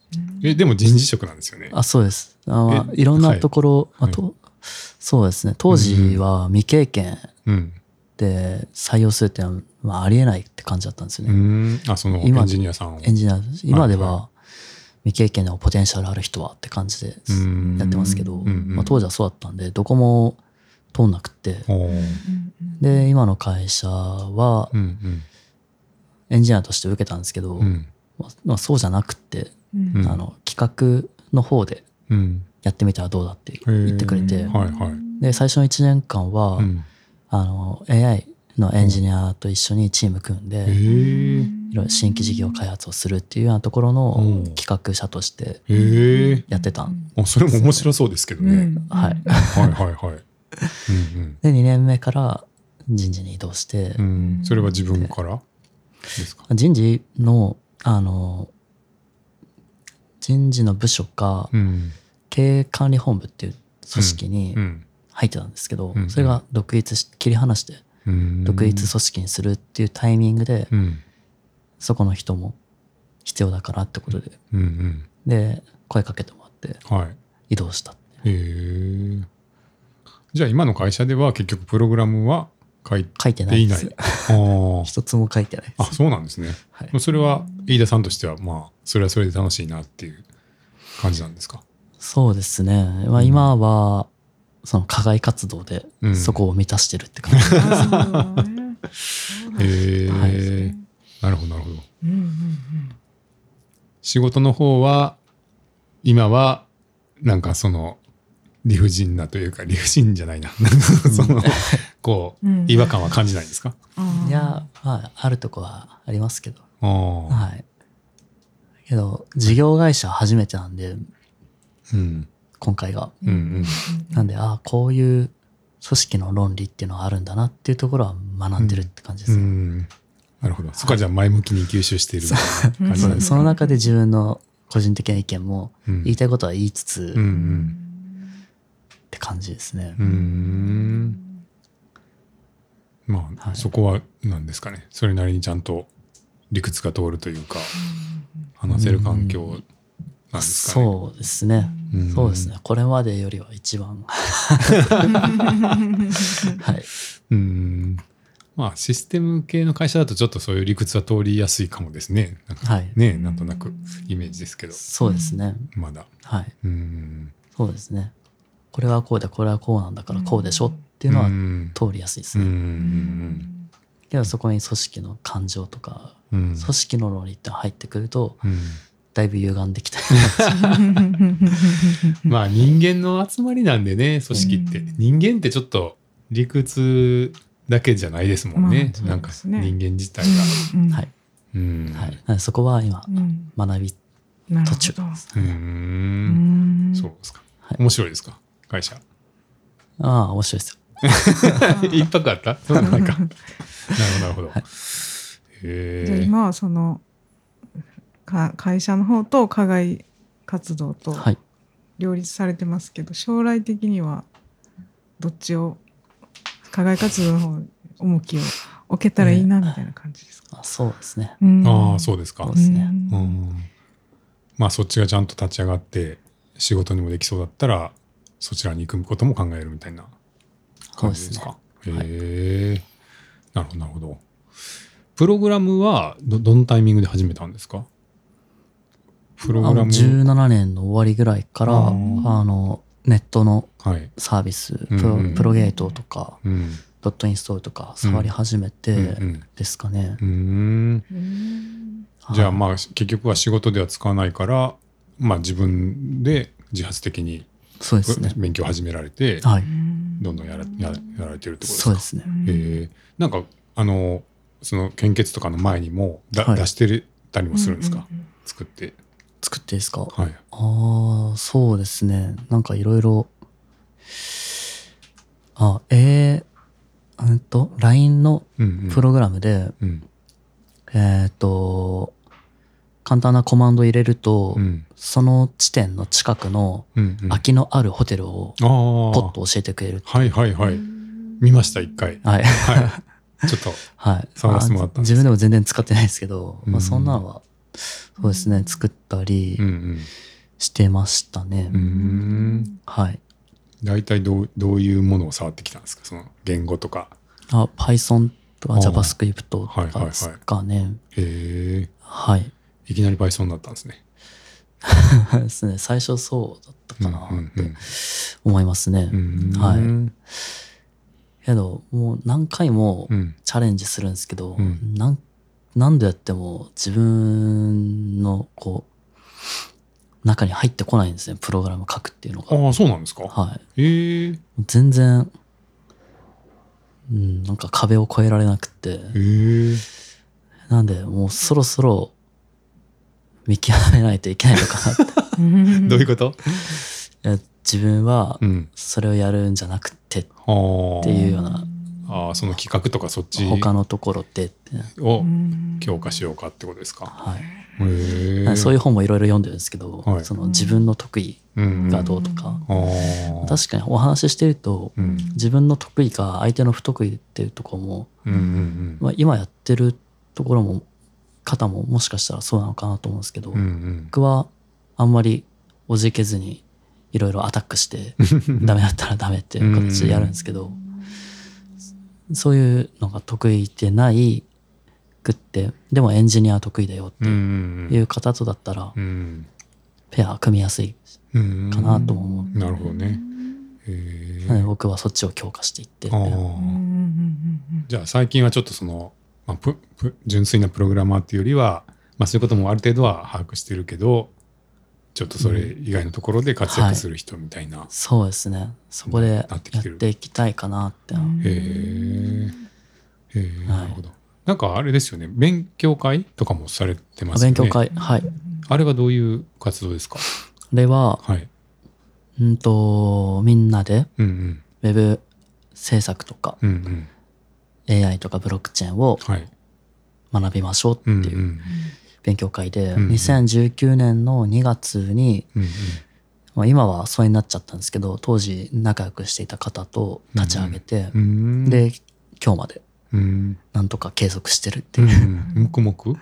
Speaker 1: え、でも人事職なんですよね。
Speaker 2: あそうですあ、まあ、
Speaker 1: え
Speaker 2: いろんなところ、
Speaker 1: はい
Speaker 2: まあとそうですね当時は未経験
Speaker 1: うん。
Speaker 2: で採用するっていうのは、まあ、ありえないって感じだったんですよ
Speaker 1: う
Speaker 2: ね、
Speaker 1: ん。あ、そのエ
Speaker 2: 今
Speaker 1: ンジニアさんを。
Speaker 2: エンジニア今で
Speaker 1: はいは
Speaker 2: は未経験でもポテンシャルある人はって感じで
Speaker 1: うん
Speaker 2: やってますけど、
Speaker 1: うんうん
Speaker 2: まあ、当時はそうだったんでどこも通んなくて
Speaker 1: おー
Speaker 2: で今の会社は
Speaker 1: うん
Speaker 2: エンジニアとして受けたんですけど、
Speaker 1: うんうん
Speaker 2: まあまあそうじゃなくって、
Speaker 1: うん
Speaker 2: あの企画の方で
Speaker 1: うん
Speaker 2: やってみたらどうだって言ってくれ
Speaker 1: へ
Speaker 2: て
Speaker 1: ーはいはい
Speaker 2: で最初の1年間は、
Speaker 1: うん
Speaker 2: あの AI のエンジニアと一緒にチーム組んで、
Speaker 1: へえ
Speaker 2: いろいろ新規事業開発をするっていうようなところ
Speaker 1: う
Speaker 2: の
Speaker 1: ん
Speaker 2: 企画者として
Speaker 1: へえ
Speaker 2: やってたん
Speaker 1: あそれも面白そうですけどね
Speaker 2: はい
Speaker 1: はいはいはいうん
Speaker 2: で2年目から人事に移動して、
Speaker 1: うんうんそれは自分からですか
Speaker 2: 人事のあの人事の部署か
Speaker 1: うん
Speaker 2: 経営管理本部っていう組織に
Speaker 1: うん
Speaker 2: 入ってたんですけど、
Speaker 1: うん
Speaker 2: それが独立し切り離して
Speaker 1: うん
Speaker 2: 独立組織にするっていうタイミングで、
Speaker 1: うん
Speaker 2: そこの人も必要だからってことで
Speaker 1: うんうん
Speaker 2: で声かけてもらって
Speaker 1: は
Speaker 2: 移動した
Speaker 1: いへえじゃあ今の会社では結局プログラムは書いて
Speaker 2: 書いてない
Speaker 1: い
Speaker 2: で
Speaker 1: な
Speaker 2: す
Speaker 1: いあー
Speaker 2: 一つも書いてないで
Speaker 1: あ
Speaker 2: す、
Speaker 1: そうなんですね
Speaker 2: はい
Speaker 1: それは飯田さんとしてはまあそれはそれで楽しいなっていう感じなんですか
Speaker 2: そうですね、まあ、
Speaker 1: うん
Speaker 2: 今はその課外活動で
Speaker 1: うん
Speaker 2: そこを満たしてるって感じ、
Speaker 1: へえ、
Speaker 2: はい
Speaker 1: なるほどなるほど仕事の方は今はなんかその理不尽なというか理不尽じゃないななんか その、こう
Speaker 3: うん
Speaker 1: 違和感は感じないんですか、
Speaker 2: いやまああるとこはありますけど
Speaker 1: ああ
Speaker 2: はいけど事業会社初めてなんで
Speaker 1: うん
Speaker 2: 今回が
Speaker 1: うんうん
Speaker 2: なんでああこういう組織の論理っていうのはあるんだなっていうところは学んでるって感じで
Speaker 1: う
Speaker 2: すね、
Speaker 1: んなるほどそこはじゃあ前向きに吸収している感じ
Speaker 2: そ
Speaker 1: な
Speaker 2: うんで
Speaker 1: ですす
Speaker 2: そ
Speaker 1: か
Speaker 2: の中で自分の個人的な意見も
Speaker 1: うん
Speaker 2: 言いたいことは言いつつ
Speaker 1: うんう
Speaker 2: っ
Speaker 1: ん
Speaker 2: て感じですね、
Speaker 1: うんまあ、
Speaker 2: はい
Speaker 1: そこは何ですかねそれなりにちゃんと理屈が通るというか話せる環境なんですかね。
Speaker 2: そうですね、
Speaker 1: うん
Speaker 2: そうですね。これまでよりは一番。はい。
Speaker 1: うんまあシステム系の会社だとちょっとそういう理屈は通りやすいかもですね。なんか
Speaker 2: はい。
Speaker 1: ねなんとなくイメージですけど
Speaker 2: そうですね。
Speaker 1: まだ。
Speaker 2: はい。
Speaker 1: うん
Speaker 2: そうですね。これはこうで、これはこうなんだからこうでしょっていうのは
Speaker 1: うん
Speaker 2: 通りやすいです
Speaker 1: う
Speaker 2: ね。
Speaker 1: ん
Speaker 2: けどそこに組織の感情とか、
Speaker 1: うん
Speaker 2: 組織の論理って入ってくると、
Speaker 1: うん
Speaker 2: だいぶ歪んできた。
Speaker 1: まあ人間の集まりなんでね組織って、
Speaker 3: うん
Speaker 1: 人間ってちょっと理屈だけじゃないですもんね,、
Speaker 3: まあ
Speaker 1: なんか
Speaker 3: そうです
Speaker 1: 人
Speaker 3: ね
Speaker 1: 間自体
Speaker 3: うん
Speaker 2: はい。
Speaker 1: が。うん
Speaker 2: はい。なのでそこは今、
Speaker 3: うん
Speaker 2: 学び
Speaker 3: なる
Speaker 2: 途
Speaker 3: ほ
Speaker 2: 中
Speaker 3: ど
Speaker 2: です。
Speaker 1: うー
Speaker 3: うんん
Speaker 1: そうですか
Speaker 2: はい。
Speaker 1: 面白いですか会社。
Speaker 2: ああ、面白いですよ。
Speaker 1: 一泊あったそうなんか。なるほど、なるほど。へ
Speaker 3: じゃあ
Speaker 1: え。
Speaker 3: 今はそのか会社の方と課外活動と
Speaker 2: はい。
Speaker 3: 両立されてますけど、将来的にはどっちを課外活動の方に重きを置けたらいいなみたいな感じですか、
Speaker 2: あそうですね。
Speaker 1: ああ、
Speaker 3: う
Speaker 1: そうですか
Speaker 2: そ
Speaker 3: ん
Speaker 2: う。ですね
Speaker 3: うん
Speaker 1: うん。まあ、そっちがちゃんと立ち上がって、仕事にもできそうだったら、そちらに行くことも考えるみたいな
Speaker 2: そう
Speaker 1: 感
Speaker 2: で
Speaker 1: じ
Speaker 2: す
Speaker 1: です
Speaker 2: ね。
Speaker 1: か。へえ。なるほど、なるほど。プログラムはど、どのタイミングで始めたんですかプ
Speaker 2: あ
Speaker 1: ログ
Speaker 2: の
Speaker 1: ラム。
Speaker 2: 17年の終わりぐらいから、
Speaker 1: あ
Speaker 2: あ
Speaker 1: ー
Speaker 2: の、ネットの
Speaker 1: はい。
Speaker 2: サービス、プ
Speaker 1: う
Speaker 2: ロ
Speaker 1: ん
Speaker 2: プロゲートとか、
Speaker 1: うん。
Speaker 2: ドットインストールとか触り始めて
Speaker 1: うん
Speaker 2: ですかね。
Speaker 1: うん。うん。
Speaker 3: うん
Speaker 1: じゃあ
Speaker 2: はい
Speaker 1: まあ結局は仕事では使わないから、まあ、自分で自発的に
Speaker 2: そうですね。
Speaker 1: 勉強を始められて、
Speaker 2: はい。
Speaker 1: どんどんやらややられてるってことです
Speaker 2: そう
Speaker 1: か
Speaker 2: ですね。
Speaker 1: へえなんかあのその献血とかの前にもだ、
Speaker 2: はい
Speaker 1: 出してたりもするんですか、
Speaker 3: うう
Speaker 1: 作って、
Speaker 2: 作っていいですか、
Speaker 1: はい、
Speaker 2: ああ、そうですね。なんかいろいろ。あ、えー、うんと、LINE の
Speaker 1: うんうん
Speaker 2: プログラムで、
Speaker 1: うん
Speaker 2: えっ、と、簡単なコマンド入れると、
Speaker 1: うん
Speaker 2: その地点の近くの
Speaker 1: うんうん
Speaker 2: 空きのあるホテルを
Speaker 1: あ
Speaker 2: ポッ
Speaker 1: ー
Speaker 2: と教えてくれる。
Speaker 1: はいはい
Speaker 3: うん
Speaker 1: はい見ました一回
Speaker 2: はい。
Speaker 1: はいちょっと
Speaker 2: はい。
Speaker 1: 触らせてもらったんです
Speaker 2: 自分でも全然使ってないですけど、
Speaker 1: うん
Speaker 2: まあそんなのは、そうですね、作った
Speaker 1: う
Speaker 2: り
Speaker 1: ん
Speaker 2: してましたね。
Speaker 1: うんうん
Speaker 2: はい。
Speaker 1: 大体どうどういうものを触ってきたんですかその言語とか
Speaker 2: あ、Python とか
Speaker 1: あー
Speaker 2: JavaScript と
Speaker 1: はいはい
Speaker 2: か
Speaker 1: はい
Speaker 2: ですかね。
Speaker 1: へえ
Speaker 2: はい。
Speaker 1: いきなり Python だったんですね
Speaker 2: ですね。最初そうだったかな
Speaker 1: うんうんうん
Speaker 2: 思いますね。はい
Speaker 1: うん
Speaker 2: けど、もう何回も
Speaker 1: うん
Speaker 2: チャレンジするんですけど、
Speaker 1: うん
Speaker 2: なん何度やっても自分のこう、中に入ってこないんですね。プログラム書くっていうのが。
Speaker 1: ああ、そうなんですか。
Speaker 2: はい。
Speaker 1: へえ
Speaker 2: 全然、うん、なんか壁を越えられなくて。
Speaker 1: へえ
Speaker 2: なんで、もうそろそろ見極めないといけない のかなって。
Speaker 3: うん
Speaker 1: どういうこと
Speaker 2: いや自分は
Speaker 1: うん。
Speaker 2: それをやるんじゃなくて、
Speaker 1: あ
Speaker 2: っていうような
Speaker 1: あ。ああ、その企画とかそっち
Speaker 2: 他のところでって、
Speaker 1: を
Speaker 3: うん
Speaker 1: 強化しようかってことですか。
Speaker 2: はい。
Speaker 1: へえ。
Speaker 2: そういう本もいろいろ読んでるんですけど、
Speaker 1: はい
Speaker 2: その自分の得意
Speaker 1: うん。
Speaker 2: がどうとか、
Speaker 1: ああ。
Speaker 2: 確かにお話ししてると、
Speaker 1: うん
Speaker 2: 自分の得意が相手の不得意っていうところも、
Speaker 1: うんうん
Speaker 2: まあ、今やってるところも、方ももしかしたらそうなのかなと思うんですけど、
Speaker 1: うん。うん
Speaker 2: 僕はあんまりおじけずにいろいろアタックして
Speaker 1: うん。
Speaker 2: ダメだったらダメっていう形でやるんですけど、そういうのが得意でないくってでもエンジニアは得意だよ
Speaker 1: うんう
Speaker 2: っ
Speaker 1: ん
Speaker 2: ていう方とだったら
Speaker 1: うん。
Speaker 2: ペア組みやすい
Speaker 1: うん。
Speaker 2: かなとも思う、
Speaker 1: なるほどね。へ
Speaker 2: なので
Speaker 1: え。
Speaker 2: 僕はそっちを強化していって
Speaker 1: あ
Speaker 3: うん
Speaker 1: あ
Speaker 3: うん。
Speaker 1: じゃあ最近はちょっとその、まあ、ププ純粋なプログラマーっていうよりは、まあ、そういうこともある程度は把握してるけどちょっとそれ以外のところで活躍する人みたいな。
Speaker 2: そうですねそこで
Speaker 1: なってき
Speaker 2: やって
Speaker 1: る
Speaker 2: ていきたいかなって、
Speaker 3: うんうんうん
Speaker 1: へえ。へえ、
Speaker 2: はい
Speaker 1: なるほど。なんかあれですよね勉強会とかもされてますよ
Speaker 2: 勉
Speaker 1: ね。
Speaker 2: 強会はい
Speaker 1: あれはどういう活動ですか
Speaker 2: あれは
Speaker 1: はい。
Speaker 2: うんとみんなで
Speaker 1: うん
Speaker 2: ウェブ制作とか
Speaker 1: うん。うんうん。
Speaker 2: AI とかブロックチェーンを
Speaker 1: はい。
Speaker 2: 学びましょうって
Speaker 1: うんうん。
Speaker 2: いううん勉強会で、
Speaker 1: うんうん
Speaker 2: 2019年の2月に、
Speaker 1: うん。
Speaker 2: まあ、今は疎遠になっちゃったんですけど当時仲良くしていた方と立ち上げて
Speaker 1: う、ん。
Speaker 2: で今日まで
Speaker 1: うん、
Speaker 2: なんとか継続してるって
Speaker 1: う
Speaker 2: い
Speaker 1: ん
Speaker 2: う、
Speaker 1: うん。黙々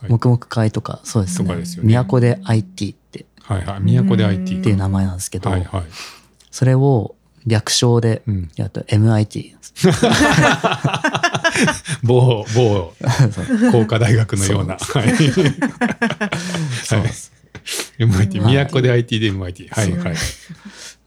Speaker 1: はい
Speaker 2: 黙々会とかそうです
Speaker 1: と
Speaker 2: ね
Speaker 1: かですよね。
Speaker 2: 都で IT ってっ
Speaker 1: はいはい。都で IT
Speaker 3: うん
Speaker 2: ていう名前なんですけど、
Speaker 1: はいはい。
Speaker 2: それを略称で、
Speaker 1: うん、
Speaker 2: やっと MIT
Speaker 1: 某某
Speaker 2: そう
Speaker 1: 工科大学のよう な。はい。
Speaker 2: そう
Speaker 1: は
Speaker 2: で
Speaker 1: い
Speaker 2: す
Speaker 1: MIT、
Speaker 2: はい
Speaker 1: 都で IT で MIT。はいはい。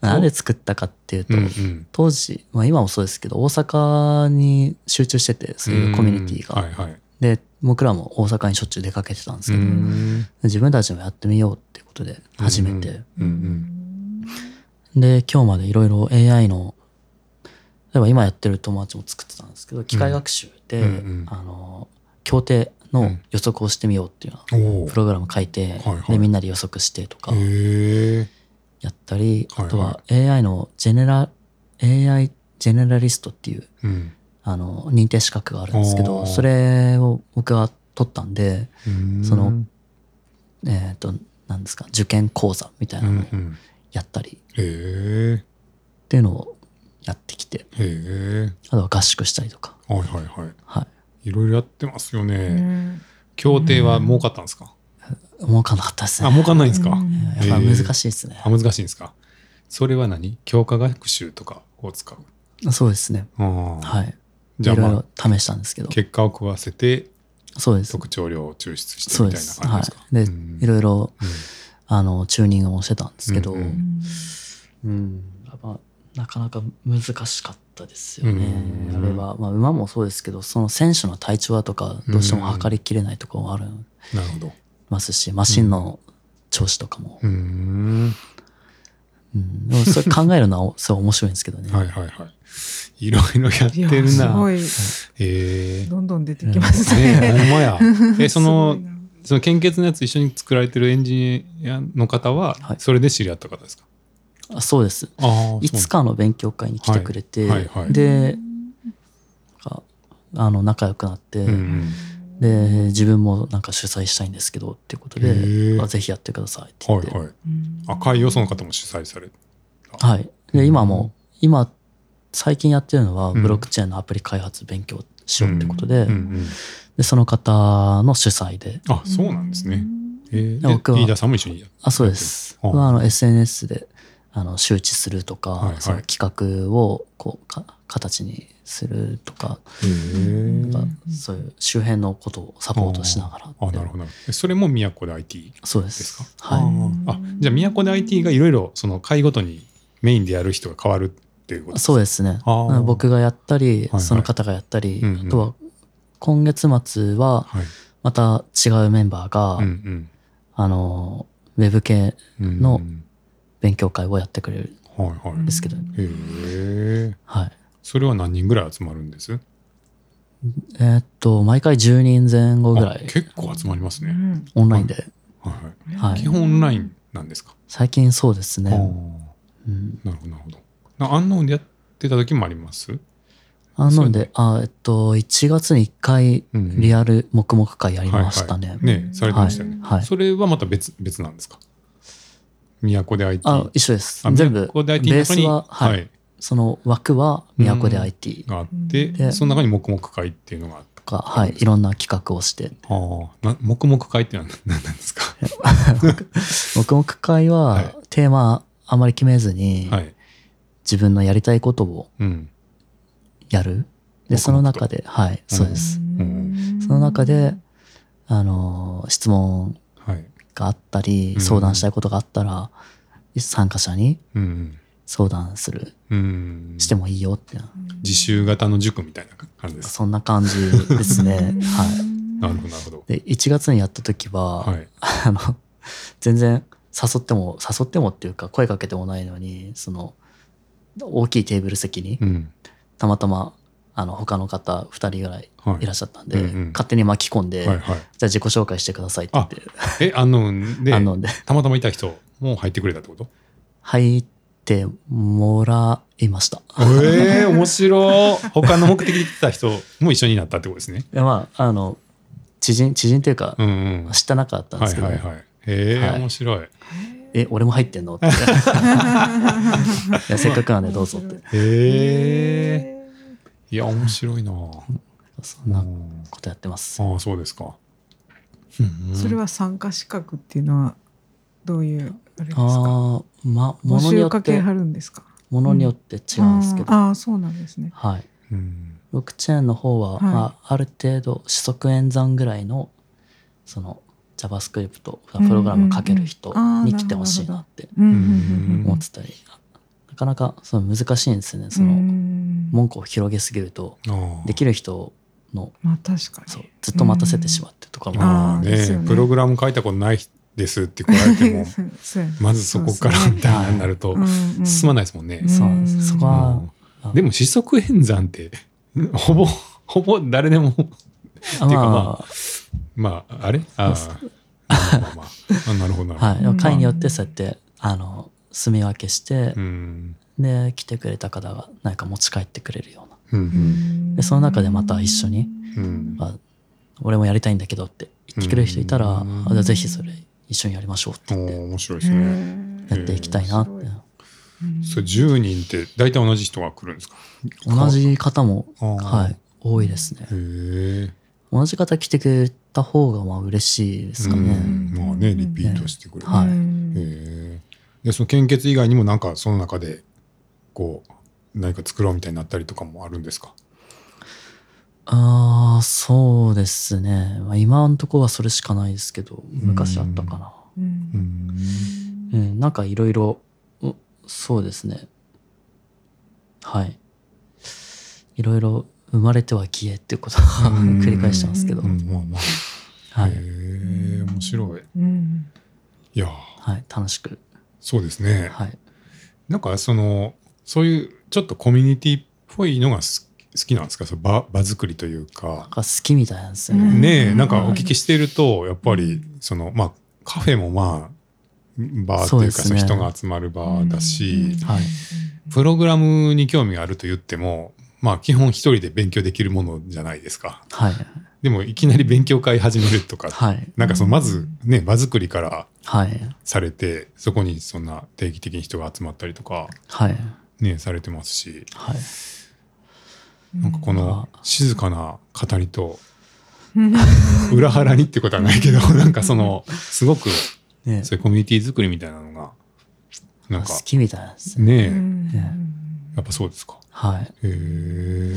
Speaker 2: なんで作ったかっていう
Speaker 1: う
Speaker 2: と、
Speaker 1: んうん。
Speaker 2: 当時、まあ、今もそうですけど大阪に集中しててそういうコミュニティが、
Speaker 1: うんはいはい。
Speaker 2: で僕らも大阪にしょっちゅう出かけてたんです
Speaker 1: う
Speaker 2: けど、
Speaker 1: ん
Speaker 2: 自分たちもやってみようってことで始めて、
Speaker 1: うんうん
Speaker 2: で今日までいろいろ AI の例えば今やってる友達も作ってたんですけど機械学習で、
Speaker 1: うんうん
Speaker 2: あの協定の予測をしてみようっていうよう
Speaker 1: お
Speaker 2: な
Speaker 1: お
Speaker 2: プログラム書いて、
Speaker 1: はいはい
Speaker 2: でみんなで予測してとか
Speaker 1: へえ
Speaker 2: やったり、
Speaker 1: はいはい
Speaker 2: あとは AI のジェネラ AI ジェネラリストっていう
Speaker 1: うん
Speaker 2: あの認定資格があるんですけど
Speaker 1: おー
Speaker 2: それを僕は取ったんで
Speaker 1: うん
Speaker 2: そ
Speaker 1: う
Speaker 2: の
Speaker 1: ん
Speaker 2: えっ、となんですか受験講座みたいうなのを
Speaker 1: ん
Speaker 2: やったり
Speaker 1: へえ
Speaker 2: っていうのをやってきて
Speaker 1: へえ
Speaker 2: あとは合宿したりとか
Speaker 1: はいはいは
Speaker 2: はい
Speaker 1: いいろいろやってますよ
Speaker 3: う
Speaker 1: ね
Speaker 3: ん
Speaker 1: 協定は儲かったんですか
Speaker 2: 儲かんなかったです
Speaker 1: あ
Speaker 2: ね
Speaker 1: 儲かんないんですか
Speaker 3: うん
Speaker 2: やっぱ難しいですね
Speaker 1: あ難しいんですかそれは何強化学習とかを使う
Speaker 2: そうですね
Speaker 1: ああ
Speaker 2: はいい
Speaker 1: じゃ
Speaker 2: ろ
Speaker 1: あ
Speaker 2: い
Speaker 1: ま
Speaker 2: ろ
Speaker 1: あ
Speaker 2: 試したんですけど
Speaker 1: 結果を食わせて
Speaker 2: そうです
Speaker 1: 特徴量を抽出して
Speaker 2: そう
Speaker 1: み
Speaker 2: で
Speaker 1: たいな
Speaker 2: す
Speaker 1: 感
Speaker 2: は
Speaker 1: じですかう
Speaker 2: いで
Speaker 1: ん
Speaker 2: いろいろ
Speaker 1: うん
Speaker 2: あのチューニングもしてたんですけど
Speaker 1: うんう
Speaker 3: うんん
Speaker 2: うんやっぱなかなか難しかったですよね
Speaker 1: うん
Speaker 2: あれはまあ馬もそうですけどその選手の体調だとかどうしても測りきれないところもある
Speaker 1: なるほど
Speaker 2: ますしマシンの調子とかも
Speaker 1: うーん
Speaker 2: うんでもそれ考えるのはそう面白いんですけどね。
Speaker 1: はいはいはいいろいろやって
Speaker 3: いや
Speaker 1: る
Speaker 3: す
Speaker 1: な
Speaker 3: ご
Speaker 1: へ
Speaker 3: い
Speaker 1: え
Speaker 3: どんどん出てきます
Speaker 1: ね
Speaker 3: ね。
Speaker 1: ほんまやえその
Speaker 3: すごいな
Speaker 1: その献血のやつ一緒に作られてるエンジニアの方は
Speaker 2: はい
Speaker 1: それで知り合った方ですか、
Speaker 2: あそうです。
Speaker 1: ああ
Speaker 2: いつかの勉強会に来てくれて、
Speaker 1: はいはいはい
Speaker 2: で、ああの、仲良くなって、
Speaker 1: そうなんだ
Speaker 2: で、自分もなんか主催したいんですけどっていうこと
Speaker 1: へ
Speaker 2: で、
Speaker 1: ー
Speaker 2: あぜひやってくださいって
Speaker 1: うん
Speaker 2: 言
Speaker 1: は
Speaker 2: って。
Speaker 1: いはい
Speaker 3: うん
Speaker 1: 赤いよその方も主催される
Speaker 2: はい。
Speaker 1: う
Speaker 2: で、
Speaker 1: ん
Speaker 2: 今も、今、最近やってるのは、
Speaker 1: うん
Speaker 2: ブロックチェーンのアプリ開発勉強しようってことで、
Speaker 1: うんうん
Speaker 2: で、その方の主催で、
Speaker 1: あそうなんですね。えー、で
Speaker 2: 僕は
Speaker 1: 飯田さんも一緒にや
Speaker 2: あ、そうです。
Speaker 1: うん
Speaker 2: まああの SNS であの周知するとか、
Speaker 1: はいはい
Speaker 2: その企画をこうか形にするとか、
Speaker 1: へえ
Speaker 2: なんかそういう周辺のことをサポートしながらって
Speaker 1: あなるほどなるほどえそれも宮古で IT
Speaker 2: そうで
Speaker 1: です
Speaker 2: す
Speaker 1: か
Speaker 2: はい、
Speaker 1: ああじゃあ宮古で IT がいろいろその会ごとにメインでやる人が変わるっていうことですか
Speaker 2: そうですね
Speaker 1: あー
Speaker 2: 僕がやったり、
Speaker 1: はい
Speaker 2: その方がやったり、
Speaker 1: うんうん
Speaker 2: あとは今月末は
Speaker 1: はい
Speaker 2: また違うメンバーが、
Speaker 1: うん
Speaker 2: あのウェブ系
Speaker 1: うんうん
Speaker 2: の勉強会をやってくれる
Speaker 1: はいは
Speaker 2: ん
Speaker 1: い
Speaker 2: ですけど、
Speaker 1: へえ
Speaker 2: はい
Speaker 1: それは何人ぐらい集まるんです
Speaker 2: えーっと毎回10人前後ぐら
Speaker 1: あ
Speaker 2: い
Speaker 1: 結構集まります
Speaker 3: う
Speaker 1: ね、
Speaker 3: ん
Speaker 2: オンラインで、
Speaker 1: はいは、
Speaker 2: はいい
Speaker 1: 基本オンラインなんですか、
Speaker 2: 最近そうです
Speaker 1: ああ
Speaker 2: ね。うん。
Speaker 1: なるほどなるほどなアンノーンでやってた時もあります
Speaker 2: あ
Speaker 1: そうね
Speaker 2: なので、あえっと、1月に1回、
Speaker 1: うんうん
Speaker 2: リアル黙々会やりましたね。
Speaker 1: ねされてましたよね、
Speaker 2: はい。
Speaker 1: それはまた別別なんですか都で IT
Speaker 2: あ、一緒です
Speaker 1: あ。
Speaker 2: 全部、
Speaker 1: 都で
Speaker 2: ベ
Speaker 1: IT の
Speaker 2: ー
Speaker 1: 中
Speaker 2: ス
Speaker 1: に
Speaker 2: は、はい。
Speaker 1: はい、
Speaker 2: その枠は、都で IT
Speaker 1: があって、
Speaker 2: で
Speaker 1: その中に黙々会っていうのがあって
Speaker 2: とか、はい。いろんな企画をして。
Speaker 1: ああ、な黙々会ってのは 何なんですか
Speaker 2: 黙々会
Speaker 1: は、
Speaker 2: はいテーマあまり決めずに、
Speaker 1: はい。
Speaker 2: 自分のやりたいことを
Speaker 1: うん。
Speaker 2: やる。で、その中で、はい、そうです。
Speaker 1: ん
Speaker 2: その中で、あのー、質問
Speaker 1: はい。
Speaker 2: があったり
Speaker 1: うん
Speaker 2: 相談したいことがあったら、参加者に
Speaker 1: うん
Speaker 2: 相談する
Speaker 1: うん。うん。
Speaker 2: してもいいよってな、
Speaker 1: 自習型の塾みたいな感じです。
Speaker 2: そんな感じで すねは
Speaker 1: なるほど、なるほど。
Speaker 2: いで1月にやった時は、
Speaker 1: はい。
Speaker 2: あの全然誘っても誘ってもっていうか声かけてもないのにその大きいテーブル席に
Speaker 1: うん。
Speaker 2: たまたまあの他の方2人ぐらい
Speaker 1: はい
Speaker 2: いらっしゃったんで、
Speaker 1: うんうん
Speaker 2: 勝手に巻き込んで、
Speaker 1: はいはい。
Speaker 2: じゃあ自己紹介してくださいって言って
Speaker 1: え、あのんで、
Speaker 2: あので
Speaker 1: たまたまいた人も入ってくれたってこと
Speaker 2: 入ってもらいました。
Speaker 1: ええ面白い。他の目的で来た人も一緒になったってことですね。
Speaker 2: いやまああの知人知人というか、
Speaker 1: うんうん。
Speaker 2: 知った中だったんで
Speaker 1: は
Speaker 2: す
Speaker 1: い
Speaker 2: けど、
Speaker 1: はいはい。へえ、
Speaker 2: はい
Speaker 1: 面白い。
Speaker 2: え俺も入って んのっていやせっかくなんでどうぞって
Speaker 3: 面
Speaker 1: へえ。いや、面白いな
Speaker 2: そ んな
Speaker 1: うん
Speaker 2: ことやってます、
Speaker 1: ああ、そうですか。うんうん
Speaker 3: それは参加資格っていうのはどういうあれですか
Speaker 2: ああま
Speaker 3: 募
Speaker 2: ものに
Speaker 3: 集
Speaker 2: よ
Speaker 3: か
Speaker 2: っ
Speaker 3: け
Speaker 2: て
Speaker 3: はるんですか
Speaker 2: ものによって違うんですけど、
Speaker 3: あーあーそうなんですね
Speaker 2: はい
Speaker 1: うん。
Speaker 2: ブロックチェーンの方は、
Speaker 3: はい
Speaker 2: まあ、ある程度四則演算ぐらいのその JavaScript プログラム書ける人に来てほしいなって
Speaker 3: うんうんうん
Speaker 2: 思ってたり、なかなかその難しいんですよね
Speaker 3: う
Speaker 2: その
Speaker 3: ん
Speaker 2: 文句を広げすぎると
Speaker 1: ああ。
Speaker 2: できる人の
Speaker 3: まあ確かに
Speaker 2: そうずっと待たせてしまってとかも、
Speaker 3: あー
Speaker 1: まあ
Speaker 3: ですよ
Speaker 1: ね
Speaker 3: ね
Speaker 1: プログラム書いたことないですって来られ ても
Speaker 3: そうやね
Speaker 1: まずそこから
Speaker 3: そう
Speaker 1: みたいなになると
Speaker 3: うんうん
Speaker 1: 進まないですもんね。
Speaker 3: うん
Speaker 2: そうなんですそこは、
Speaker 1: うんでも四則演算ってほぼほぼ誰でも
Speaker 2: ま
Speaker 1: ていうか
Speaker 2: あ、
Speaker 1: ままああれあーまあまあまああなるほどなるほど。
Speaker 2: はい、でも会によってそうやってあの住み分けして
Speaker 1: う、ん
Speaker 2: で来てくれた方が何か持ち帰ってくれるような
Speaker 1: うんうん
Speaker 2: でその中でまた一緒に
Speaker 1: うん
Speaker 2: まあ、俺もやりたいんだけどって言ってくれる人いたら、
Speaker 1: うん
Speaker 2: あじゃあぜひそれ一緒にやりましょうって
Speaker 1: お
Speaker 2: 言っ
Speaker 1: ー
Speaker 2: て
Speaker 1: 面白いで
Speaker 3: へ
Speaker 1: すね。
Speaker 3: ー
Speaker 2: やっていきたいなって、
Speaker 3: へうん
Speaker 1: それ10人って大体同じ人が来るんですか
Speaker 2: 同じ方も、
Speaker 1: あー
Speaker 2: はい、多いですね
Speaker 1: へえ。
Speaker 2: 同じ方来てくれた方がまあ嬉しいですかね、
Speaker 1: うんまあねリピートしてくれる。
Speaker 2: はい
Speaker 3: う
Speaker 1: へ
Speaker 3: ん
Speaker 1: えでその献血以外にもなんかその中でこう何か作ろうみたいになったりとかもあるんですか
Speaker 2: ああそうですね、まあ、今のところはそれしかないですけど昔あったかな、
Speaker 3: うん
Speaker 1: ん
Speaker 2: うんなんかいろいろうそうですねはいいろいろ生まれては 消えっていうことを
Speaker 1: うん
Speaker 2: 繰り返してますけど、
Speaker 1: うんまあまあ
Speaker 2: は
Speaker 1: へ
Speaker 2: い、
Speaker 1: え面白い
Speaker 3: うん
Speaker 1: いやー
Speaker 2: はい、楽しく
Speaker 1: そうですね
Speaker 2: はい。
Speaker 1: なんかそのそういうちょっとコミュニティっぽいのがす好きなんですかその場場作りというか
Speaker 2: なんか好きみたいなんですよね。
Speaker 3: うん
Speaker 1: ねえ
Speaker 3: うん
Speaker 1: なんかお聞きしてるとやっぱりそのまあカフェもまあバーって
Speaker 2: そう
Speaker 1: い
Speaker 2: で
Speaker 1: うか
Speaker 2: す
Speaker 1: そ
Speaker 2: ね
Speaker 1: の人が集まる場だし
Speaker 3: うん
Speaker 2: はい
Speaker 1: プログラムに興味があると言っても、まあ基本一人で勉強できるものじゃないですか。
Speaker 2: はい。
Speaker 1: でもいきなり勉強会始めるとか、
Speaker 2: はい。
Speaker 1: なんかそのまずね、場作りから
Speaker 2: はい。
Speaker 1: されて、そこにそんな定期的に人が集まったりとか、
Speaker 2: はい。
Speaker 1: ね、されてますし、
Speaker 2: はい。
Speaker 1: なんかこの
Speaker 2: あ
Speaker 1: 静かな語りと、
Speaker 3: うん
Speaker 1: 裏腹にってことはないけ ど、なんかその、すごく
Speaker 2: ね
Speaker 1: そういうコミュニティ作りみたいなのが、なんか
Speaker 2: 好、きみたいなんですね。
Speaker 3: う
Speaker 1: ねえ、
Speaker 3: ん
Speaker 2: ね
Speaker 1: やっぱそうですか。
Speaker 2: はい。
Speaker 1: へえ。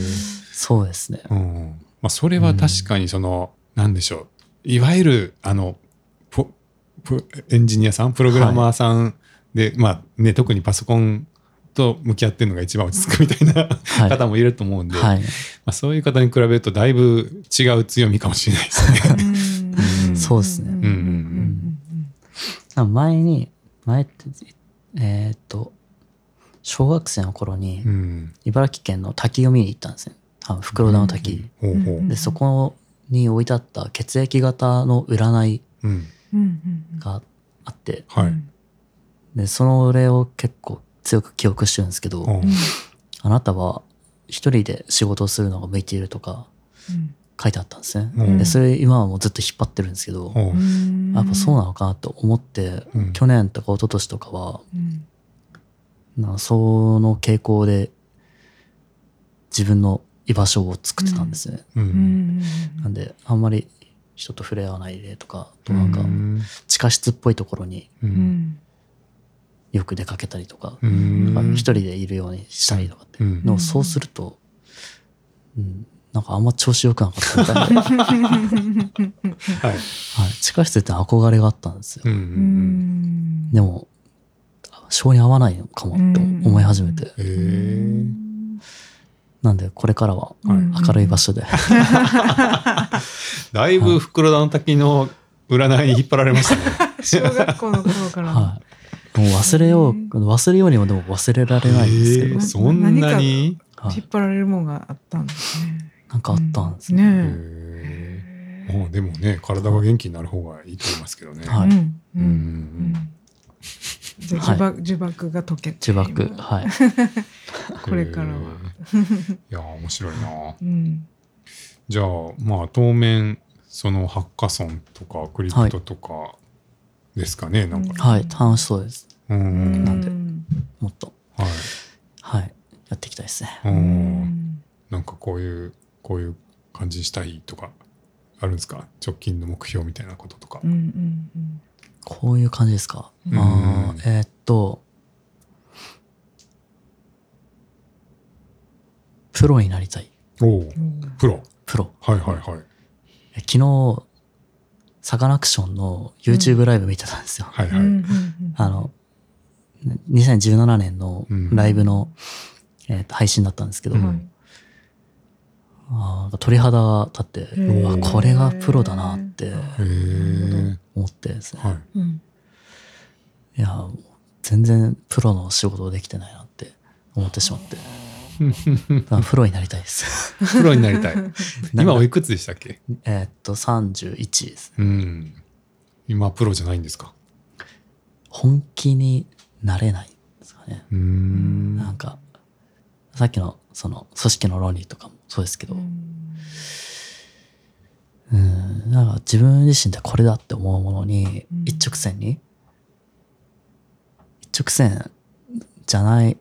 Speaker 2: そうですね。
Speaker 1: うんまあ、それは確かにその、なんでしょういわゆるあのポポエンジニアさんプログラマーさんで、まあね、特にパソコンと向き合ってるのが一番落ち着くみたいな、
Speaker 2: はい。
Speaker 1: 方もいると思うんで、
Speaker 2: はい。
Speaker 1: まあ、そういう方に比べるとだいぶ違う強みかもしれないですね。
Speaker 3: うん
Speaker 2: そうですね
Speaker 1: うんうん
Speaker 2: なんか前に、前って、えーっと、小学生の頃に
Speaker 1: う、ん
Speaker 2: 茨城県の滝を見に行ったんですね。あの袋田の滝。
Speaker 1: ほうほう
Speaker 3: うん
Speaker 2: で、そこに置いてあった血液型の占い
Speaker 1: うん
Speaker 3: うんうんうん
Speaker 2: があって、
Speaker 1: はい、
Speaker 2: で、それを結構強く記憶してるんですけど、
Speaker 1: うん
Speaker 3: うん
Speaker 2: あなたは一人で仕事をするのが向いているとか書いてあったんですね。
Speaker 1: うん
Speaker 2: で、それ今はもうずっと引っ張ってるんですけど、
Speaker 1: ほう
Speaker 2: やっぱそうな
Speaker 3: の
Speaker 2: のかなと思って、
Speaker 1: うん
Speaker 2: 去年とか一昨年とかは、なんかその傾向で自分の居場所を作ってたんですね。
Speaker 1: うん
Speaker 2: なんで、あんまり人と触れ合わないでとか、あとなん
Speaker 1: う
Speaker 2: か
Speaker 1: ん
Speaker 2: 地下室っぽいところに
Speaker 1: うん
Speaker 2: よく出かけたりとか、
Speaker 1: うん
Speaker 2: なんか一人でいるようにしたりとかって。
Speaker 1: うん
Speaker 2: でもそうすると、うん、なんかあんま調子良くなかったみた いで。
Speaker 1: はい
Speaker 2: はい、地下室って憧れがあったんですよ。
Speaker 1: うんうん
Speaker 2: でも、性に合わないのかもって思い始めて。
Speaker 1: うんへえ
Speaker 2: なんで、これからは明るい場所で。
Speaker 1: だいぶ袋田の滝の占いに引っ張られましたね。
Speaker 3: 小学校の頃からの
Speaker 2: はい。もう忘れよう、
Speaker 3: うん
Speaker 2: 忘れようにもでも忘れられないんですけ
Speaker 1: へ
Speaker 2: ど
Speaker 1: え、そんなに
Speaker 2: は
Speaker 3: 引っ
Speaker 2: い、
Speaker 3: 張られるもんがあったんですね。
Speaker 2: なんかあったんですね。
Speaker 3: ね
Speaker 1: へ
Speaker 3: え
Speaker 1: えもうでもね体が元気になる方がいいと思いますけどね。
Speaker 2: はい
Speaker 3: うんう
Speaker 1: うんん
Speaker 3: じゃあ呪縛呪縛が解けて
Speaker 2: 呪縛。はい。
Speaker 3: これからは。
Speaker 1: へえいや面白いな。
Speaker 3: うん
Speaker 1: じゃあまあ当面そのハッカソンとかクリプトとかですかね、なんか。
Speaker 2: はい。楽しそうです。
Speaker 1: う
Speaker 3: うん
Speaker 2: なんで
Speaker 3: ん
Speaker 2: もっと。
Speaker 1: はい。
Speaker 2: はい。やっていきたいですね。
Speaker 1: う
Speaker 3: うんん
Speaker 1: なんかこういうこういう感じにしたいとかあるんですか直近の目標みたいなこととか
Speaker 3: うんう。んうん
Speaker 2: こういう感じですか。
Speaker 3: うん
Speaker 2: あーえーっと、プロになりたい。
Speaker 1: おおうプロ
Speaker 2: プロ。
Speaker 1: はいはいはい
Speaker 2: え昨日、サカナクションの YouTube ライブ見てたんですよ。
Speaker 1: はい
Speaker 3: うんう
Speaker 1: はい。
Speaker 3: んうん
Speaker 2: あの、2017年のライブの、えーっと配信だったんですけど、
Speaker 1: うん
Speaker 3: はい
Speaker 2: あー鳥肌が立って、
Speaker 1: ー
Speaker 2: あこれがプロだなって
Speaker 1: へえ。
Speaker 2: 思ってですね。
Speaker 1: はい。
Speaker 3: うん
Speaker 2: いや、もう全然プロの仕事できてないなって思ってしまって。だからプロになりたい です。
Speaker 1: プロになりたい。
Speaker 2: なん
Speaker 1: 今
Speaker 2: か
Speaker 1: おいくつでしたっけ
Speaker 2: えーっと、31ですね。
Speaker 1: うん。今プロじゃないんですか
Speaker 2: 本気になれないですかね。
Speaker 1: うーん。
Speaker 2: なんか、さっきの、その、組織の論理とかもそうですけど、
Speaker 3: うん
Speaker 2: うん、なんか自分自身でこれだって思うものに
Speaker 3: うん
Speaker 2: 一直線に、一直線じゃない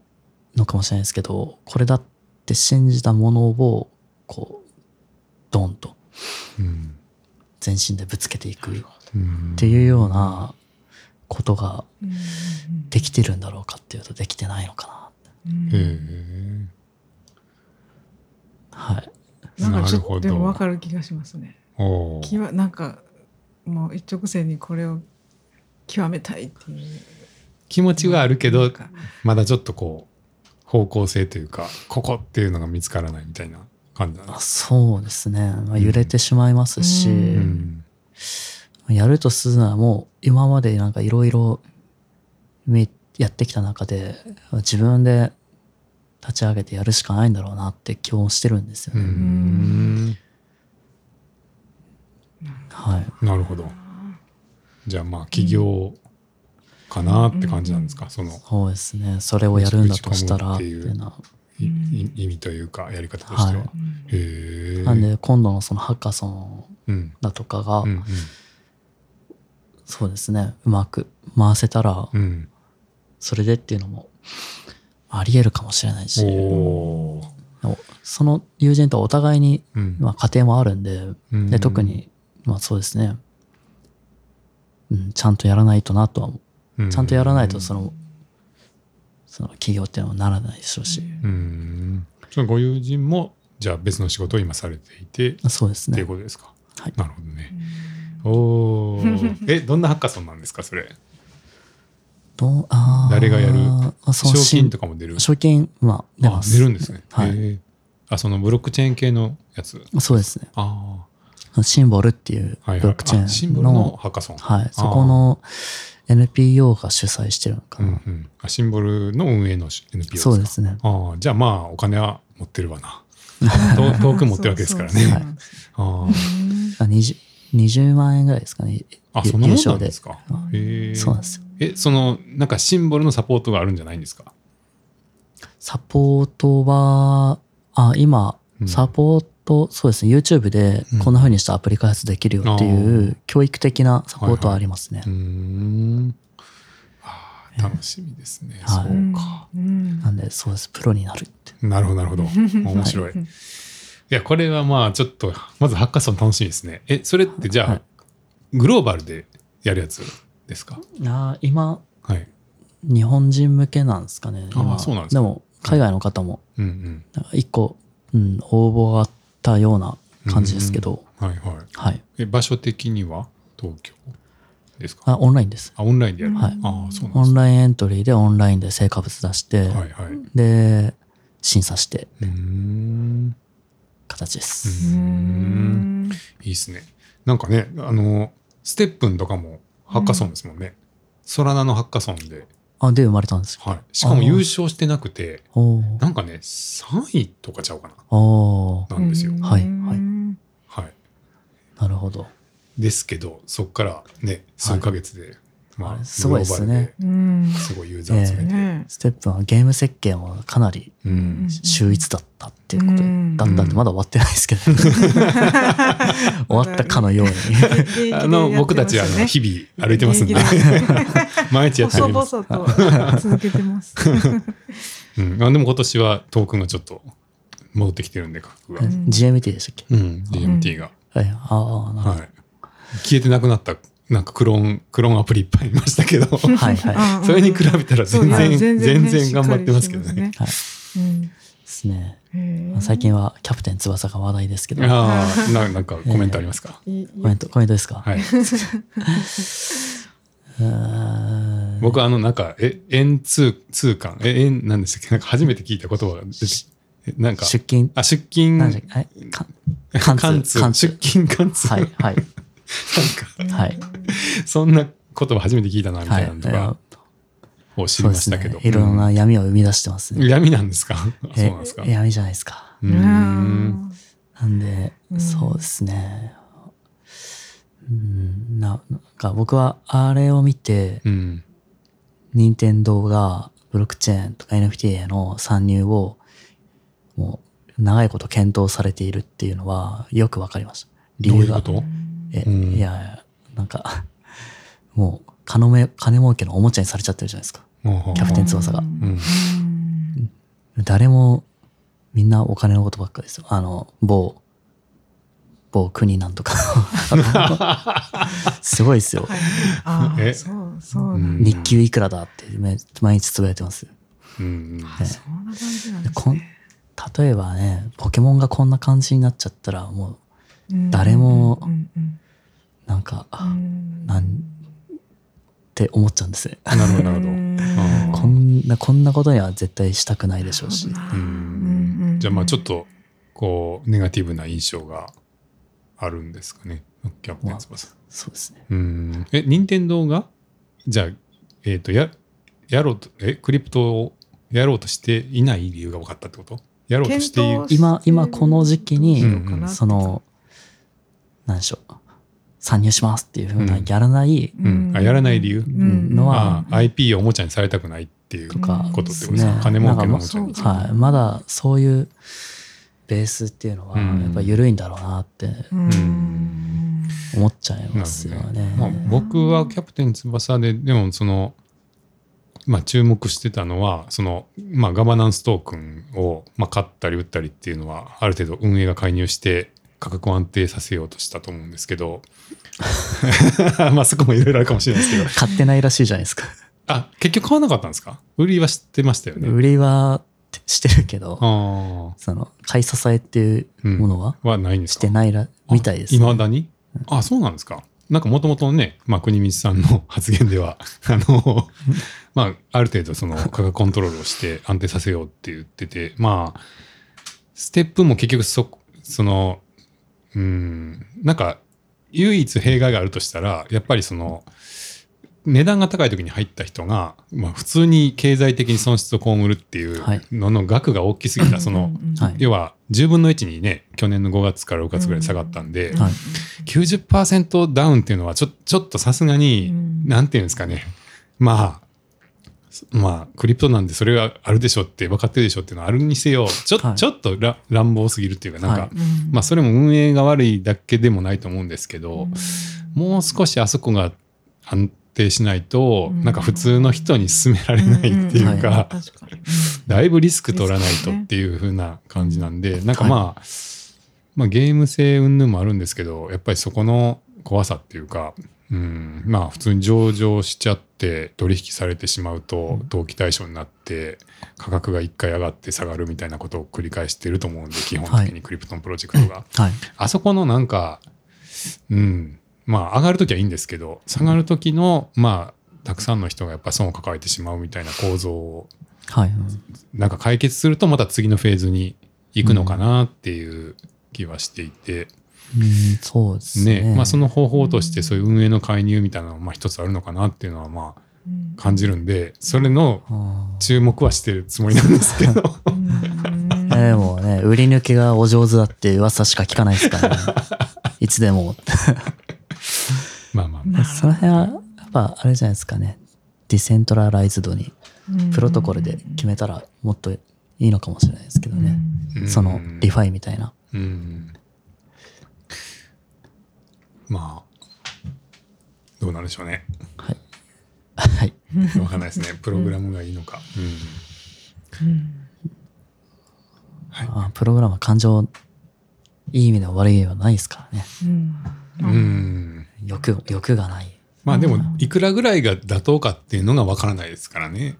Speaker 2: のかもしれないですけどこれだって信じたものをこうドンと
Speaker 1: うん。
Speaker 2: 全身でぶつけていくっ
Speaker 1: うん
Speaker 2: ていうようなことが
Speaker 3: うん
Speaker 2: できてるんだろうかっていうとできてないのか
Speaker 3: うん
Speaker 1: へえ。
Speaker 2: なはい
Speaker 3: なんかち
Speaker 1: な
Speaker 3: ょ
Speaker 1: るほ
Speaker 3: っと
Speaker 1: ど
Speaker 3: でも分かる気がしますね。
Speaker 1: おー
Speaker 3: きわなんかもう一直線にこれを極めたいっていう。
Speaker 1: 気持ちはあるけ
Speaker 3: な
Speaker 1: ど
Speaker 3: ん、か
Speaker 1: まだちょっとこう、方向性というか、ここっていうのが見つからないみたいな感じなんで
Speaker 2: あ
Speaker 1: す。
Speaker 2: そうですね、まあ、揺れてしまいますし、
Speaker 3: うん
Speaker 1: うん。
Speaker 2: やるとするならもう今までなんかいろいろやってきた中で自分で立ち上げてやるしかないんだろうなって気をしてるんですよ
Speaker 1: う
Speaker 2: ね。
Speaker 1: ん。
Speaker 2: はい。
Speaker 1: なるほど。じゃあまあ、起業かなって感じなんですか、その
Speaker 2: そうですね。それをやるんだとしたら
Speaker 1: 打
Speaker 2: っ
Speaker 1: ち
Speaker 2: て
Speaker 1: 込む
Speaker 2: い
Speaker 1: っていう
Speaker 2: うな。
Speaker 1: い
Speaker 3: うん
Speaker 1: い意味というか、やり方としては。
Speaker 2: は
Speaker 3: うん
Speaker 1: へえ。
Speaker 2: なんで今度のそのハッカソン
Speaker 1: うん。
Speaker 2: だとかが、
Speaker 1: うん。
Speaker 2: そうですね。うまく回せたら
Speaker 1: う、ん。
Speaker 2: それでっていうのもあり得るかもしれないし、
Speaker 1: おお。
Speaker 2: その友人とはお互いに、
Speaker 1: うん
Speaker 2: まあ家庭もあるんで、
Speaker 1: うん
Speaker 2: で特にまあそうですね、うん、ちゃんとやらないとなとは思うちゃんとやらないとそのその企業っていうのはならないでしょうし、
Speaker 1: うんそのご友人もじゃあ別の仕事を今されていて、
Speaker 2: そうです
Speaker 1: っていう
Speaker 2: ね
Speaker 1: ことですか、
Speaker 2: はい
Speaker 1: なるほどねおおえどんなハッカソンなんですかそれ
Speaker 2: どうあー
Speaker 1: 誰がやる
Speaker 2: あそ
Speaker 1: 賞
Speaker 2: の
Speaker 1: 金とかも出る
Speaker 2: 賞金まあ出ま
Speaker 1: あ
Speaker 2: す
Speaker 1: 出るんですね、
Speaker 2: はい
Speaker 1: へーあそのブロックチェーン系のやつ
Speaker 2: そうですね
Speaker 1: あ
Speaker 2: シンボルっていう
Speaker 1: あはいはい
Speaker 2: ブロックチェ
Speaker 1: あシ
Speaker 2: ー
Speaker 1: ンボ
Speaker 2: ン
Speaker 1: ル
Speaker 2: の,、
Speaker 1: のハッカソン
Speaker 2: はいそこの NPO が主催してるのか
Speaker 1: うん
Speaker 2: な、
Speaker 1: うんあシンボルの運営の NPO ですか
Speaker 2: そうですね
Speaker 1: ああじゃあまあお金は持ってるわ なあ遠遠く持ってるわけですから
Speaker 3: そうそう
Speaker 1: ね
Speaker 3: なんです
Speaker 1: あ
Speaker 2: あ 20, 20万円ぐらいですかね
Speaker 1: ああ
Speaker 2: ゆ
Speaker 1: そんなもん
Speaker 2: 優
Speaker 1: なん
Speaker 2: 勝で
Speaker 1: ですか
Speaker 2: あ
Speaker 1: へえ
Speaker 2: そうなんですよ
Speaker 1: えそのなんかシンボルのサポートがあるんじゃないんですか
Speaker 2: サポートは、あ、今
Speaker 1: う、ん
Speaker 2: サポート、そうですね、YouTube で
Speaker 1: うん
Speaker 2: こんな風にしたアプリ開発できるよってい
Speaker 1: あ
Speaker 2: う教育的なサポートはありますね
Speaker 1: うー。んあー楽しみですね、
Speaker 2: はい
Speaker 1: そううんか、
Speaker 3: うん
Speaker 2: なんで、そうです、プロになるって。
Speaker 1: なるほどなるほ ど面白い、い、やこれはまあちょっとまずハッカソン楽しみですねえそれってじゃあ、
Speaker 2: はい
Speaker 1: グローバルでやるやつですか
Speaker 2: あ今、
Speaker 1: はい
Speaker 2: 日本人向けなんですかね。
Speaker 1: あ
Speaker 2: 今
Speaker 1: そうなんですか
Speaker 2: も、海外の方も、
Speaker 1: うんうん
Speaker 2: なんか一個、うん、応募があったような感じですけど、
Speaker 1: はいはい
Speaker 2: はい。
Speaker 1: え場所的には東京ですか
Speaker 2: あ、オンラインです。
Speaker 1: あオンラインでやる、
Speaker 2: はい
Speaker 1: ああそうなん
Speaker 2: オ
Speaker 1: です
Speaker 2: ンラインエントリーでオンラインで成果物出して、
Speaker 1: かはいはいうん
Speaker 2: で、審査して、
Speaker 1: うーん
Speaker 2: 形で
Speaker 1: う
Speaker 2: す。
Speaker 3: うんん
Speaker 1: いいっすね。なんかね、あの、ステップンとかもハッカソンですもんね。ソラナのハッカソンで。
Speaker 2: あ、で、生まれたんですよ。
Speaker 1: はい。しかも優勝してなくて、
Speaker 2: おー
Speaker 1: なんかね、3位とかちゃうか
Speaker 2: おー
Speaker 1: な。なんですよ。
Speaker 2: はいはい
Speaker 3: い
Speaker 1: はい。
Speaker 2: なるほど。
Speaker 1: ですけど、そっからね、数ヶ月で、
Speaker 2: あ
Speaker 1: まあ、
Speaker 2: れすごいですね
Speaker 1: グローバル
Speaker 3: うん
Speaker 1: ですごいユーザー集めて。
Speaker 3: ね
Speaker 2: ステップはゲーム設計もかなり
Speaker 1: うん。
Speaker 2: 秀逸だったっていうこと
Speaker 3: うん
Speaker 2: だったんで、まだ終わってないですけ ど、終わったかのように。
Speaker 1: あの、僕たちはあの日々歩いてますんで
Speaker 3: 現、
Speaker 1: 毎日やっております。
Speaker 3: 細々と続けてます。
Speaker 1: うん。あでも今年はトークンがちょっと戻ってきてるんで、価格が。
Speaker 3: ん
Speaker 2: GMT でしたっけ、
Speaker 1: うん、DMT が。
Speaker 2: はい、ああ、なるほ
Speaker 1: はい、消えてなくなったなんかクローンクローンアプリいっぱいいましたけど
Speaker 2: ど。はい、はい。はい
Speaker 1: それに比べたら全
Speaker 3: そう
Speaker 1: 然
Speaker 3: ね
Speaker 1: 全
Speaker 3: ね
Speaker 1: 然頑張ってますけどね。
Speaker 2: で
Speaker 3: うん
Speaker 2: すね。
Speaker 3: へ
Speaker 2: ま
Speaker 3: え
Speaker 2: あ最近はキャプテン翼が話題ですけど、コ
Speaker 1: ああななんかコメントありますか、
Speaker 3: いい
Speaker 2: メント、コメントですか、
Speaker 1: はい、
Speaker 2: うーん
Speaker 1: 僕はあのなんかえ円通通関え円なんでしたっけなんか初めて聞いた言葉が出てえなんか、
Speaker 2: 出勤、
Speaker 1: あ、出勤、
Speaker 2: なんでしたっけあれか貫通
Speaker 1: 貫通
Speaker 2: 貫通
Speaker 1: 出勤貫通、
Speaker 2: はい、はい。
Speaker 1: なんか、
Speaker 2: はい
Speaker 1: そんな言葉初めて聞いたな、みたいなのと
Speaker 2: はい
Speaker 1: か、を知りましたけど。
Speaker 2: そうですね。いろん
Speaker 1: う
Speaker 2: な闇を生み出してますね。
Speaker 1: 闇なんですかあそう
Speaker 2: え
Speaker 1: なんですか
Speaker 2: 闇じゃないですか。
Speaker 1: う
Speaker 3: う
Speaker 1: ーん。
Speaker 3: ん
Speaker 2: なんで、
Speaker 3: うん
Speaker 2: そうですね。うん、ななんか僕はあれを見て、
Speaker 1: うん。
Speaker 2: 任天堂がブロックチェーンとか NFT への参入をもう長いこと検討されているっていうのはよくわかりました。
Speaker 1: ど
Speaker 2: 理
Speaker 1: うい
Speaker 2: 由
Speaker 1: うこ
Speaker 2: が。
Speaker 1: と
Speaker 2: え
Speaker 1: うん
Speaker 2: いやいや、なんか、 もう金め金儲けのおもちゃにされちゃってるじゃないですか。キャプテン翼が
Speaker 3: うん
Speaker 2: 誰もみんなお金のことばっかりですよ。あの、某、某国なんとか。 すごいですよ。
Speaker 3: はいあー
Speaker 1: え
Speaker 3: そうそう
Speaker 1: う
Speaker 3: なん
Speaker 1: ん
Speaker 3: だ
Speaker 2: 日給いくらだってめ毎日つぶやいてますよ。
Speaker 1: うん。
Speaker 3: あそんな感じなんで
Speaker 2: でこ
Speaker 3: す
Speaker 2: ん
Speaker 3: ね
Speaker 2: 例えばね、ポケモンがこんな感じになっちゃったら、もう
Speaker 3: うん
Speaker 2: 誰も
Speaker 3: うんうん
Speaker 2: なんか、
Speaker 3: う
Speaker 2: っ
Speaker 3: ん
Speaker 2: なんて思っちゃうんですね。
Speaker 1: なるほど、なるほ
Speaker 3: う
Speaker 1: ど。
Speaker 3: ん
Speaker 1: あー
Speaker 2: こんな、こんなことには絶対したくないでしょうし。
Speaker 1: う
Speaker 3: うんうん
Speaker 1: んじゃあまあちょっとこうネガティブな印象があるんですかねキャプテン翼さん。
Speaker 2: そうですね。
Speaker 1: うんえ任天堂がじゃあえっ、とややろうとえクリプトをやろうとしていない理由が分かったってことやろうとしている
Speaker 3: 検討
Speaker 2: 今、今この時期に、
Speaker 1: うんうん
Speaker 2: その、なんでしょう。参入しますっていうふうなやらない
Speaker 1: うんあやらない理由
Speaker 2: うんの
Speaker 1: あ
Speaker 2: は
Speaker 1: あ IP をおもちゃにされたくないっていう
Speaker 2: と
Speaker 1: こ
Speaker 2: か、
Speaker 1: とってことですね金儲けのおもちゃに
Speaker 3: そう
Speaker 2: はい、まだそういうベースっていうのは
Speaker 1: うん
Speaker 2: やっぱ緩いんだろうなって
Speaker 3: うん
Speaker 2: 思っちゃいますよね。
Speaker 1: まあ、
Speaker 3: ね
Speaker 1: 僕はキャプテン翼ででもそのまあ注目してたのはその、まあ、ガバナンストークンを、まあ、買ったり売ったりっていうのはある程度運営が介入して価格を安定させようとしたと思うんですけ ど まあそこもいろいろあるかもしれないですけど
Speaker 2: 買ってないらしいじゃないですか。
Speaker 1: あ結局買わなかったんですか売りは知ってましたよね
Speaker 2: 売りはしてるけど、
Speaker 1: あ
Speaker 2: その買い支えっていうものは
Speaker 1: あはないんです
Speaker 2: し
Speaker 1: か
Speaker 2: てないら、みたいです、
Speaker 1: いまだにあそうなんですか。なんかもともとね、まあ、国光さんの発言では、 あ の、まあ、ある程度その価格コントロールをして安定させようって言ってて、まあ、ステップも結局そ、その、うん、なんか、唯一弊害があるとしたら、やっぱりその、値段が高い時に入った人が、まあ、普通に経済的に損失を被るっていう
Speaker 2: はい
Speaker 1: のの額が大きすぎた、その、
Speaker 2: はい
Speaker 1: 要は10分の1にね去年の5月から6月ぐらい下がったんで、
Speaker 2: はい
Speaker 1: 90%ダウンっていうのはちょちょっとさすがに、
Speaker 3: うん
Speaker 1: なんていうんですかねまあそまあクリプトなんでそれはあるでしょって分かってるでしょっていうのはあるにせよちょ,、
Speaker 2: はい
Speaker 1: ちょっとら乱暴すぎるっていうかなんか、
Speaker 2: はい
Speaker 1: まあそれも運営が悪いだけでもないと思うんですけど、もう少しあそこが安定しないと、
Speaker 3: うん
Speaker 1: なんか普通の人に勧められないっていうか、
Speaker 2: うんうん
Speaker 3: うん確かに
Speaker 1: だいぶリスク取らないとっていう風な感じなんで、なんかまあ、まあゲーム性云々もあるんですけど、やっぱりそこの怖さっていうか、うん、まあ普通に上場しちゃって取引されてしまうと投機対象になって価格が一回上がって下がるみたいなことを繰り返してると思うんで、基本的にクリプトンプロジェクト が。
Speaker 2: はい。
Speaker 1: あそこのなんか、うん、まあ上がるときはいいんですけど、下がるときの、まあ、たくさんの人がやっぱ損を抱えてしまうみたいな構造を
Speaker 2: はい。うん
Speaker 1: なんか解決するとまた次のフェーズに行くのかなっていう気はしていて、
Speaker 2: うんそうですね。
Speaker 1: ねまあ、その方法としてそういう運営の介入みたいなのもまあ一つあるのかなっていうのはまあ
Speaker 3: うん
Speaker 1: 感じるんでそれの
Speaker 2: あー
Speaker 1: 注目はしてるつもりなんですけ ど
Speaker 3: うん
Speaker 2: えーもうね、売り抜けがお上手だって噂しか聞かないですか らね。いつでも。
Speaker 1: まあまあ
Speaker 3: なるほど
Speaker 2: その辺は、やっぱあれじゃないですかね。ディセントラライズドにプロトコルで決めたらもっといいのかもしれないですけどね。
Speaker 1: うん
Speaker 2: そのリファイみたいな。
Speaker 1: うんまあどうなんでしょうね
Speaker 2: はい。はい。
Speaker 1: わかんないですねプログラムがいいのか、うん
Speaker 3: うん
Speaker 2: あプログラムは感情、いい意味でも悪い意味でもないですからね。
Speaker 3: うん
Speaker 1: うん、
Speaker 2: 欲、欲がない。
Speaker 1: まあでも、いくらぐらいが妥当かっていうのがわからないですからね。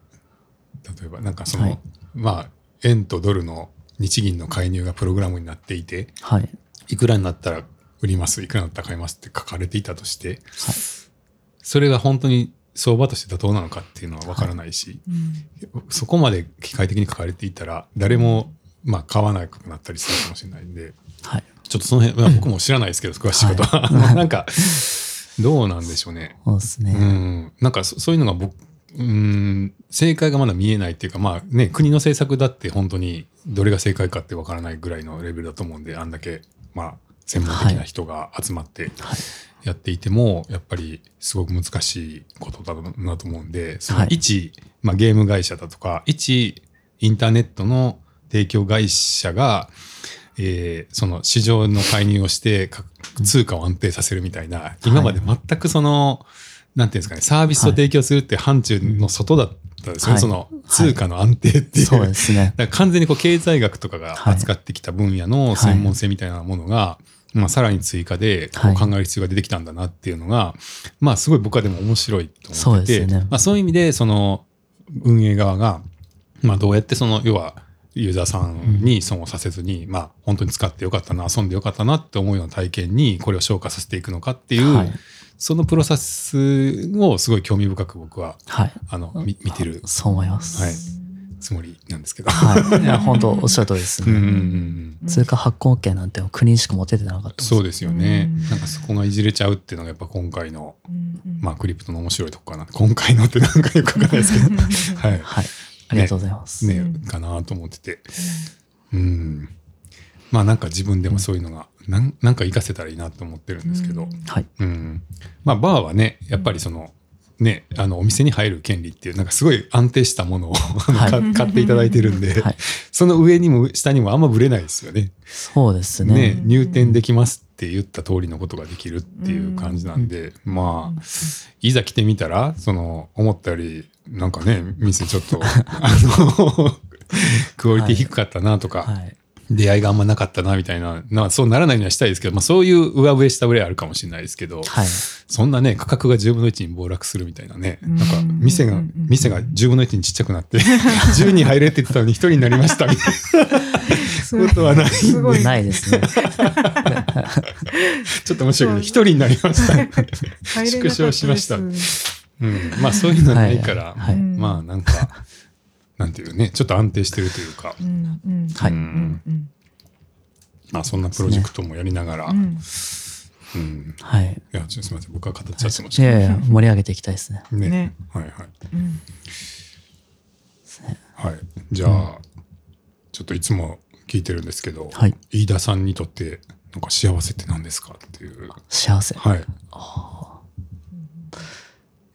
Speaker 1: 例えば、なんかその、
Speaker 2: はい
Speaker 1: まあ、円とドルの日銀の介入がプログラムになっていて、
Speaker 2: はい。
Speaker 1: いくらになったら売ります、いくらになったら買いますって書かれていたとして、それが本当に相場として妥当なのかっていうのはわからないし、
Speaker 3: うん
Speaker 1: そこまで機械的に書かれていたら、誰もまあ、買わなくなったりするかもしれないんで、
Speaker 2: はい。
Speaker 1: ちょっとその辺、まあ、僕も知らないですけど、詳しいことは。
Speaker 2: はい
Speaker 1: なんか、どうなんでしょうね。
Speaker 2: そうですね。
Speaker 1: うん、なんかそそういうのが僕、うん、正解がまだ見えないっていうか、まあね、国の政策だって本当にどれが正解かってわからないぐらいのレベルだと思うんで、あんだけ、まあ、専門的な人が集まって
Speaker 2: はい
Speaker 1: やっていても、やっぱりすごく難しいことだなと思うんで、その
Speaker 2: はい
Speaker 1: 一、まあ、ゲーム会社だとか、一、インターネットの提供会社が、えーその市場の介入をしてか通貨を安定させるみたいな、今まで全くその、なんていうんですかね、サービスを提供するって範疇の外だったんですよね、
Speaker 2: はい
Speaker 1: その通貨の安定っていう。
Speaker 2: そうですね。
Speaker 1: だから完全にこう経済学とかが
Speaker 2: はい
Speaker 1: 扱ってきた分野の専門性みたいなものが、まあ、さらに追加でこう
Speaker 2: はい
Speaker 1: 考える必要が出てきたんだなっていうのが、まあすごい僕はでも面白いと
Speaker 2: そ
Speaker 1: 思
Speaker 2: う
Speaker 1: っ
Speaker 2: で
Speaker 1: てて
Speaker 2: すね
Speaker 1: まあ、そういう意味でその運営側が、まあ、どうやってその要はユーザーさんに損をさせずに、まあ本当に使ってよかったな遊んでよかったなって思うような体験にこれを昇華させていくのかっていう、
Speaker 2: はい。
Speaker 1: そのプロセスをすごい興味深く僕は
Speaker 2: はい。
Speaker 1: あのみ見てる
Speaker 2: そう思います。
Speaker 1: はいつもりなんですけど。
Speaker 2: はい。いや、本当おっしゃる通りです
Speaker 1: うんうんうん
Speaker 2: ね。通貨発行権なんて国にしか持ててなかったもんね
Speaker 1: そうですよね
Speaker 3: うん。
Speaker 1: なんかそこがいじれちゃうっていうのがやっぱ今回の、ま
Speaker 3: あ
Speaker 1: あクリプトの面白いとこかな。今回のってなんかよくわかんないですけど。 はい。
Speaker 2: はい。ありがとうございます。
Speaker 1: ね
Speaker 3: うん
Speaker 1: かなと思ってて。うん。まあなんか自分でもそういうのが、なんなんか活かせたらいいなと思ってるんですけど。
Speaker 2: はい。
Speaker 1: うん。まあバーはね、やっぱりその、ね、あのお店に入る権利っていうなんかすごい安定したものをあの
Speaker 2: はい
Speaker 1: か買っていただいてるんで、
Speaker 2: はい。
Speaker 1: その上にも下にもあんまぶれないですよね。
Speaker 2: そうですね。
Speaker 1: ね、入店できますって言った通りのことができるっていう感じなんで、まあいざ来てみたらその思ったよりなんかね店ちょっ とあのクオリティ低かったなとか、
Speaker 2: はい。
Speaker 1: 出会いがあんまなかったなみたいな、まあ、そうならないようにはしたいですけど、まあ、そういう上上下上あるかもしれないですけど、
Speaker 2: はい。
Speaker 1: そんなね価格が10分の1に暴落するみたいなね
Speaker 3: うん
Speaker 1: なんか店が
Speaker 3: うん
Speaker 1: 店が10分の1にちっちゃくなって 10人入れって言ってたのに1人になりましたみたいなことはないんで
Speaker 3: すごい
Speaker 2: ないで すね。
Speaker 1: ちょっと面白いけど1人になりましたみたいな。縮小しましたうん、まあそういうのないから、
Speaker 2: はい
Speaker 3: はい
Speaker 1: まあなんか、なんていうね、ちょっと安定してるというか、
Speaker 2: は
Speaker 1: う
Speaker 2: い。
Speaker 1: んまあそんなプロジェクトもやりながら、うん、
Speaker 2: はい。
Speaker 1: いや、ちょっとすみません、僕は語っちゃってまし
Speaker 2: い
Speaker 1: た。
Speaker 2: やいや、盛り上げていきたいですね。
Speaker 1: ね
Speaker 3: ね
Speaker 1: はいはい。はい。じゃあ、ちょっといつも聞いてるんですけど、
Speaker 2: はい
Speaker 1: 飯田さんにとって、なんか幸せって何ですかっていう。
Speaker 2: 幸せ。い
Speaker 1: はい。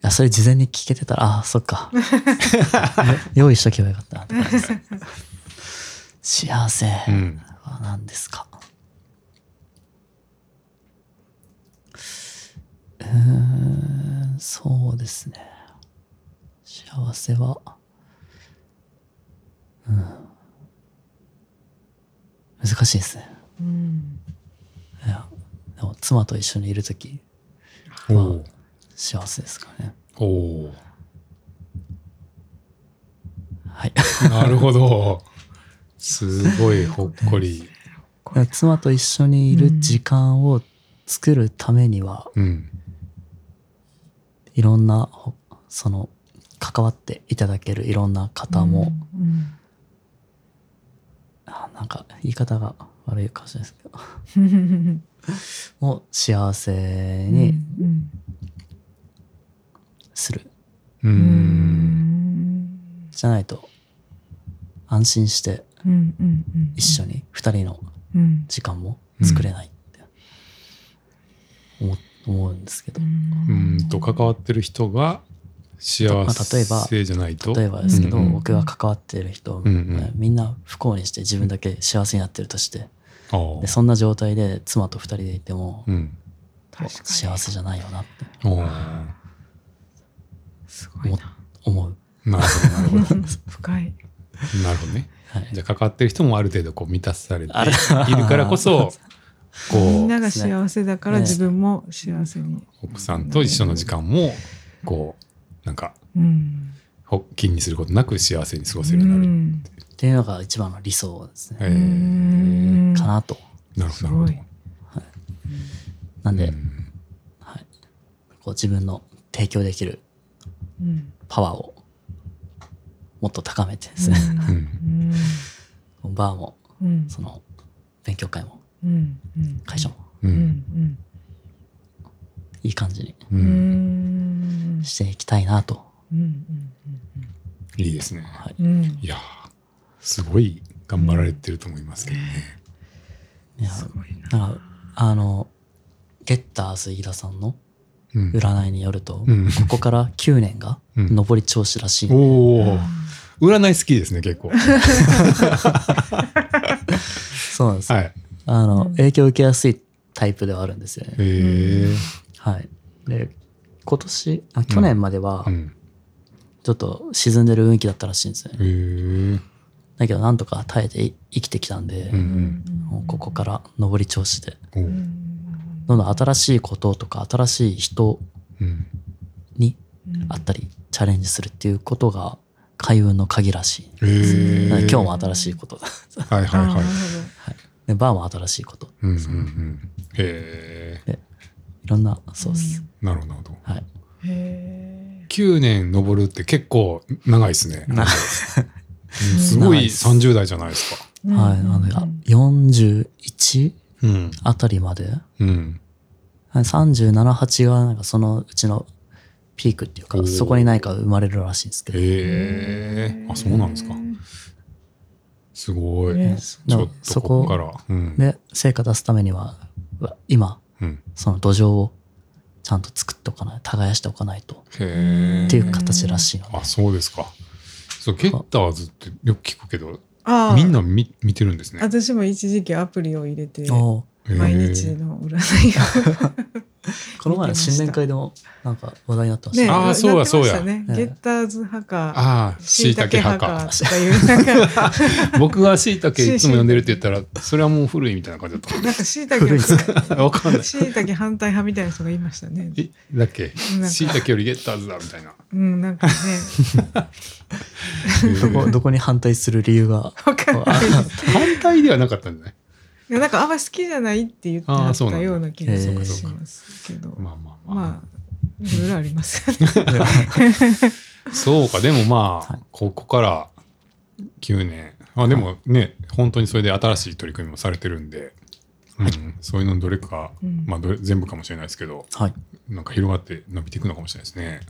Speaker 2: や、それ事前に聞けてたら、ああ、そっ か。用意しとけばよかった。 幸せ
Speaker 1: うん。
Speaker 2: は何ですか。うーん、そうですね。幸せは、うん。難しいですね。いや、でも妻と一緒にいるとき、
Speaker 1: おお
Speaker 2: 幸せですかね。
Speaker 1: おお
Speaker 2: はい。
Speaker 1: なるほど。すごいほっこり。
Speaker 2: 妻と一緒にいる時間を作るためには、
Speaker 1: うん。
Speaker 2: いろんな、ほその、関わっていただけるいろんな方も、あなんか言い方が悪いかもしれないですけど、 もう幸せにする。
Speaker 1: うーん。
Speaker 2: じゃないと、安心して一緒に二人の時間も作れないって思,、思うんですけど、
Speaker 1: うーんと関わってる人が幸
Speaker 2: まあ例えば
Speaker 1: せじゃないと。
Speaker 2: 例えばですけど、
Speaker 1: うんうん
Speaker 2: 僕が関わっている人、
Speaker 1: んうん
Speaker 2: みんな不幸にして自分だけ幸せになってるとして
Speaker 1: ああ
Speaker 2: でそんな状態で妻と二人でいても、
Speaker 1: うん。
Speaker 2: 幸せじゃないよなって
Speaker 1: おー
Speaker 3: すごいな
Speaker 2: 思う、
Speaker 1: なるほど、なるほど。
Speaker 3: 深い
Speaker 1: なるほどね。
Speaker 2: はい
Speaker 1: じゃあ関わってる人もある程度こう満たされて
Speaker 2: あら
Speaker 1: いるからこそ、こ
Speaker 3: みん
Speaker 1: う、
Speaker 3: なが幸せだから
Speaker 2: ね
Speaker 3: 自分も幸せに。
Speaker 1: 奥さんと一緒の時間も、こう、なんか、
Speaker 3: うん。
Speaker 1: ほ気にすることなく幸せに過ごせるようになる。
Speaker 2: っていうのが一番の理想ですね、
Speaker 1: え
Speaker 3: う
Speaker 1: ー
Speaker 3: ん。
Speaker 2: かなと
Speaker 1: なるほど、なるほ
Speaker 3: す
Speaker 1: ど
Speaker 3: ごい。
Speaker 2: なんで、
Speaker 1: うん
Speaker 2: はい、こう自分の提供できる
Speaker 3: うん。
Speaker 2: パワーをもっと高めてですね、
Speaker 1: うん
Speaker 3: うん。
Speaker 2: バーも、
Speaker 3: うん
Speaker 2: その、勉強会も、
Speaker 3: うんうん
Speaker 2: 会社も、
Speaker 1: う
Speaker 3: うんん
Speaker 2: いい感じに
Speaker 1: う
Speaker 3: うんうんん
Speaker 2: していきたいなと。
Speaker 3: うんうん
Speaker 1: いいですね。
Speaker 2: はい。
Speaker 3: うんうん
Speaker 1: いやーすごい頑張られてると思いますけどね。
Speaker 2: いや
Speaker 3: すごいな
Speaker 2: なんか、あの、ゲッターズ飯田さんの
Speaker 1: うん
Speaker 2: 占いによると、
Speaker 1: うん
Speaker 2: ここから9年が
Speaker 1: うん
Speaker 2: 上り調子らしい。
Speaker 1: おお占い好きですね 結構。
Speaker 2: そうなんです。
Speaker 1: はい。
Speaker 2: あの、
Speaker 3: うん
Speaker 2: 影響を受けやすいタイプではあるんですよね。
Speaker 1: ええ。
Speaker 2: はい。で、今年、あ去年までは
Speaker 1: う、ん。
Speaker 2: ちょっと沈んでる運気だったらしいんですよね。
Speaker 1: ええ。
Speaker 2: だけど、なんとか耐えてい生きてきたんで、
Speaker 1: う
Speaker 3: うんん
Speaker 2: もうここから上り調子で、
Speaker 1: うん。お
Speaker 3: う
Speaker 1: ー
Speaker 3: ん
Speaker 2: どんどん新しいこととか、新しい人
Speaker 1: うん。
Speaker 2: に
Speaker 3: うん
Speaker 2: 会ったり、チャレンジするっていうことが、開運の鍵らしい。
Speaker 1: ええ。
Speaker 2: な
Speaker 1: は
Speaker 2: ん
Speaker 1: い
Speaker 2: で今日も新しいこと だ。
Speaker 1: はい
Speaker 3: あーな
Speaker 1: はい。
Speaker 3: る
Speaker 2: で、バーも新しいこと。
Speaker 1: うんうんうん。へえ。
Speaker 2: いろんな、
Speaker 3: ほ
Speaker 2: そう
Speaker 3: ど
Speaker 2: です。
Speaker 1: なるほどなるほど。
Speaker 2: はい。
Speaker 3: うんへ
Speaker 1: 9年登るって結構長いですね。
Speaker 2: な
Speaker 1: うんすご
Speaker 2: 長い
Speaker 1: い
Speaker 2: です
Speaker 1: 30代じゃないですか。
Speaker 3: ー
Speaker 2: はい。
Speaker 3: うん
Speaker 2: なので、
Speaker 3: う
Speaker 2: あ
Speaker 3: ん
Speaker 2: 41?
Speaker 1: うん。
Speaker 2: あたりまで、
Speaker 1: うん。
Speaker 2: はい37、8がなんかそのうちのピークっていう
Speaker 1: お
Speaker 2: か、
Speaker 1: ー
Speaker 2: そこに何か生まれるらしいんですけど、
Speaker 1: へえ。あ、そうなんですか。すごい。
Speaker 3: ね
Speaker 1: ちょっとここから。うん。
Speaker 2: で、成果出すためには、わ今、
Speaker 1: うん
Speaker 2: その土壌をちゃんと作っておかない、耕しておかないと、
Speaker 1: へえ。
Speaker 2: っていう形らしいので、
Speaker 1: あ、そうですか。そう、ゲッターズってよく聞くけど、
Speaker 3: あー
Speaker 1: みんな見見てるんですね。
Speaker 3: 私も一時期アプリを入れて
Speaker 2: おー
Speaker 3: 毎日
Speaker 1: へえ
Speaker 3: の占いが
Speaker 2: この前の新年会でもなんか話題になってましたね。
Speaker 3: ね
Speaker 1: あーそうやそうや
Speaker 3: なってました
Speaker 2: ね
Speaker 3: ねゲッターズ派か
Speaker 1: ああ、しいたけ派
Speaker 3: 椎
Speaker 1: か。
Speaker 3: 茸派かとかいうなんか
Speaker 1: 僕がしいたけいつも呼んでるって言っ たら、それはもう古いみたいな感じだった
Speaker 3: なんか椎茸の
Speaker 1: わかんない。
Speaker 3: 椎茸反対派みたいな人がいました ね。
Speaker 1: え、だっけ
Speaker 3: なんか
Speaker 1: しいたけよりゲッターズだみたいな。
Speaker 3: うん、な んかね、
Speaker 2: どこどこに反対する理由 が。
Speaker 3: わかんない。
Speaker 2: あ
Speaker 1: 反対ではなかったんじゃない
Speaker 3: いやなんかあんま好きじゃないって言っては
Speaker 1: あー
Speaker 3: っ
Speaker 1: そうなん
Speaker 3: た
Speaker 1: だ
Speaker 3: ような気がし
Speaker 2: へー
Speaker 3: ますけど、
Speaker 1: まあまあまあ。
Speaker 3: まあ、いろいろありますよね。
Speaker 1: そうか、でもまあ、
Speaker 2: はい
Speaker 1: ここから9年。あ、でもね、本当にそれで新しい取り組みもされてるんで、うん、そういうのどれか、
Speaker 3: うん
Speaker 1: まあどれ全部かもしれないですけど、
Speaker 2: はい。
Speaker 1: なんか広がって伸びていくのかもしれないですね。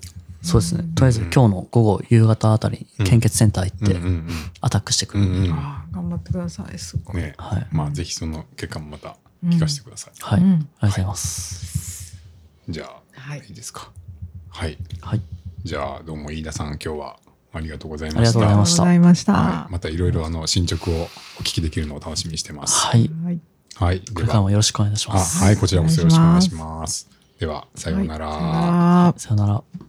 Speaker 2: そうですね
Speaker 3: うん。
Speaker 2: とりあえず今日の午後、夕方あたり
Speaker 1: う
Speaker 2: に
Speaker 1: ん
Speaker 2: 献血センター行っ
Speaker 1: うん
Speaker 2: て
Speaker 1: うん
Speaker 2: アタックしてく
Speaker 1: う
Speaker 2: る。
Speaker 1: ん。うんうん。
Speaker 3: あー頑張ってください、すごい。
Speaker 1: ね、
Speaker 2: はい。
Speaker 1: まあぜひその結果もまた聞かせてください。
Speaker 2: はい。
Speaker 3: うん
Speaker 2: ありがとうございます。
Speaker 1: じゃあ、
Speaker 3: はい
Speaker 1: い、いですか。はい。
Speaker 2: はい。
Speaker 1: じゃあ、どうも飯田さん、今日はありがとうございました。
Speaker 2: ありがとうございました
Speaker 3: ありがとうございました。
Speaker 1: はい、またいろいろあの進捗をお聞きできるのを楽しみにしてます。
Speaker 2: はい。
Speaker 3: はい
Speaker 1: はい。で
Speaker 2: これから
Speaker 1: は
Speaker 2: もよろしくお願いいたし
Speaker 1: あ
Speaker 2: ます。
Speaker 1: はい、こちらこそよろしくお願いします。では、さようなら。
Speaker 3: はいさようなら
Speaker 2: さよなら。